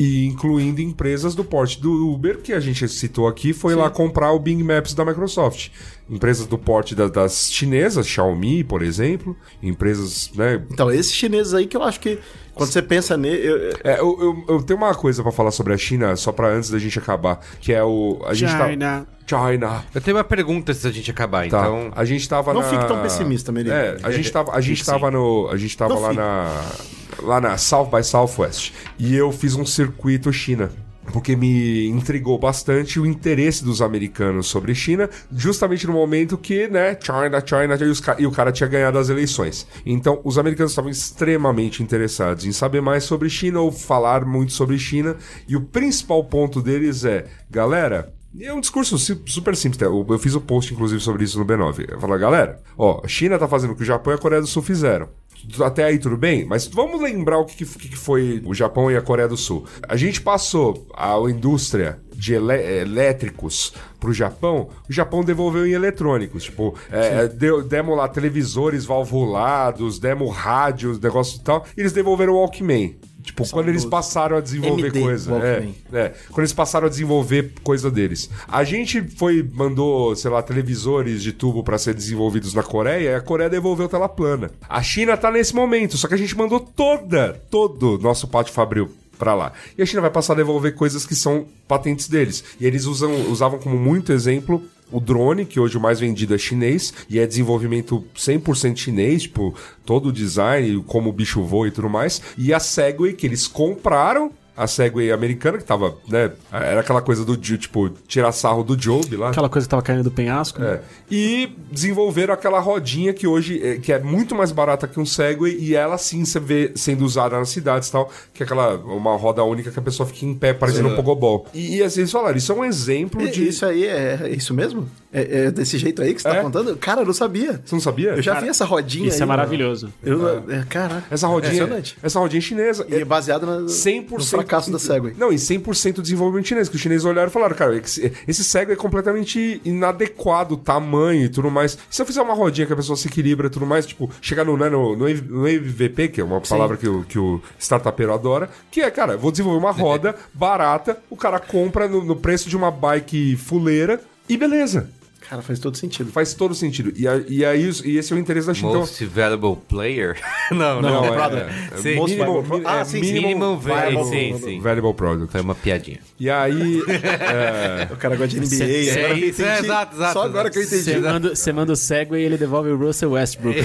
E incluindo empresas do porte do Uber, que a gente citou aqui, foi lá comprar o Bing Maps da Microsoft. Empresas do porte da- das chinesas, Xiaomi, por exemplo. Empresas, né,
Então, esses chineses aí que eu acho que, quando você pensa nele, eu-
É, eu, eu- eu tenho uma coisa pra falar sobre a China, só pra antes da gente acabar, que é o. A gente
China.
Tá... China.
Eu tenho uma pergunta antes da gente acabar,
Tá.
então.
a gente tava
Não
na...
fique tão pessimista, Merino.
É, a gente tava, a gente tava no. A gente tava
Não
lá
fique.
na. Lá na South by Southwest. E eu fiz um circuito China. Porque me intrigou bastante o interesse dos americanos sobre China, justamente no momento que, né, China, China, e, os ca- e o cara tinha ganhado as eleições. Então, os americanos estavam extremamente interessados em saber mais sobre China ou falar muito sobre China. E o principal ponto deles é, galera, e É um discurso si- super simples. tá? Eu eu fiz um post, inclusive, sobre isso no B9. Eu falo, galera, ó, a China tá fazendo o que o Japão e a Coreia do Sul fizeram. Tu- Até aí tudo bem, mas vamos lembrar o que, que f- que foi o Japão e a Coreia do Sul. A gente passou a indústria de elé- elétricos pro Japão, o Japão devolveu em eletrônicos. Tipo, é, deu, demo lá televisores valvulados, demo rádios, negócio e tal. E eles devolveram o Walkman. Tipo, quando eles passaram a desenvolver
MD
coisa. É,
Walkman.
é, quando eles passaram a desenvolver coisa deles. A gente foi, mandou, sei lá, televisores de tubo pra ser desenvolvidos na Coreia e a Coreia devolveu tela plana. A China tá nesse momento, só que a gente mandou toda, todo o nosso pátio fabril pra lá. E a China vai passar a devolver coisas que são patentes deles. E eles usam, usavam como muito exemplo o drone, que hoje o mais vendido é chinês, e é desenvolvimento 100% chinês, tipo, todo o design, como o bicho voa e tudo mais. E a Segway, que eles compraram, a Segway americana, que tava, né? Era aquela coisa do, Jo- tipo, tirar sarro do Job lá.
Aquela coisa que tava caindo do penhasco. né?
É. E desenvolveram aquela rodinha que hoje é, que é muito mais barata que um Segway e ela sim você vê sendo usada nas cidades e tal, que é aquela uma roda única que a pessoa fica em pé parecendo um pogobol. E, e assim eles falaram, isso é um exemplo
eu-
de.
Isso aí é, é isso mesmo? É, é desse jeito aí que você tá
É.
contando? Cara, eu não sabia.
Você não sabia?
Eu já vi essa rodinha
Isso
aí,
é
mano.
maravilhoso.
Eu, é, caraca.
Essa rodinha,
Impressionante.
essa rodinha é chinesa.
E é baseado na,
100%.
no fracasso da Segway.
Não, e 100% desenvolvimento chinês, que os chineses olharam e falaram, cara, esse esse cego é completamente inadequado, o tamanho e tudo mais. Se eu fizer uma rodinha que a pessoa se equilibra e tudo mais, tipo, chegar no, né, no, no M- no MVP, que é uma palavra que o, que o startupeiro adora, que é, cara, eu vou desenvolver uma roda barata, o cara compra no, no preço de uma bike fuleira e beleza.
Cara, faz todo sentido.
Faz todo sentido. E, a- e, aí, os- e esse é o interesse da China. Então,
Most valuable player? não,
Não,
não.
é-
é, sim,
Most
minimum,
valuable-
mi-
Ah,
é,
sim, sim.
minimum value.
Valuable-
Sim, sim.
Valuable product.
Foi uma piadinha.
E aí... é,
O cara gosta de NBA.
Cê-
agora
cê-
eu entendi.
é, exato, exato,
Só agora que eu entendi.
né?
Você manda, você manda o Segway e ele devolve o Russell Westbrook.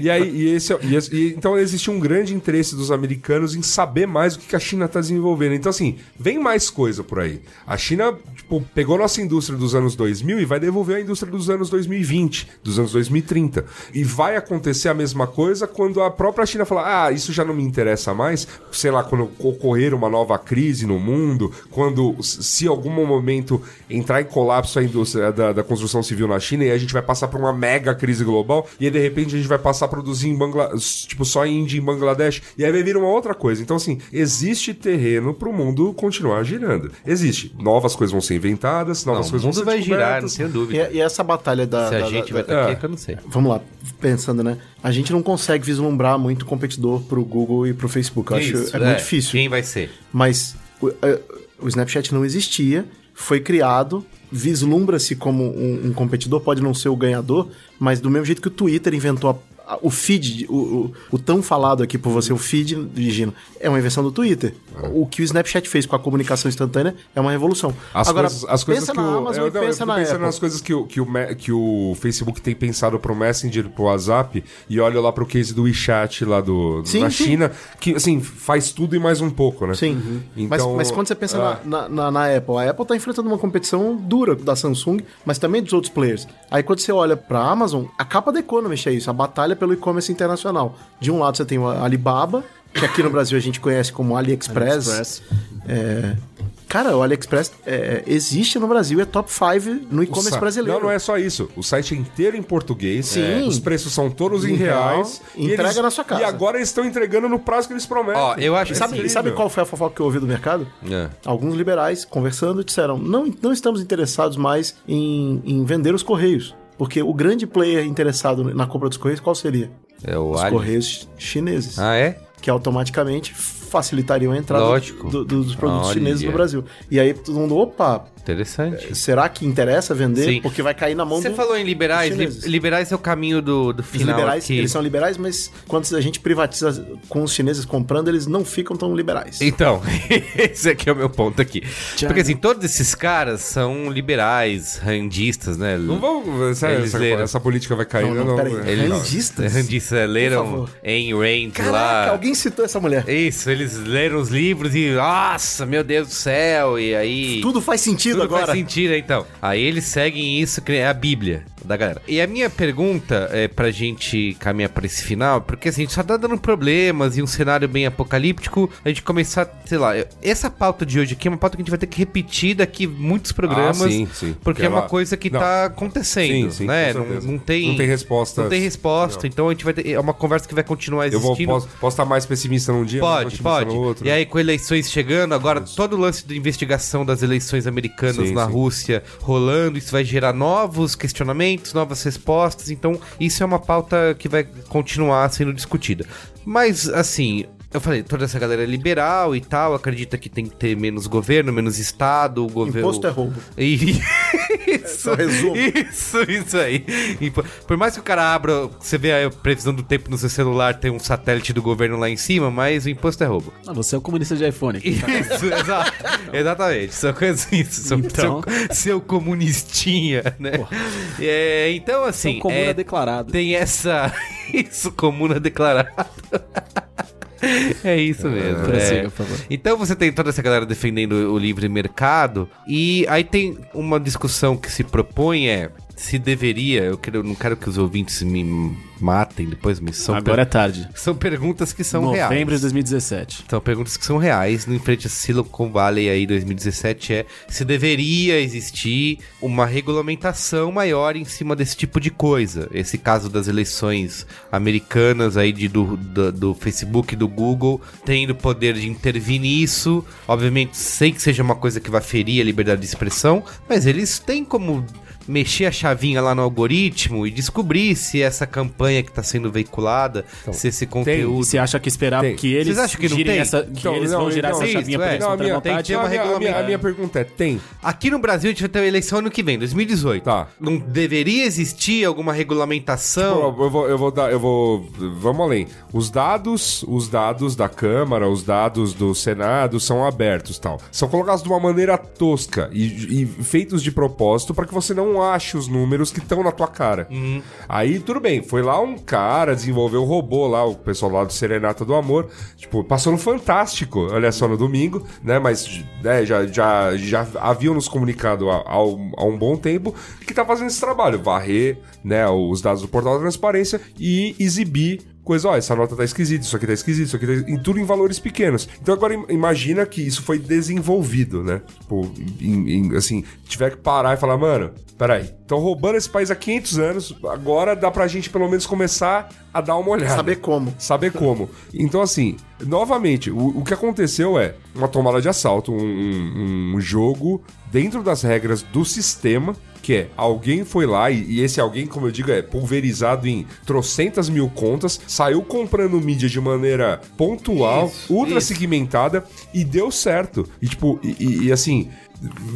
E aí, e esse, é- e esse- e- então existe um grande interesse dos americanos em saber mais o que que a China está desenvolvendo. Então, assim, vem mais coisa por aí. A China, tipo, pegou nossa indústria dos anos 2000 e vai devolver a indústria dos anos 2020, dos anos 2030. E vai acontecer a mesma coisa quando a própria China falar, ah, isso já não me interessa mais, sei lá, quando ocorrer uma nova crise no mundo, quando, se em algum momento entrar em colapso a indústria da, da construção civil na China e a gente vai passar por uma mega crise global e aí, de repente a gente vai passar a produzir em Bangladesh, tipo só em Índia e em Bangladesh e aí vai vir uma outra coisa. Então assim, existe terreno pro mundo continuar girando. Existe. Novas coisas vão ser inventadas, novas
Não, o
coisas vão
mundo
ser
vai girar, não
descobertas.
tenho
E,
dúvida.
e essa batalha da.
Se a
da-
gente
da-
vai
da-
estar aqui, é que eu não sei.
Vamos lá, pensando, né? A gente não consegue vislumbrar muito competidor pro Google e pro Facebook. Eu acho
Isso,
é, muito difícil.
Quem vai ser?
Mas o, é, o Snapchat não existia, foi criado, vislumbra-se como um, um competidor, pode não ser o ganhador, mas do mesmo jeito que o Twitter inventou a- a- o feed, o, o- o tão falado aqui por você, o feed, Gino, é uma invenção do Twitter.
É.
O que o Snapchat fez com a comunicação instantânea é uma revolução.
As
Agora,
coisas, as coisas
pensa
que
na
o,
Amazon
eu-
e
não, eu
pensa
fico
na
pensando
Apple.
nas coisas que o, que, o, Me- que o Facebook tem pensado pro Messenger, pro WhatsApp, e olha lá pro case do WeChat lá do,
Sim,
na
sim.
China, que assim, faz tudo e mais um pouco, né?
Sim. Mas,
Então,
mas quando você pensa
ah,
na, na- na- na Apple, a Apple tá enfrentando uma competição dura da Samsung, mas também dos outros players. Aí quando você olha pra Amazon, a capa da Economist é isso, a batalha pelo e-commerce internacional. De um lado você tem o Alibaba, que aqui no Brasil a gente conhece como AliExpress.
AliExpress.
É, Cara, o AliExpress é, existe no Brasil, é top 5 no
o
e-commerce
sa-
brasileiro.
Não, não é só isso. O site é inteiro em português. é,
Sim.
Os preços são todos em
Em real,
reais. e
entrega
eles-
na sua casa.
E agora eles estão entregando no prazo que eles prometem. É
Ó, eu acho
E
que é
sabe,
sim.
e sabe qual foi a fofoca que eu ouvi do mercado?
É.
Alguns liberais conversando disseram: não, não estamos interessados mais em, em vender os Correios. Porque o grande player interessado na compra dos Correios, qual seria?
É o
Os
alien.
correios chineses.
Ah, é?
que automaticamente facilitariam a entrada
Lógico.
do- do- dos produtos
Olha.
chineses no Brasil. E aí todo mundo, opa,
Interessante.
será que interessa vender?
Sim.
Porque vai cair na mão
Você
do-
falou em liberais.
dos
li-
chineses.
liberais é o caminho do, do
dos
final.
liberais.
que-
Eles são liberais, mas quando a gente privatiza com os chineses comprando, eles não ficam tão liberais.
Então, esse aqui é o meu ponto aqui. Porque assim, todos esses caras são liberais, randistas, né?
Não vão. Sério,
Eles
essa,
leram.
essa política vai cair. Não, não,
peraí. É
Eles-
Randistas?
Randistas, né? é, leram
favor.
em Rand
Caraca,
lá.
alguém citou essa mulher.
Isso, eles leram os livros e, nossa, meu Deus do céu, e aí...
Tudo faz sentido
Tudo
agora.
faz sentido, então. Aí eles seguem isso, que é a Bíblia da galera. E a minha pergunta é pra gente caminhar pra esse final, porque assim, a gente só tá dando problemas e um cenário bem apocalíptico, a gente começar, sei lá, eu- essa pauta de hoje aqui é uma pauta que a gente vai ter que repetir daqui muitos programas,
Ah, sim, sim.
porque é uma
Ela-
coisa que
Não.
tá acontecendo,
Sim, sim,
né?
com
Não,
certeza.
não tem...
Não tem respostas.
Não tem resposta, então a gente vai ter... É uma conversa que vai continuar
Eu
existindo.
vou, posso, posso estar mais pessimista num dia, mais
Pode,
otimista
pode.
no outro.
E aí, com eleições chegando, agora todo o lance da investigação das eleições americanas
Sim,
na
sim.
Rússia rolando, isso vai gerar novos questionamentos, novas respostas. Então, isso é uma pauta que vai continuar sendo discutida. Mas, assim. Eu falei, toda essa galera é liberal e tal, acredita que tem que ter menos governo, menos Estado, o governo.
Imposto é roubo.
E- Isso,
Só resumo.
isso, isso aí. E por, por mais que o cara abra, você vê a previsão do tempo no seu celular, tem um satélite do governo lá em cima, mas o imposto é roubo.
Ah, você é o comunista de iPhone.
Isso, exato. Exatamente. São coisas isso. São,
Então.
seu, seu comunistinha, né? É, então, assim.
Sim, comuna
é,
declarado.
tem essa. Isso, comuna declarada. É isso mesmo.
Prossiga,
é.
por favor.
Então você tem toda essa galera defendendo o livre mercado, e aí tem uma discussão que se propõe é se deveria, eu, quero, eu não quero que os ouvintes me matem depois, me são,
Agora é tarde.
são perguntas que Então, são
Novembro
reais.
de 2017.
São Então, perguntas que são reais. No Enfrente a Silicon Valley aí 2017 é se deveria existir uma regulamentação maior em cima desse tipo de coisa. Esse caso das eleições americanas aí de, do, do, do Facebook e do Google tendo o poder de intervir nisso. Obviamente, sei que seja uma coisa que vai ferir a liberdade de expressão, mas eles têm como mexer a chavinha lá no algoritmo e descobrir se essa campanha que está sendo veiculada, se esse conteúdo...
Você acha que esperar
Tem.
que eles
Vocês acham que não
girem
tem?
essa. Que
Então,
eles
não,
vão girar
então,
isso,
essa chavinha
é.
pra eles
Não, a
contra
minha,
a
tem que
vontade?
ter uma
uma
regulamentação. A
regulamentação.
minha pergunta é: tem?
Aqui no Brasil a gente vai ter eleição ano que vem, 2018.
Tá.
Não deveria existir alguma regulamentação?
Bom, eu vou, eu vou dar, eu vou, vamos além. Os dados, os dados da Câmara, os dados do Senado são abertos, tal. São colocados de uma maneira tosca e, e feitos de propósito para que você não ache os números que estão na tua cara. Aí tudo bem, foi lá um cara desenvolveu o robô lá, o pessoal lá do Serenata do Amor, tipo, passou no Fantástico, olha só no domingo, né? Mas né, já, já, já haviam nos comunicado há, há um- há um bom tempo que tá fazendo esse trabalho, varrer né, os dados do portal da transparência e exibir coisa, ó, essa nota tá esquisita, isso aqui tá esquisito, isso aqui tá em tudo em valores pequenos. Então agora im- imagina que isso foi desenvolvido, né? Tipo, em- em- assim, tiver que parar e falar, mano, peraí, estão roubando esse país há 500 anos, agora dá pra gente pelo menos começar a dar uma olhada.
Saber como.
Saber como. Então, assim, novamente, o, o que aconteceu é uma tomada de assalto, um, um- um jogo dentro das regras do sistema, que é alguém foi lá, e, e esse alguém, como eu digo, é pulverizado em trocentas mil contas, saiu comprando mídia de maneira pontual,
Isso,
ultra
isso.
segmentada, e deu certo. E, tipo, e- e- e assim.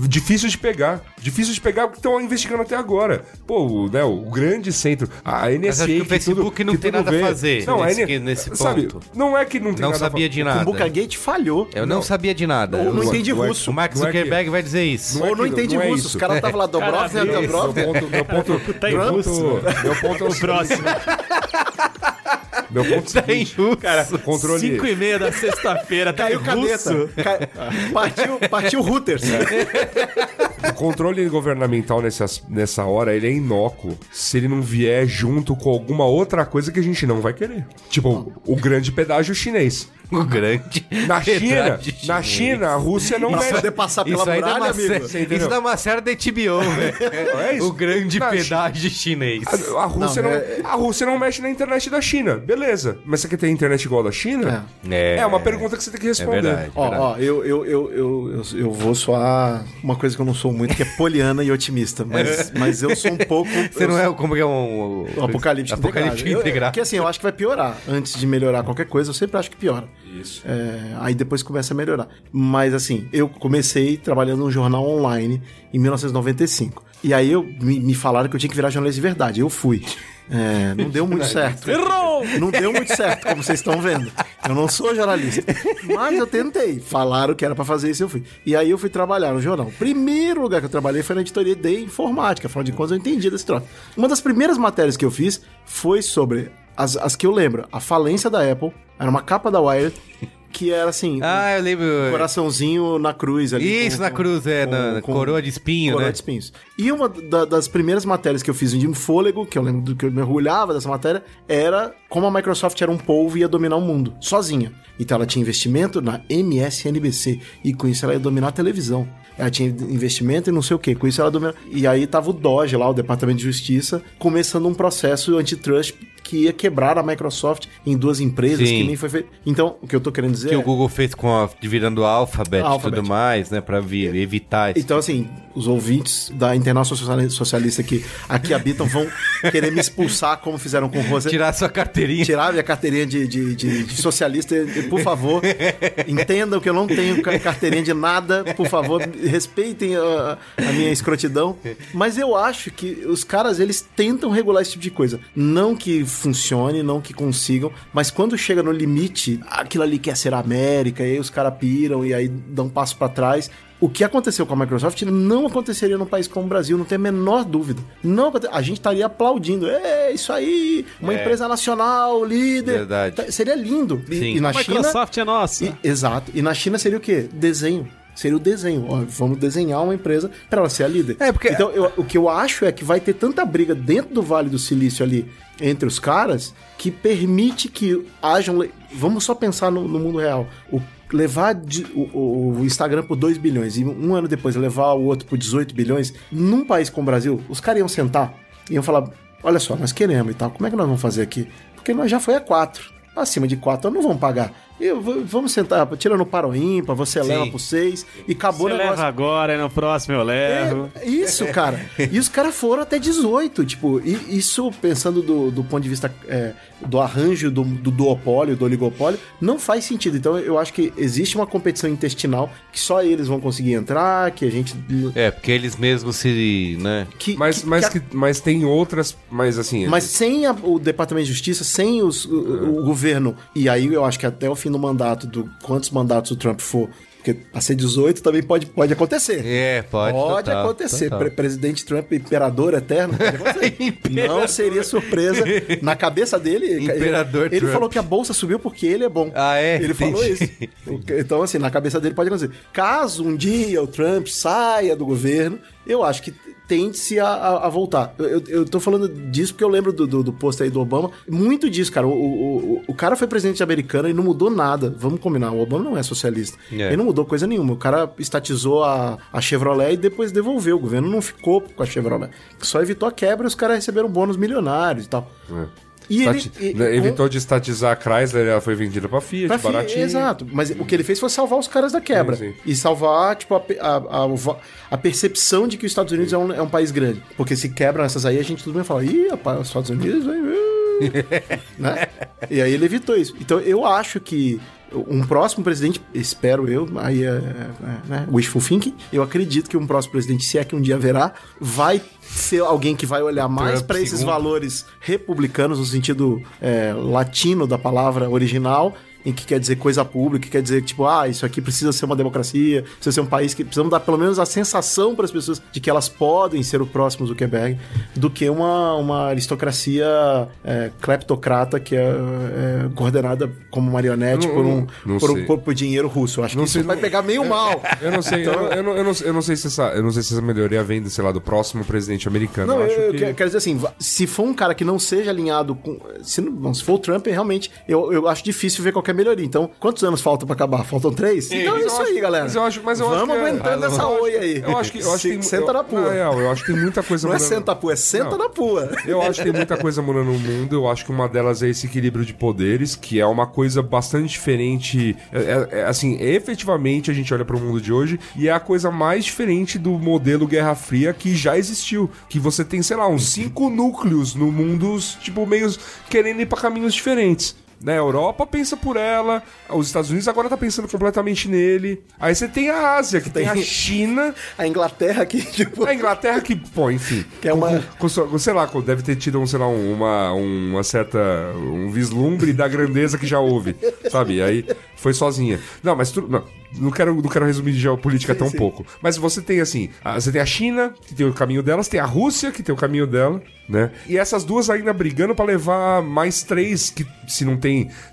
Difícil de pegar. Difícil de pegar porque estão investigando até agora. Pô, o, né, o grande centro. A NSA
Mas acho que o
que
Facebook
tudo-
não
que
tem
tudo
nada a
vê.
fazer
não,
nesse-
é,
que- nesse
sabe,
ponto.
Não é que não tem
Não
nada a
sabia
fa-
de
O
nada.
Cumbuca Gate falhou.
Eu não, sabia de nada.
Ou não
O-
entendi
não é-
russo.
O Mark
não é
Zuckerberg vai dizer isso.
é
Ou não
aquilo,
entende
não é
russo.
isso.
Os caras estavam lá, né? Dobrovnik,
Isso, Meu ponto,
Dobrovnik.
meu ponto,
Tá em
meu ponto,
russo.
meu ponto é o próximo. Meu ponto
Tá
é o seguinte,
Cara,
controle-
5 e meia da sexta-feira, tá
Caiu
em
caneta.
russo.
Cai- Partiu, partiu Reuters.
o controle governamental nessa, nessa hora, ele é inócuo se ele não vier junto com alguma outra coisa que a gente não vai querer. Tipo, o grande pedágio chinês.
O grande.
Na China,
Verdade.
Na China, a Rússia não
Isso
mexe.
poder passar pela
Isso aí dá
muralha,
uma, sé-
amigo.
Você entendeu?
isso dá uma série da HBO, velho.
É isso?
O grande
Na Ah, Chi-
pedágio chinês.
A, a Rússia não,
Não, é-
a Rússia não mexe na internet da China, beleza. Mas você quer ter internet igual a da China? É, uma pergunta que você tem que responder.
verdade.
Ó, ó, eu, eu, eu, eu, eu, eu vou soar uma coisa que eu não sou muito, que é poliana e otimista, mas, mas eu sou um pouco.
É. Você
eu
não é o- como que é um...
sou um apocalipse
Apocalipse integrado.
Porque assim, eu acho que vai piorar. Antes de melhorar qualquer coisa, eu sempre acho que piora. Isso. É, aí depois começa a melhorar. Mas assim, eu comecei trabalhando num jornal online em 1995. E aí eu, me, me falaram que eu tinha que virar jornalista de verdade. Eu fui. É, não deu muito certo.
Errou!
Não deu muito certo, como vocês estão vendo. Eu não sou jornalista. Mas eu tentei. Falaram que era pra fazer isso, eu fui. E aí eu fui trabalhar no jornal. O primeiro lugar que eu trabalhei foi na editoria de informática. Afinal de contas, eu entendi desse troço. Uma das primeiras matérias que eu fiz foi sobre as, as que eu lembro. A falência da Apple. Era uma capa da Wired. Que era assim...
Ah, eu lembro.
um Coraçãozinho na cruz ali.
Isso,
com-
na cruz, é, na
com-
coroa de espinho,
Coroa
né?
de espinhos. E uma da- das primeiras matérias que eu fiz de fôlego, que eu lembro do que eu me orgulhava dessa matéria, era como a Microsoft era um povo e ia dominar o mundo, sozinha. Então ela tinha investimento na MSNBC, e com isso ela ia dominar a televisão. Ela tinha investimento e não sei o que, com isso ela domina. E aí tava o DOGE lá, o Departamento de Justiça, começando um processo antitrust que ia quebrar a Microsoft em duas empresas
Sim.
que nem foi feito. Então, o que eu tô querendo dizer
Que
é...
o Google fez com a, virando Alphabet e
Alphabet.
tudo mais, né? Pra vi- evitar isso.
Então, assim, os ouvintes da Internacional Sociali- Socialista que aqui habitam vão querer me expulsar, como fizeram com o Rosa.
Tirar sua carteirinha.
Tirar minha carteirinha de, de- de- de socialista, e, por favor, entendam que eu não tenho ca- carteirinha de nada, por favor, respeitem a, a minha escrotidão. Mas eu acho que os caras, eles tentam regular esse tipo de coisa. Não que funcione, não que consigam, mas quando chega no limite, aquilo ali quer ser a América, e aí os caras piram e aí dão um passo pra trás. O que aconteceu com a Microsoft não aconteceria num país como o Brasil, não tem a menor dúvida. Não, aconte- a gente estaria aplaudindo. É isso aí, uma empresa nacional, líder.
É. Verdade.
Tá- Seria lindo. E-
Sim.
E, na China.
Microsoft é nossa.
e- exato. E na China seria o quê? Desenho. Seria o desenho. Ó, vamos desenhar uma empresa para ela ser a líder.
É, porque-
Então, eu- o que eu acho é que vai ter tanta briga dentro do Vale do Silício ali entre os caras que permite que hajam. le- Vamos só pensar no, no mundo real. O levar de- o, o- o Instagram por 2 bilhões e um ano depois levar o outro por 18 bilhões, num país como o Brasil, os caras iam sentar e iam falar: olha só, nós queremos e tal, como é que nós vamos fazer aqui? Porque nós já foi a 4. Acima de 4 não vamos pagar. Eu, v- vamos sentar, tira no paro ímpar, você leva pro 6 e acabou
Você
o negócio.
leva agora e no próximo eu levo.
É, isso, cara. E os caras foram até 18, tipo, e isso pensando do, do ponto de vista é, do arranjo do, do duopólio, do oligopólio, não faz sentido. Então eu acho que existe uma competição intestinal que só eles vão conseguir entrar, que a gente.
É, porque eles mesmos se. né?
Que,
Mas,
que-
mas,
que-
que, mas tem outras. Mas assim.
Mas sem a- o Departamento de Justiça, sem os- o, o
É.
governo, e aí eu acho que até o fim do mandato, do quantos mandatos o Trump for, porque pra ser 18 também pode, pode acontecer.
É, pode.
Pode
total,
acontecer.
total.
Pre- Presidente Trump, imperador eterno. pode acontecer. não seria surpresa. Na cabeça dele.
Imperador
ele, ele
Trump.
falou que a bolsa subiu porque ele é bom.
Ah, é?
Ele falou
Entendi.
isso. O que- Então, assim, na cabeça dele pode acontecer. Caso um dia o Trump saia do governo, eu acho que tende-se a, a- a voltar. Eu, eu, eu tô falando disso porque eu lembro do, do, do post aí do Obama. Muito disso, cara. O, o, o- o cara foi presidente americano e não mudou nada. Vamos combinar, o Obama não é socialista.
É.
Ele não mudou coisa nenhuma. O cara estatizou a, a Chevrolet e depois devolveu. O governo não ficou com a Chevrolet. Só evitou a quebra e os caras receberam bônus milionários e tal. E
estati- é, né, evitou de estatizar a Chrysler, ela foi vendida pra Fiat,
Pra fi-
baratinho.
Exato. Mas o que ele fez foi salvar os caras da quebra.
Sim, sim.
E salvar, tipo, a, pe- a, a, o va- a percepção de que os Estados Unidos é um, é um país grande. Porque se quebram essas aí, a gente tudo bem fala, ih, rapaz, os Estados Unidos... hein, ih", né? E aí ele evitou isso. Então eu acho que um próximo presidente, espero eu, aí é, é, é, né, wishful thinking, eu acredito que um próximo presidente, se é que um dia haverá, vai ser alguém que vai olhar mais
Trump
para esses
segundo.
valores valores republicanos no sentido é, latino da palavra original, em que quer dizer coisa pública, que quer dizer tipo, ah, isso aqui precisa ser uma democracia, precisa ser um país que precisamos dar pelo menos a sensação para as pessoas de que elas podem ser o próximo Zuckerberg, do que uma, uma aristocracia é, cleptocrata que é, é, coordenada como marionete
Não-
por um
não
por, um-
sei.
por- por dinheiro russo. Eu acho
Não
que
sei,
isso vai
não-
pegar meio mal. Então,
Eu não sei, eu não- eu, não, eu, não, eu não sei se essa, eu não sei se essa melhoria vem, do, sei lá, do próximo presidente americano.
Não,
eu acho
eu, eu
que...
que- quero dizer assim, va- se for um cara que não seja alinhado com. Se, não, bom, se for o Trump, realmente, eu, eu acho difícil ver qualquer melhoria. Então, quantos anos faltam pra acabar? Faltam três? então é
mas
isso
eu
aí,
acho-
galera.
Mas eu acho, mas eu acho
Vamos
que é-
aguentando
eu
essa
acho-
oi aí.
Eu acho que, eu acho que
Se-
tem-
Senta
eu-
na
Ah, Na
pua.
real, eu acho que tem muita coisa
Não é
mudando.
senta na pua, é senta
Não.
na pua.
Eu acho que tem muita coisa mudando no mundo. Eu acho que uma delas é esse equilíbrio de poderes, que é uma coisa bastante diferente. É- é- é, assim, efetivamente a gente olha pro mundo de hoje e é a coisa mais diferente do modelo Guerra Fria que já existiu. Que você tem, sei lá, uns cinco núcleos no mundo, tipo, meio querendo ir pra caminhos diferentes. Né, a Europa pensa por ela, os Estados Unidos agora tá pensando completamente nele. Aí você tem a Ásia, que tem a
Tem-
China,
A Inglaterra aqui, tipo.
a Inglaterra que, pô, enfim.
Que é uma-
com- com- sei lá, com- deve ter tido, um, sei lá, um- uma, uma certa. um vislumbre da grandeza que já houve, sabe? E aí foi sozinha. Não, mas tudo. Não, não quero, não quero resumir de geopolítica tão pouco. Mas você tem, assim, a- você tem a China, que tem o caminho dela, você tem a Rússia, que tem o caminho dela, né? E essas duas ainda brigando pra levar mais três, que se não tem.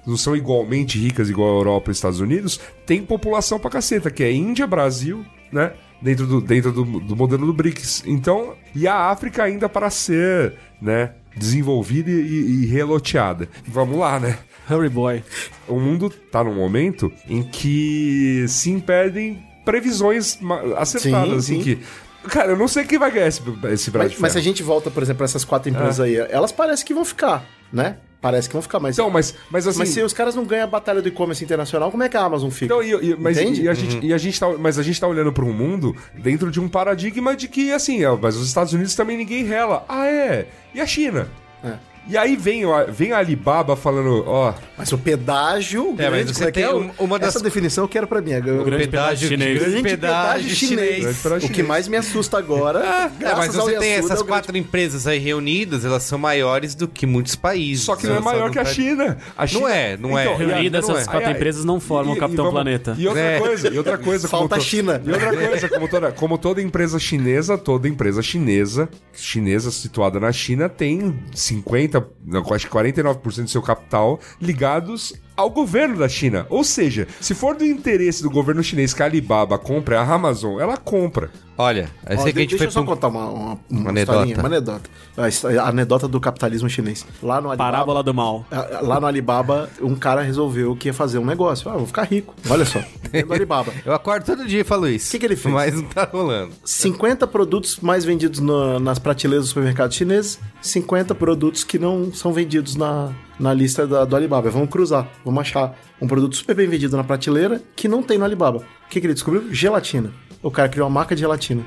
não são igualmente ricas, igual a Europa e Estados Unidos, tem população pra caceta, que é Índia, Brasil, né? dentro do, dentro do, do modelo do BRICS. Então, e a África ainda para ser, né, desenvolvida e, e reloteada. Vamos lá, né?
É. Hurry boy.
O mundo tá num momento em que se impedem previsões ma- acertadas,
Sim,
assim
sim.
que... Cara, eu não sei quem vai ganhar esse, esse braço É.
Mas, mas se a gente volta, por exemplo, pra essas quatro empresas aí, elas parecem que vão ficar, né? Parece que vão ficar, mas.
Então, mas, mas assim...
mas se os caras não ganham a batalha do e-commerce internacional, como é que a Amazon fica?
Então, e, e- mas,
Entende? Uhum.
e a gente, e a gente tá, mas a gente tá olhando para um mundo dentro de um paradigma de que, assim, ó, mas os Estados Unidos também ninguém rela. Ah, é? E a China?
É.
E aí vem, ó, vem a Alibaba falando, ó,
Mas o pedágio.
É, mas
grande,
você
como que
tem
é?
um- uma das-
Essa definição eu quero pra mim. É...
O grande pedágio chinês.
grande
Grande
pedágio chinês.
Grande pedágio
O que
chinês.
mais me assusta agora.
É, mas
graças ao
você tem
Yasuda,
essas
é o grande-
quatro empresas aí reunidas, elas são maiores do que muitos países.
só que não é
Elas só
maior que a
tá-
China. A China
é, não é.
Então, e a-
Reunidas,
não
essas
é.
quatro
Aí, aí,
empresas não formam
e-
o Capitão
e vamos-
Planeta.
E outra
É.
coisa, e outra coisa como
Falta
to-
a China.
E outra coisa, como toda, como toda empresa chinesa, toda empresa chinesa, chinesa situada na China, tem 50, não, acho que 49% do seu capital ligados ao governo da China. Ou seja, se for do interesse do governo chinês que a Alibaba compre a Amazon, ela compra.
Olha, aí
Ó,
sei
de-
que a gente
deixa
foi um
eu só
pro...
contar uma, uma, uma,
Uma
historinha,
anedota.
uma anedota. A histó- A anedota do capitalismo chinês. Lá no Alibaba,
Parábola do mal.
a- a- Lá no Alibaba, um cara resolveu que ia fazer um negócio. Ah, vou ficar rico. Olha só. Dentro do Alibaba.
Eu acordo todo dia e falo isso. O
Que que ele fez?
Mas não tá rolando.
50 produtos mais vendidos na- nas prateleiras do supermercado chinês, 50 produtos que não são vendidos na, na lista da- do Alibaba. Vamos cruzar, vamos achar um produto super bem vendido na prateleira que não tem no Alibaba. O que, que ele descobriu? Gelatina. O cara criou uma marca de gelatina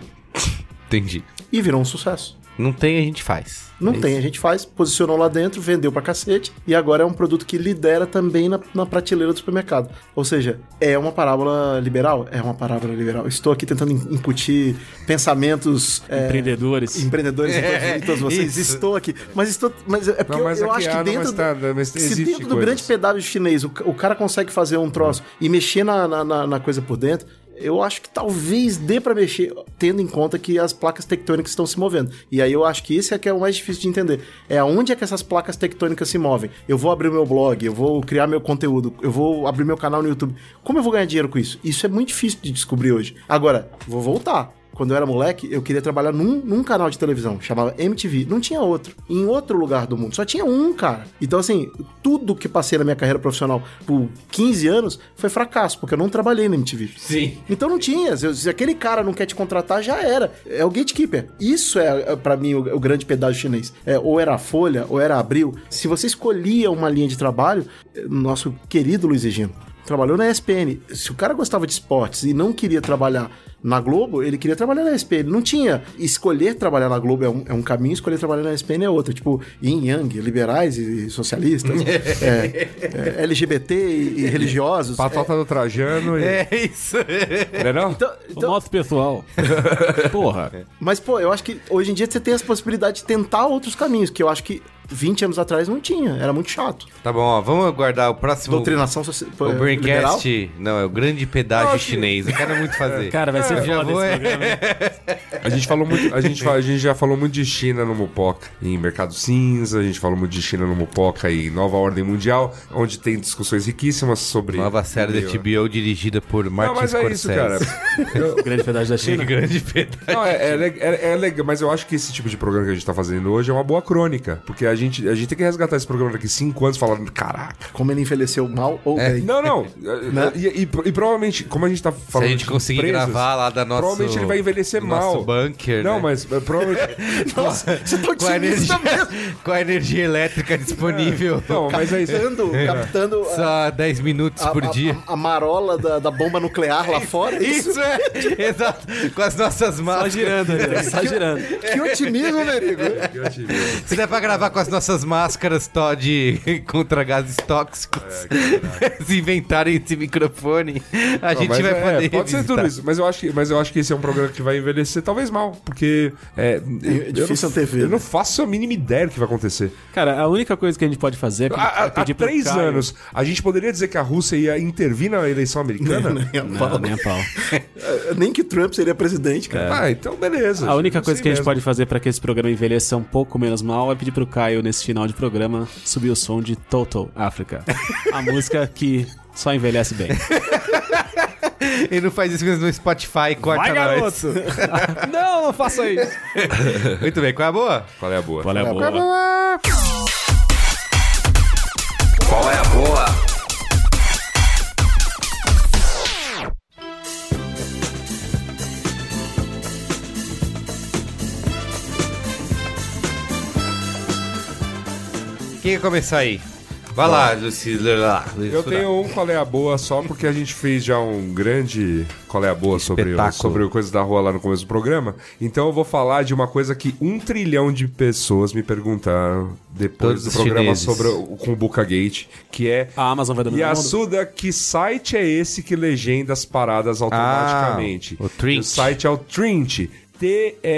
Entendi.
e virou um sucesso.
Não tem, a gente faz.
Não tem, a gente faz, posicionou lá dentro, vendeu pra cacete e agora é um produto que lidera também na, na prateleira do supermercado. Ou seja, é uma parábola liberal? É uma parábola liberal. Estou aqui tentando in- incutir pensamentos é,
Empreendedores.
empreendedores em todos- em todos vocês.
isso.
Estou aqui. Mas estou. Mas é porque
Não, mas
eu, eu
aqui-
acho que
ah, não,
dentro.
mas
do-
tá, mas
se
existe
dentro do
coisas. Hum.
grande pedágio chinês o, ca- o cara consegue fazer um troço e mexer na, na, na- na coisa por dentro. Eu acho que talvez dê pra mexer, tendo em conta que as placas tectônicas estão se movendo. E aí eu acho que esse é que é o mais difícil de entender. É aonde é que essas placas tectônicas se movem. Eu vou abrir meu blog, eu vou criar meu conteúdo, eu vou abrir meu canal no YouTube. Como eu vou ganhar dinheiro com isso? Isso é muito difícil de descobrir hoje. Agora, vou voltar. Quando eu era moleque, eu queria trabalhar num, num canal de televisão, chamava MTV. Não tinha outro. Em outro lugar do mundo. Só tinha um, cara. Então, assim, tudo que passei na minha carreira profissional por 15 anos foi fracasso, porque eu não trabalhei na MTV.
Sim.
Então não tinha. Se, se aquele cara não quer te contratar, já era. É o gatekeeper. Isso é, é, pra mim, o, o grande pedágio chinês. É, ou era a Folha, ou era a Abril. Se você escolhia uma linha de trabalho, é, nosso querido Luiz Egino trabalhou na ESPN. Se o cara gostava de esportes e não queria trabalhar na Globo, ele queria trabalhar na ESPN. Não tinha. Escolher trabalhar na Globo é um, é um caminho, escolher trabalhar na ESPN é outro. Tipo, yin yang, liberais e, e socialistas, é, é, LGBT e, e religiosos. É.
Patota do Trajano e...
É isso.
Não é não?
Então-
O
então-
nosso pessoal. Porra.
Mas, pô, eu acho que hoje em dia você tem as possibilidades de tentar outros caminhos, que eu acho que 20 anos atrás não tinha, era muito chato.
Tá bom, ó, vamos aguardar o próximo...
Doutrinação social.
O Braincast... Não, é o grande pedágio chinês. Eu quero muito fazer.
Cara, vai ser
Eu já
foda
vou,
esse
é.
programa, né?
A gente, falou muito, a, gente, fa- a gente já falou muito de China no Mupoca em Mercado Cinza, a gente falou muito de China no Mupoca em Nova Ordem Mundial, onde tem discussões riquíssimas sobre.
Nova série da
Entendeu?
TBO dirigida por
Não,
Martin
mas é isso, cara.
Scorsese.
Eu-
Grande pedaço da China.
Grande pedra.
Não, é, é le- é- é legal, mas eu acho que esse tipo de programa que a gente tá fazendo hoje é uma boa crônica. Porque a gente, a gente tem que resgatar esse programa daqui cinco anos falando, caraca.
Como ele envelheceu mal ou bem.
Não, não. é, e, e- e provavelmente, como a gente tá
Né? Se
falando.
a gente
de
conseguir
empresas,
gravar lá da nossa.
Provavelmente ele vai envelhecer mal.
Nosso bunker.
Não,
né?
mas é, provavelmente.
Nossa, você tá
Com a, energia,
otimista mesmo.
com a energia elétrica disponível.
Não, mas é isso.
Captando, captando a-
Só 10 minutos
a,
por
a-
dia.
a- a marola da, da bomba nuclear lá fora. Isso.
Isso é! Exato! Com as nossas
Só
máscaras.
girando ali, ó,
tá
só girando.
Que otimismo, Merigo.
Se der pra gravar com as nossas máscaras, Todd, contra gases
É,
tóxicos, se inventarem esse microfone, a
Não,
gente
mas
vai
é,
poder.
Pode ser tudo
revisitar.
isso, mas eu, acho que, mas eu acho que esse é um programa que vai envelhecer talvez mal, porque é, eu- eu
difícil
não-
antever,
Eu não
né?
faço a mínima ideia do que vai acontecer.
Cara, a única coisa que a gente pode fazer é pedir-
Há, há-
é pedir
há
pro
três
Caio-
anos, a gente poderia dizer que a Rússia ia intervir na eleição americana?
Não, nem a pau.
Nem que Trump seria presidente, cara.
Ah, então beleza.
A única coisa
Sim
que a gente
mesmo.
pode fazer pra que esse programa envelheça um pouco menos mal é pedir pro Caio, nesse final de programa, subir o som de Total Africa. A música que só envelhece bem.
E não faz isso mesmo no Spotify, corta nós.
não, não faça isso!
Muito bem, qual é a boa?
Qual é a boa?
Olha a boa.
Qual é a boa?
Quem quer começar aí? Vai lá, Luci. lá, Luci-
Eu
lá.
tenho um qual é a boa só porque a gente fez já um grande qual é a boa sobre o,
Espetáculo.
sobre o Coisa da Rua lá no começo do programa. Então eu vou falar de uma coisa que um trilhão de pessoas me perguntaram depois
Todos
do
os
programa
chineses. Ah,
sobre o Kumbuka Gate, que é
A Amazon vai dominar o mundo.
Yasuda, que site é esse que legenda as paradas automaticamente?
Ah, o Trint.
O site é o Trint. T-R-I-N-T.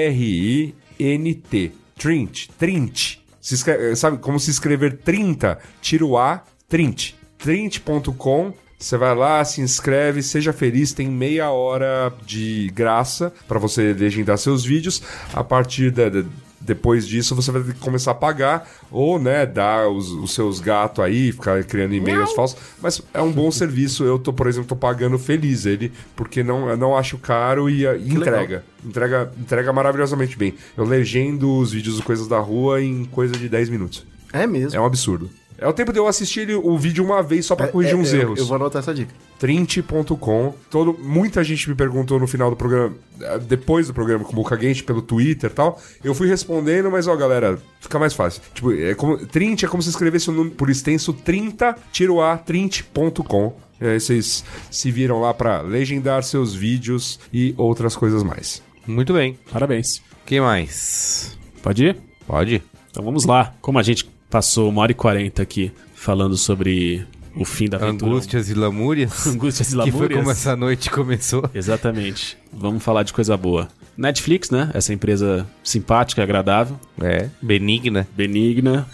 Trint. Trint. Se escreve- sabe como se escrever 30? Tira o A, Trint. Trint.com. Você vai lá, se inscreve, seja feliz, tem meia hora de graça para você legendar seus vídeos. A partir da, da- depois disso você vai ter que começar a pagar ou, né, dar os, os seus gatos aí, ficar criando e-mails falsos. Mas é um bom serviço. Eu tô, por exemplo, tô pagando feliz ele, porque não, eu não acho caro e, e entrega. Entrega entrega maravilhosamente bem. Eu legendo os vídeos do Coisas da Rua em coisa de 10 minutos.
É mesmo.
É um absurdo. É o tempo de eu assistir ele- o vídeo uma vez só pra corrigir uns
É, eu-
erros.
Eu vou anotar essa dica.
Trint.com. Todo, muita gente me perguntou no final do programa, eh, depois do programa com o Boca Gente, pelo Twitter e tal. Eu fui respondendo, mas ó, galera, fica mais fácil. Tipo, é como, Trint é como se escrevesse o número por extenso 30, tira o A, Trint.com. E aí É, vocês se viram lá pra legendar seus vídeos e outras coisas mais.
Muito bem.
Parabéns.
Quem mais?
Pode ir?
Pode?
Então vamos lá. Como a gente passou uma hora e quarenta aqui falando sobre o fim da aventura.
Angústias e lamúrias.
Angústias e
Que foi
lamúrias.
como essa noite começou.
Exatamente. Vamos falar de coisa boa. Netflix, né? Essa empresa simpática, agradável,
É. Benigna.
benigna,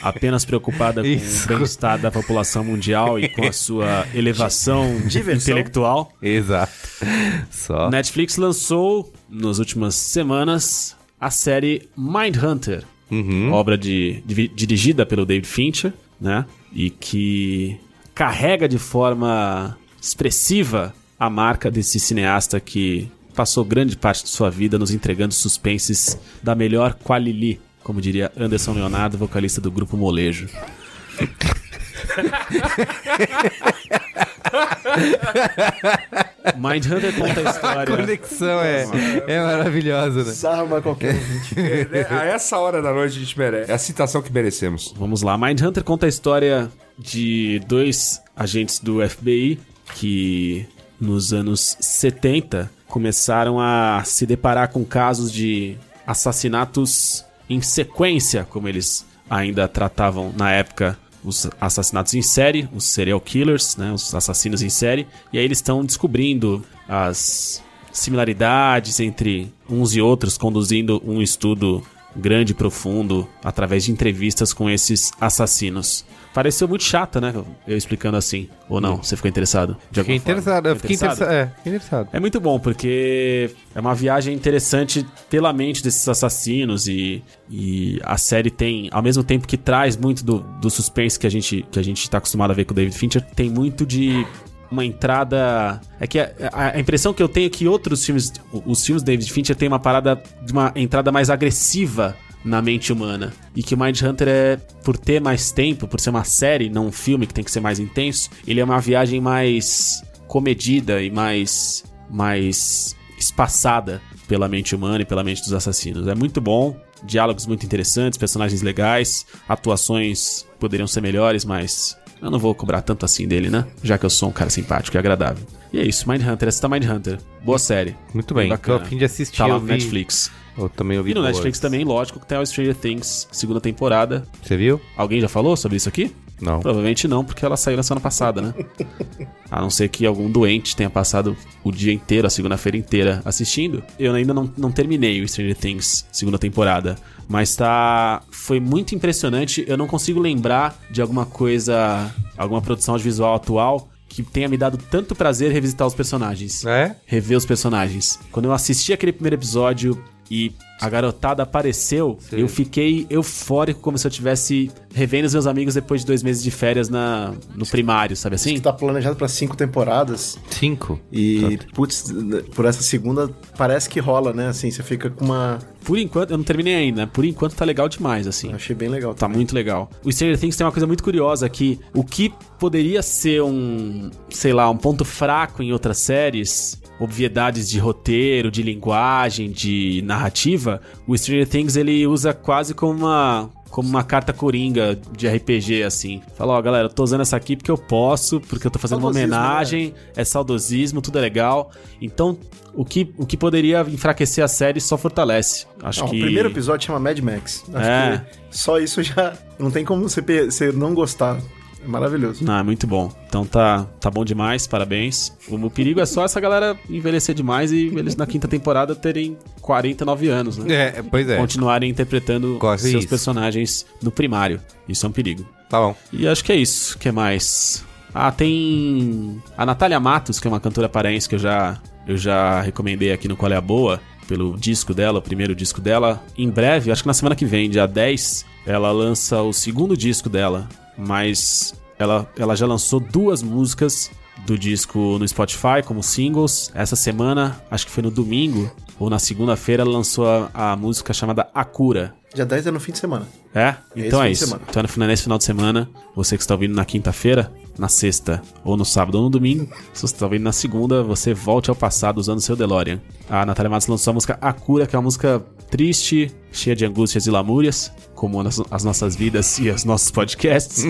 apenas preocupada com
Isso.
o bem-estar da população mundial e com a sua elevação
Diversão.
intelectual.
Exato. Só.
Netflix lançou, nas últimas semanas, a série Mindhunter, obra de, de- dirigida pelo David Fincher, né? E que carrega de forma expressiva a marca desse cineasta que passou grande parte de sua vida nos entregando suspenses da melhor qualili, como diria Anderson Leonardo, vocalista do grupo Molejo. Mindhunter conta a história.
conexão é, é maravilhosa, né?
Sarra, mas qualquer.
a essa hora da noite a gente merece. É a citação que merecemos.
Vamos lá. Mindhunter conta a história de dois agentes do FBI que nos anos 70 começaram a se deparar com casos de assassinatos em sequência, como eles ainda tratavam na época os assassinatos em série, os serial killers, né, os assassinos em série, e aí eles estão descobrindo as similaridades entre uns e outros, conduzindo um estudo grande e profundo através de entrevistas com esses assassinos. Pareceu muito chata, né? Eu explicando assim. Ou não? Você ficou interessado?
Fiquei
De alguma forma?
interessado, eu
Ficou
fiquei interessado. É, fiquei interessado.
é muito bom, porque é uma viagem interessante pela mente desses assassinos e, e a série tem, ao mesmo tempo que traz muito do, do suspense que a gente que a gente tá acostumado a ver com o David Fincher, tem muito de uma entrada é que a, a- a impressão que eu tenho é que outros filmes, os filmes do David Fincher tem uma parada de uma entrada mais agressiva na mente humana. E que o Mindhunter é, por ter mais tempo, por ser uma série, não um filme que tem que ser mais intenso, ele é uma viagem mais comedida e mais mais espaçada pela mente humana e pela mente dos assassinos. É muito bom, diálogos muito interessantes, personagens legais, atuações poderiam ser melhores, mas eu não vou cobrar tanto assim dele, né? Já que eu sou um cara simpático e agradável. E é isso, Mindhunter, essa tá Mindhunter. Boa série.
Muito bem.
Bacana.
Tô a fim de assistir.
Tá lá
eu
no
vi-
Netflix.
Eu também ouvi
E no
boas.
Netflix também, lógico, que tem o Stranger Things, segunda temporada.
Você viu?
Alguém já falou sobre isso aqui?
Não.
Provavelmente não, porque ela saiu na semana passada, né? A não ser que algum doente tenha passado o dia inteiro, a segunda-feira inteira, assistindo. Eu ainda não, não terminei o Stranger Things segunda temporada. Mas tá. Foi muito impressionante. Eu não consigo lembrar de alguma coisa. alguma produção audiovisual atual que tenha me dado tanto prazer revisitar os personagens
É?
rever os personagens. Quando eu assisti aquele primeiro episódio e a garotada apareceu, eu fiquei eufórico como se eu tivesse revendo os meus amigos depois de dois meses de férias na, no primário, sabe assim?
Que tá planejado pra cinco temporadas.
Cinco.
E, putz, por essa segunda, parece que rola, né? Assim, você fica com uma.
Por enquanto, eu não terminei ainda, por enquanto tá legal demais, assim.
Achei bem legal.
Tá muito legal. O Stranger Things tem uma coisa muito curiosa que o que poderia ser um, sei lá, um ponto fraco em outras séries, obviedades de roteiro, de linguagem, de narrativa, o Stranger Things ele usa quase como uma como uma carta coringa de RPG assim. Fala, ó, galera, eu tô usando essa aqui porque eu posso, porque eu tô fazendo uma
Saudosismo, né?
homenagem, é saudosismo, tudo é legal. Então, o que, o que poderia enfraquecer a série só fortalece. Acho
Não,
que
O primeiro episódio chama Mad Max. Acho
É.
que só isso já. Não tem como você, pe- você não gostar. É maravilhoso.
Ah, muito bom. Então tá, tá bom demais, parabéns. O meu perigo é só essa galera envelhecer demais e eles na quinta temporada terem 49 anos, né?
É, pois é.
Continuarem interpretando
Quase
seus
isso.
personagens no primário. Isso é um perigo.
Tá bom.
E acho que é isso. O que mais? Ah, tem a Natália Matos, que é uma cantora paraense que eu já, eu já recomendei aqui no Qual é a Boa, pelo disco dela, o primeiro disco dela. Em breve, acho que na semana que vem, dia 10, ela lança o segundo disco dela, mas ela, ela já lançou duas músicas do disco no Spotify como singles. Essa semana, acho que foi no domingo ou na segunda-feira, ela lançou a, a música chamada A Cura,
Dia 10 é no fim de semana.
é? Então
esse fim
é
de
isso.
semana.
Então é no final, nesse final de semana, você que está ouvindo na quinta-feira, na sexta, ou no sábado, ou no domingo, se você está ouvindo na segunda, você volte ao passado usando seu DeLorean. A Natália Matos lançou a música A Cura, que é uma música triste, cheia de angústias e lamúrias, como as, as nossas vidas e os nossos podcasts.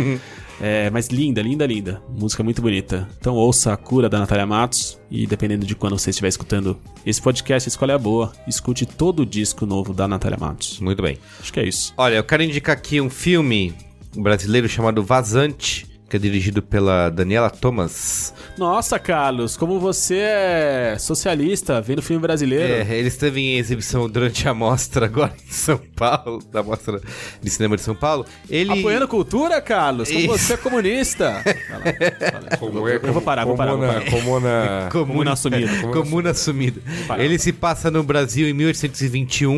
É, mas linda, linda, linda. Música muito bonita. Então ouça a cura da Natália Matos e dependendo de quando você estiver escutando esse podcast, escolha a boa. Escute todo o disco novo da Natália Matos.
Muito bem.
Acho que é isso.
Olha, eu quero indicar aqui um filme brasileiro chamado Vazante, que é dirigido pela Daniela Thomas.
Nossa, Carlos, como você é socialista, vendo filme brasileiro.
É, ele esteve em exibição durante a mostra agora em São Paulo, da mostra de cinema de São Paulo. Ele
Apoiando cultura, Carlos? Como
Isso.
você é comunista?
Como é,
Eu vou parar, vou
como
parar, vou
na-
parar.
Como na...
Comuna assumida.
Comuna assumida.
parar.
Ele se passa no Brasil em 1821.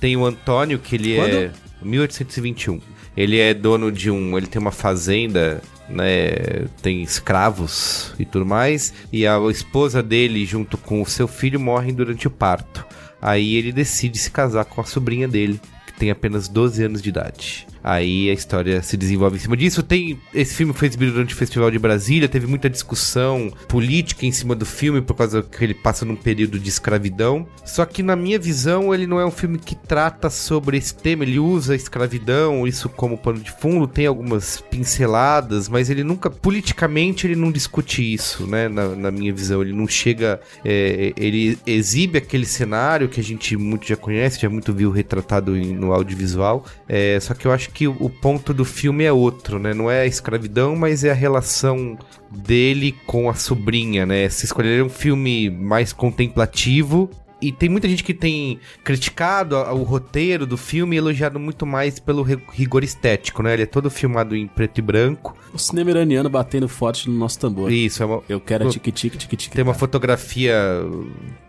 Tem o Antônio, que ele é. 1821. Ele é dono de um. Ele tem uma fazenda, né? Tem escravos e tudo mais. E a esposa dele, junto com o seu filho, morrem durante o parto. Aí ele decide se casar com a sobrinha dele, que tem apenas 12 anos de idade. Aí a história se desenvolve em cima disso. Tem esse filme foi exibido durante o Festival de Brasília, teve muita discussão política em cima do filme por causa que ele passa num período de escravidão. Só que na minha visão, ele não é um filme que trata sobre esse tema, ele usa a escravidão, isso como pano de fundo, tem algumas pinceladas, mas ele nunca politicamente ele não discute isso, né, na, na minha visão, ele não chega é, ele exibe aquele cenário que a gente muito já conhece, já muito viu retratado em- no audiovisual. É, só que eu acho que o, o ponto do filme é outro, né? Não é a escravidão, mas é a relação dele com a sobrinha, né? Se escolher um filme mais contemplativo. e tem muita gente que tem criticado a- o roteiro do filme e elogiado muito mais pelo ri- rigor estético, né? Ele é todo filmado em preto e branco.
O cinema iraniano batendo forte no nosso tambor.
Isso, é uma,
Eu quero tique-tique, tique-tique.
tem uma fotografia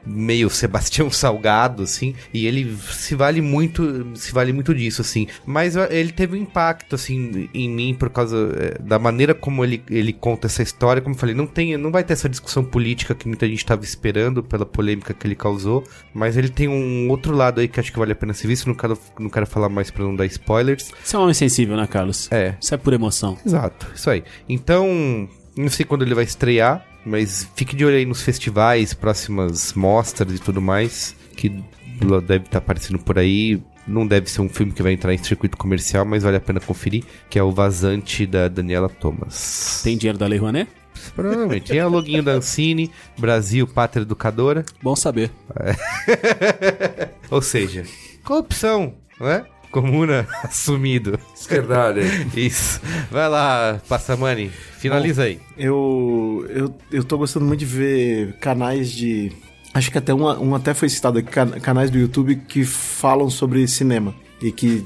meio Sebastião Salgado, assim, e ele se vale muito, se vale muito disso, assim. Mas eu- ele teve um impacto, assim, em mim por causa eh, da maneira como ele, ele conta essa história. Como eu falei, não tem, não vai ter essa discussão política que muita gente estava esperando pela polêmica que ele causou, mas ele tem um outro lado aí que acho que vale a pena ser visto. Não quero, não quero falar mais pra não dar spoilers.
Você é um homem sensível, né, Carlos?
É.
Isso é por emoção.
Exato, isso aí. Então, não sei quando ele vai estrear, mas fique de olho aí nos festivais, próximas mostras e tudo mais, que deve estar aparecendo por aí. Não deve ser um filme que vai entrar em circuito comercial, mas vale a pena conferir, que é o Vazante da Daniela Thomas.
Tem dinheiro da Lei Rouanet?
Provavelmente. Tem a loginho da Ancine, Brasil, Pátria Educadora.
Bom saber.
Ou seja, corrupção, né? Comuna assumido.
Esquerdalha.
Isso. Vai lá, Passamani. Finaliza aí.
Eu, eu, eu tô gostando muito de ver canais de. Acho que até um, um até foi citado aqui, can- canais do YouTube que falam sobre cinema e que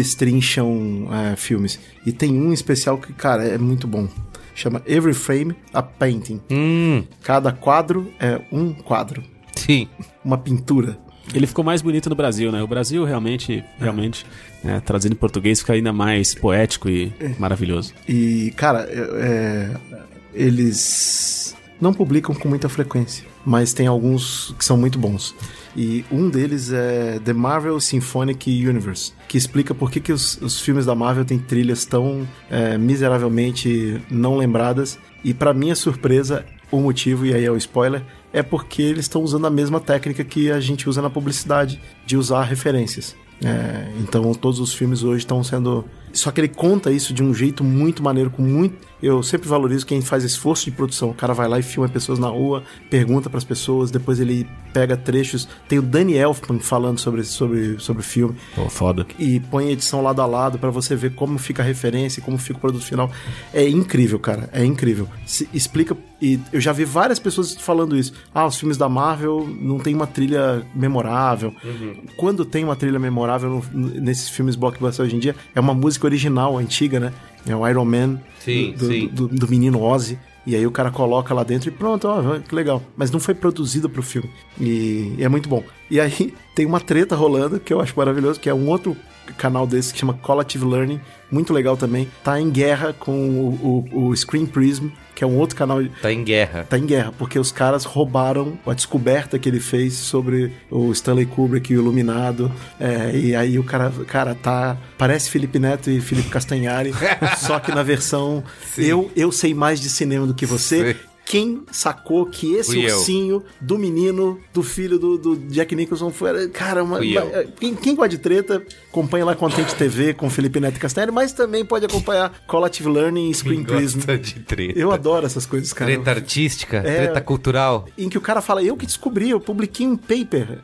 destrincham é, filmes. E tem um especial que, cara, é muito bom. Chama Every Frame a Painting.
Hum,
Cada quadro é um quadro.
sim.
Uma pintura.
Ele ficou mais bonito no Brasil, né? O Brasil realmente, realmente, né, trazendo em português, fica ainda mais poético e
É.
maravilhoso.
E, cara, é- é, eles não publicam com muita frequência, mas tem alguns que são muito bons. E um deles é The Marvel Symphonic Universe, que explica por que, que os, os filmes da Marvel têm trilhas tão é, miseravelmente não lembradas. E, pra minha surpresa, o motivo, e aí é o spoiler, é porque eles estão usando a mesma técnica que a gente usa na publicidade, de usar referências. É, então todos os filmes hoje estão sendo. Só que ele conta isso de um jeito muito maneiro, com muito. Eu sempre valorizo quem faz esforço de produção. O cara vai lá e filma pessoas na rua, pergunta pras pessoas, depois ele pega trechos. Tem o Danny Elfman falando sobre sobre sobre o filme
Pô, foda.
e põe a edição lado a lado pra você ver como fica a referência, como fica o produto final. É incrível, cara. É incrível. Se explica. E eu já vi várias pessoas falando isso. Ah, os filmes da Marvel não tem uma trilha memorável.
Uhum.
Quando tem uma trilha memorável no- nesses filmes blockbuster hoje em dia, é uma música original, antiga, né? É o Iron Man
Sim,
do,
sim.
do- do menino Ozzy. E aí o cara coloca lá dentro e pronto, ó, que legal. Mas não foi produzida pro filme. E, e é muito bom. E aí tem uma treta rolando que eu acho maravilhoso, que é um outro canal desse que chama Collective Learning, muito legal também. Tá em guerra com o, o- o Screen Prism, que é um outro canal
Tá em guerra.
tá em guerra, porque os caras roubaram a descoberta que ele fez sobre o Stanley Kubrick e o Iluminado. É, e aí o cara, cara tá. Parece Felipe Neto e Felipe Castanhari, só que na versão eu, eu sei mais de cinema do que você.
Sim.
Quem sacou que esse
Fui eu.
ursinho do menino, do filho do, do Jack Nicholson, foi. Cara, uma,
Fui eu.
uma- é, quem, quem gosta de treta, acompanha lá Contente TV com Felipe Neto e Castanhari, mas também pode acompanhar Collective Learning e Screen Prism.
Gosta de treta.
Eu adoro essas coisas, cara.
Treta artística,
É.
treta cultural.
em que o cara fala, eu que descobri, eu publiquei um paper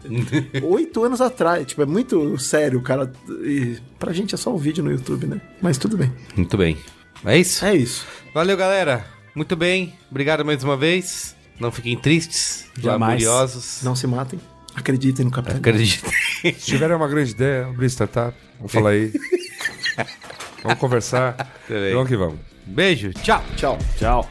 oito anos atrás. Tipo, é muito sério, o cara. E pra gente é só um vídeo no YouTube, né? Mas tudo bem.
Muito bem. É isso?
É isso.
Valeu, galera. Muito bem. Obrigado mais uma vez. Não fiquem tristes,
Jamais.
laboriosos.
Não se matem. Acreditem no capitalismo.
Acredito.
Se tiverem uma grande ideia, abrir startup, vamos falar aí. vamos conversar.
bem.
Vamos que vamos.
Beijo, tchau.
Tchau.
Tchau.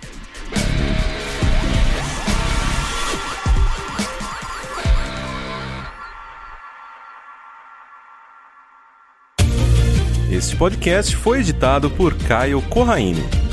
Este podcast foi editado por Caio Corraini.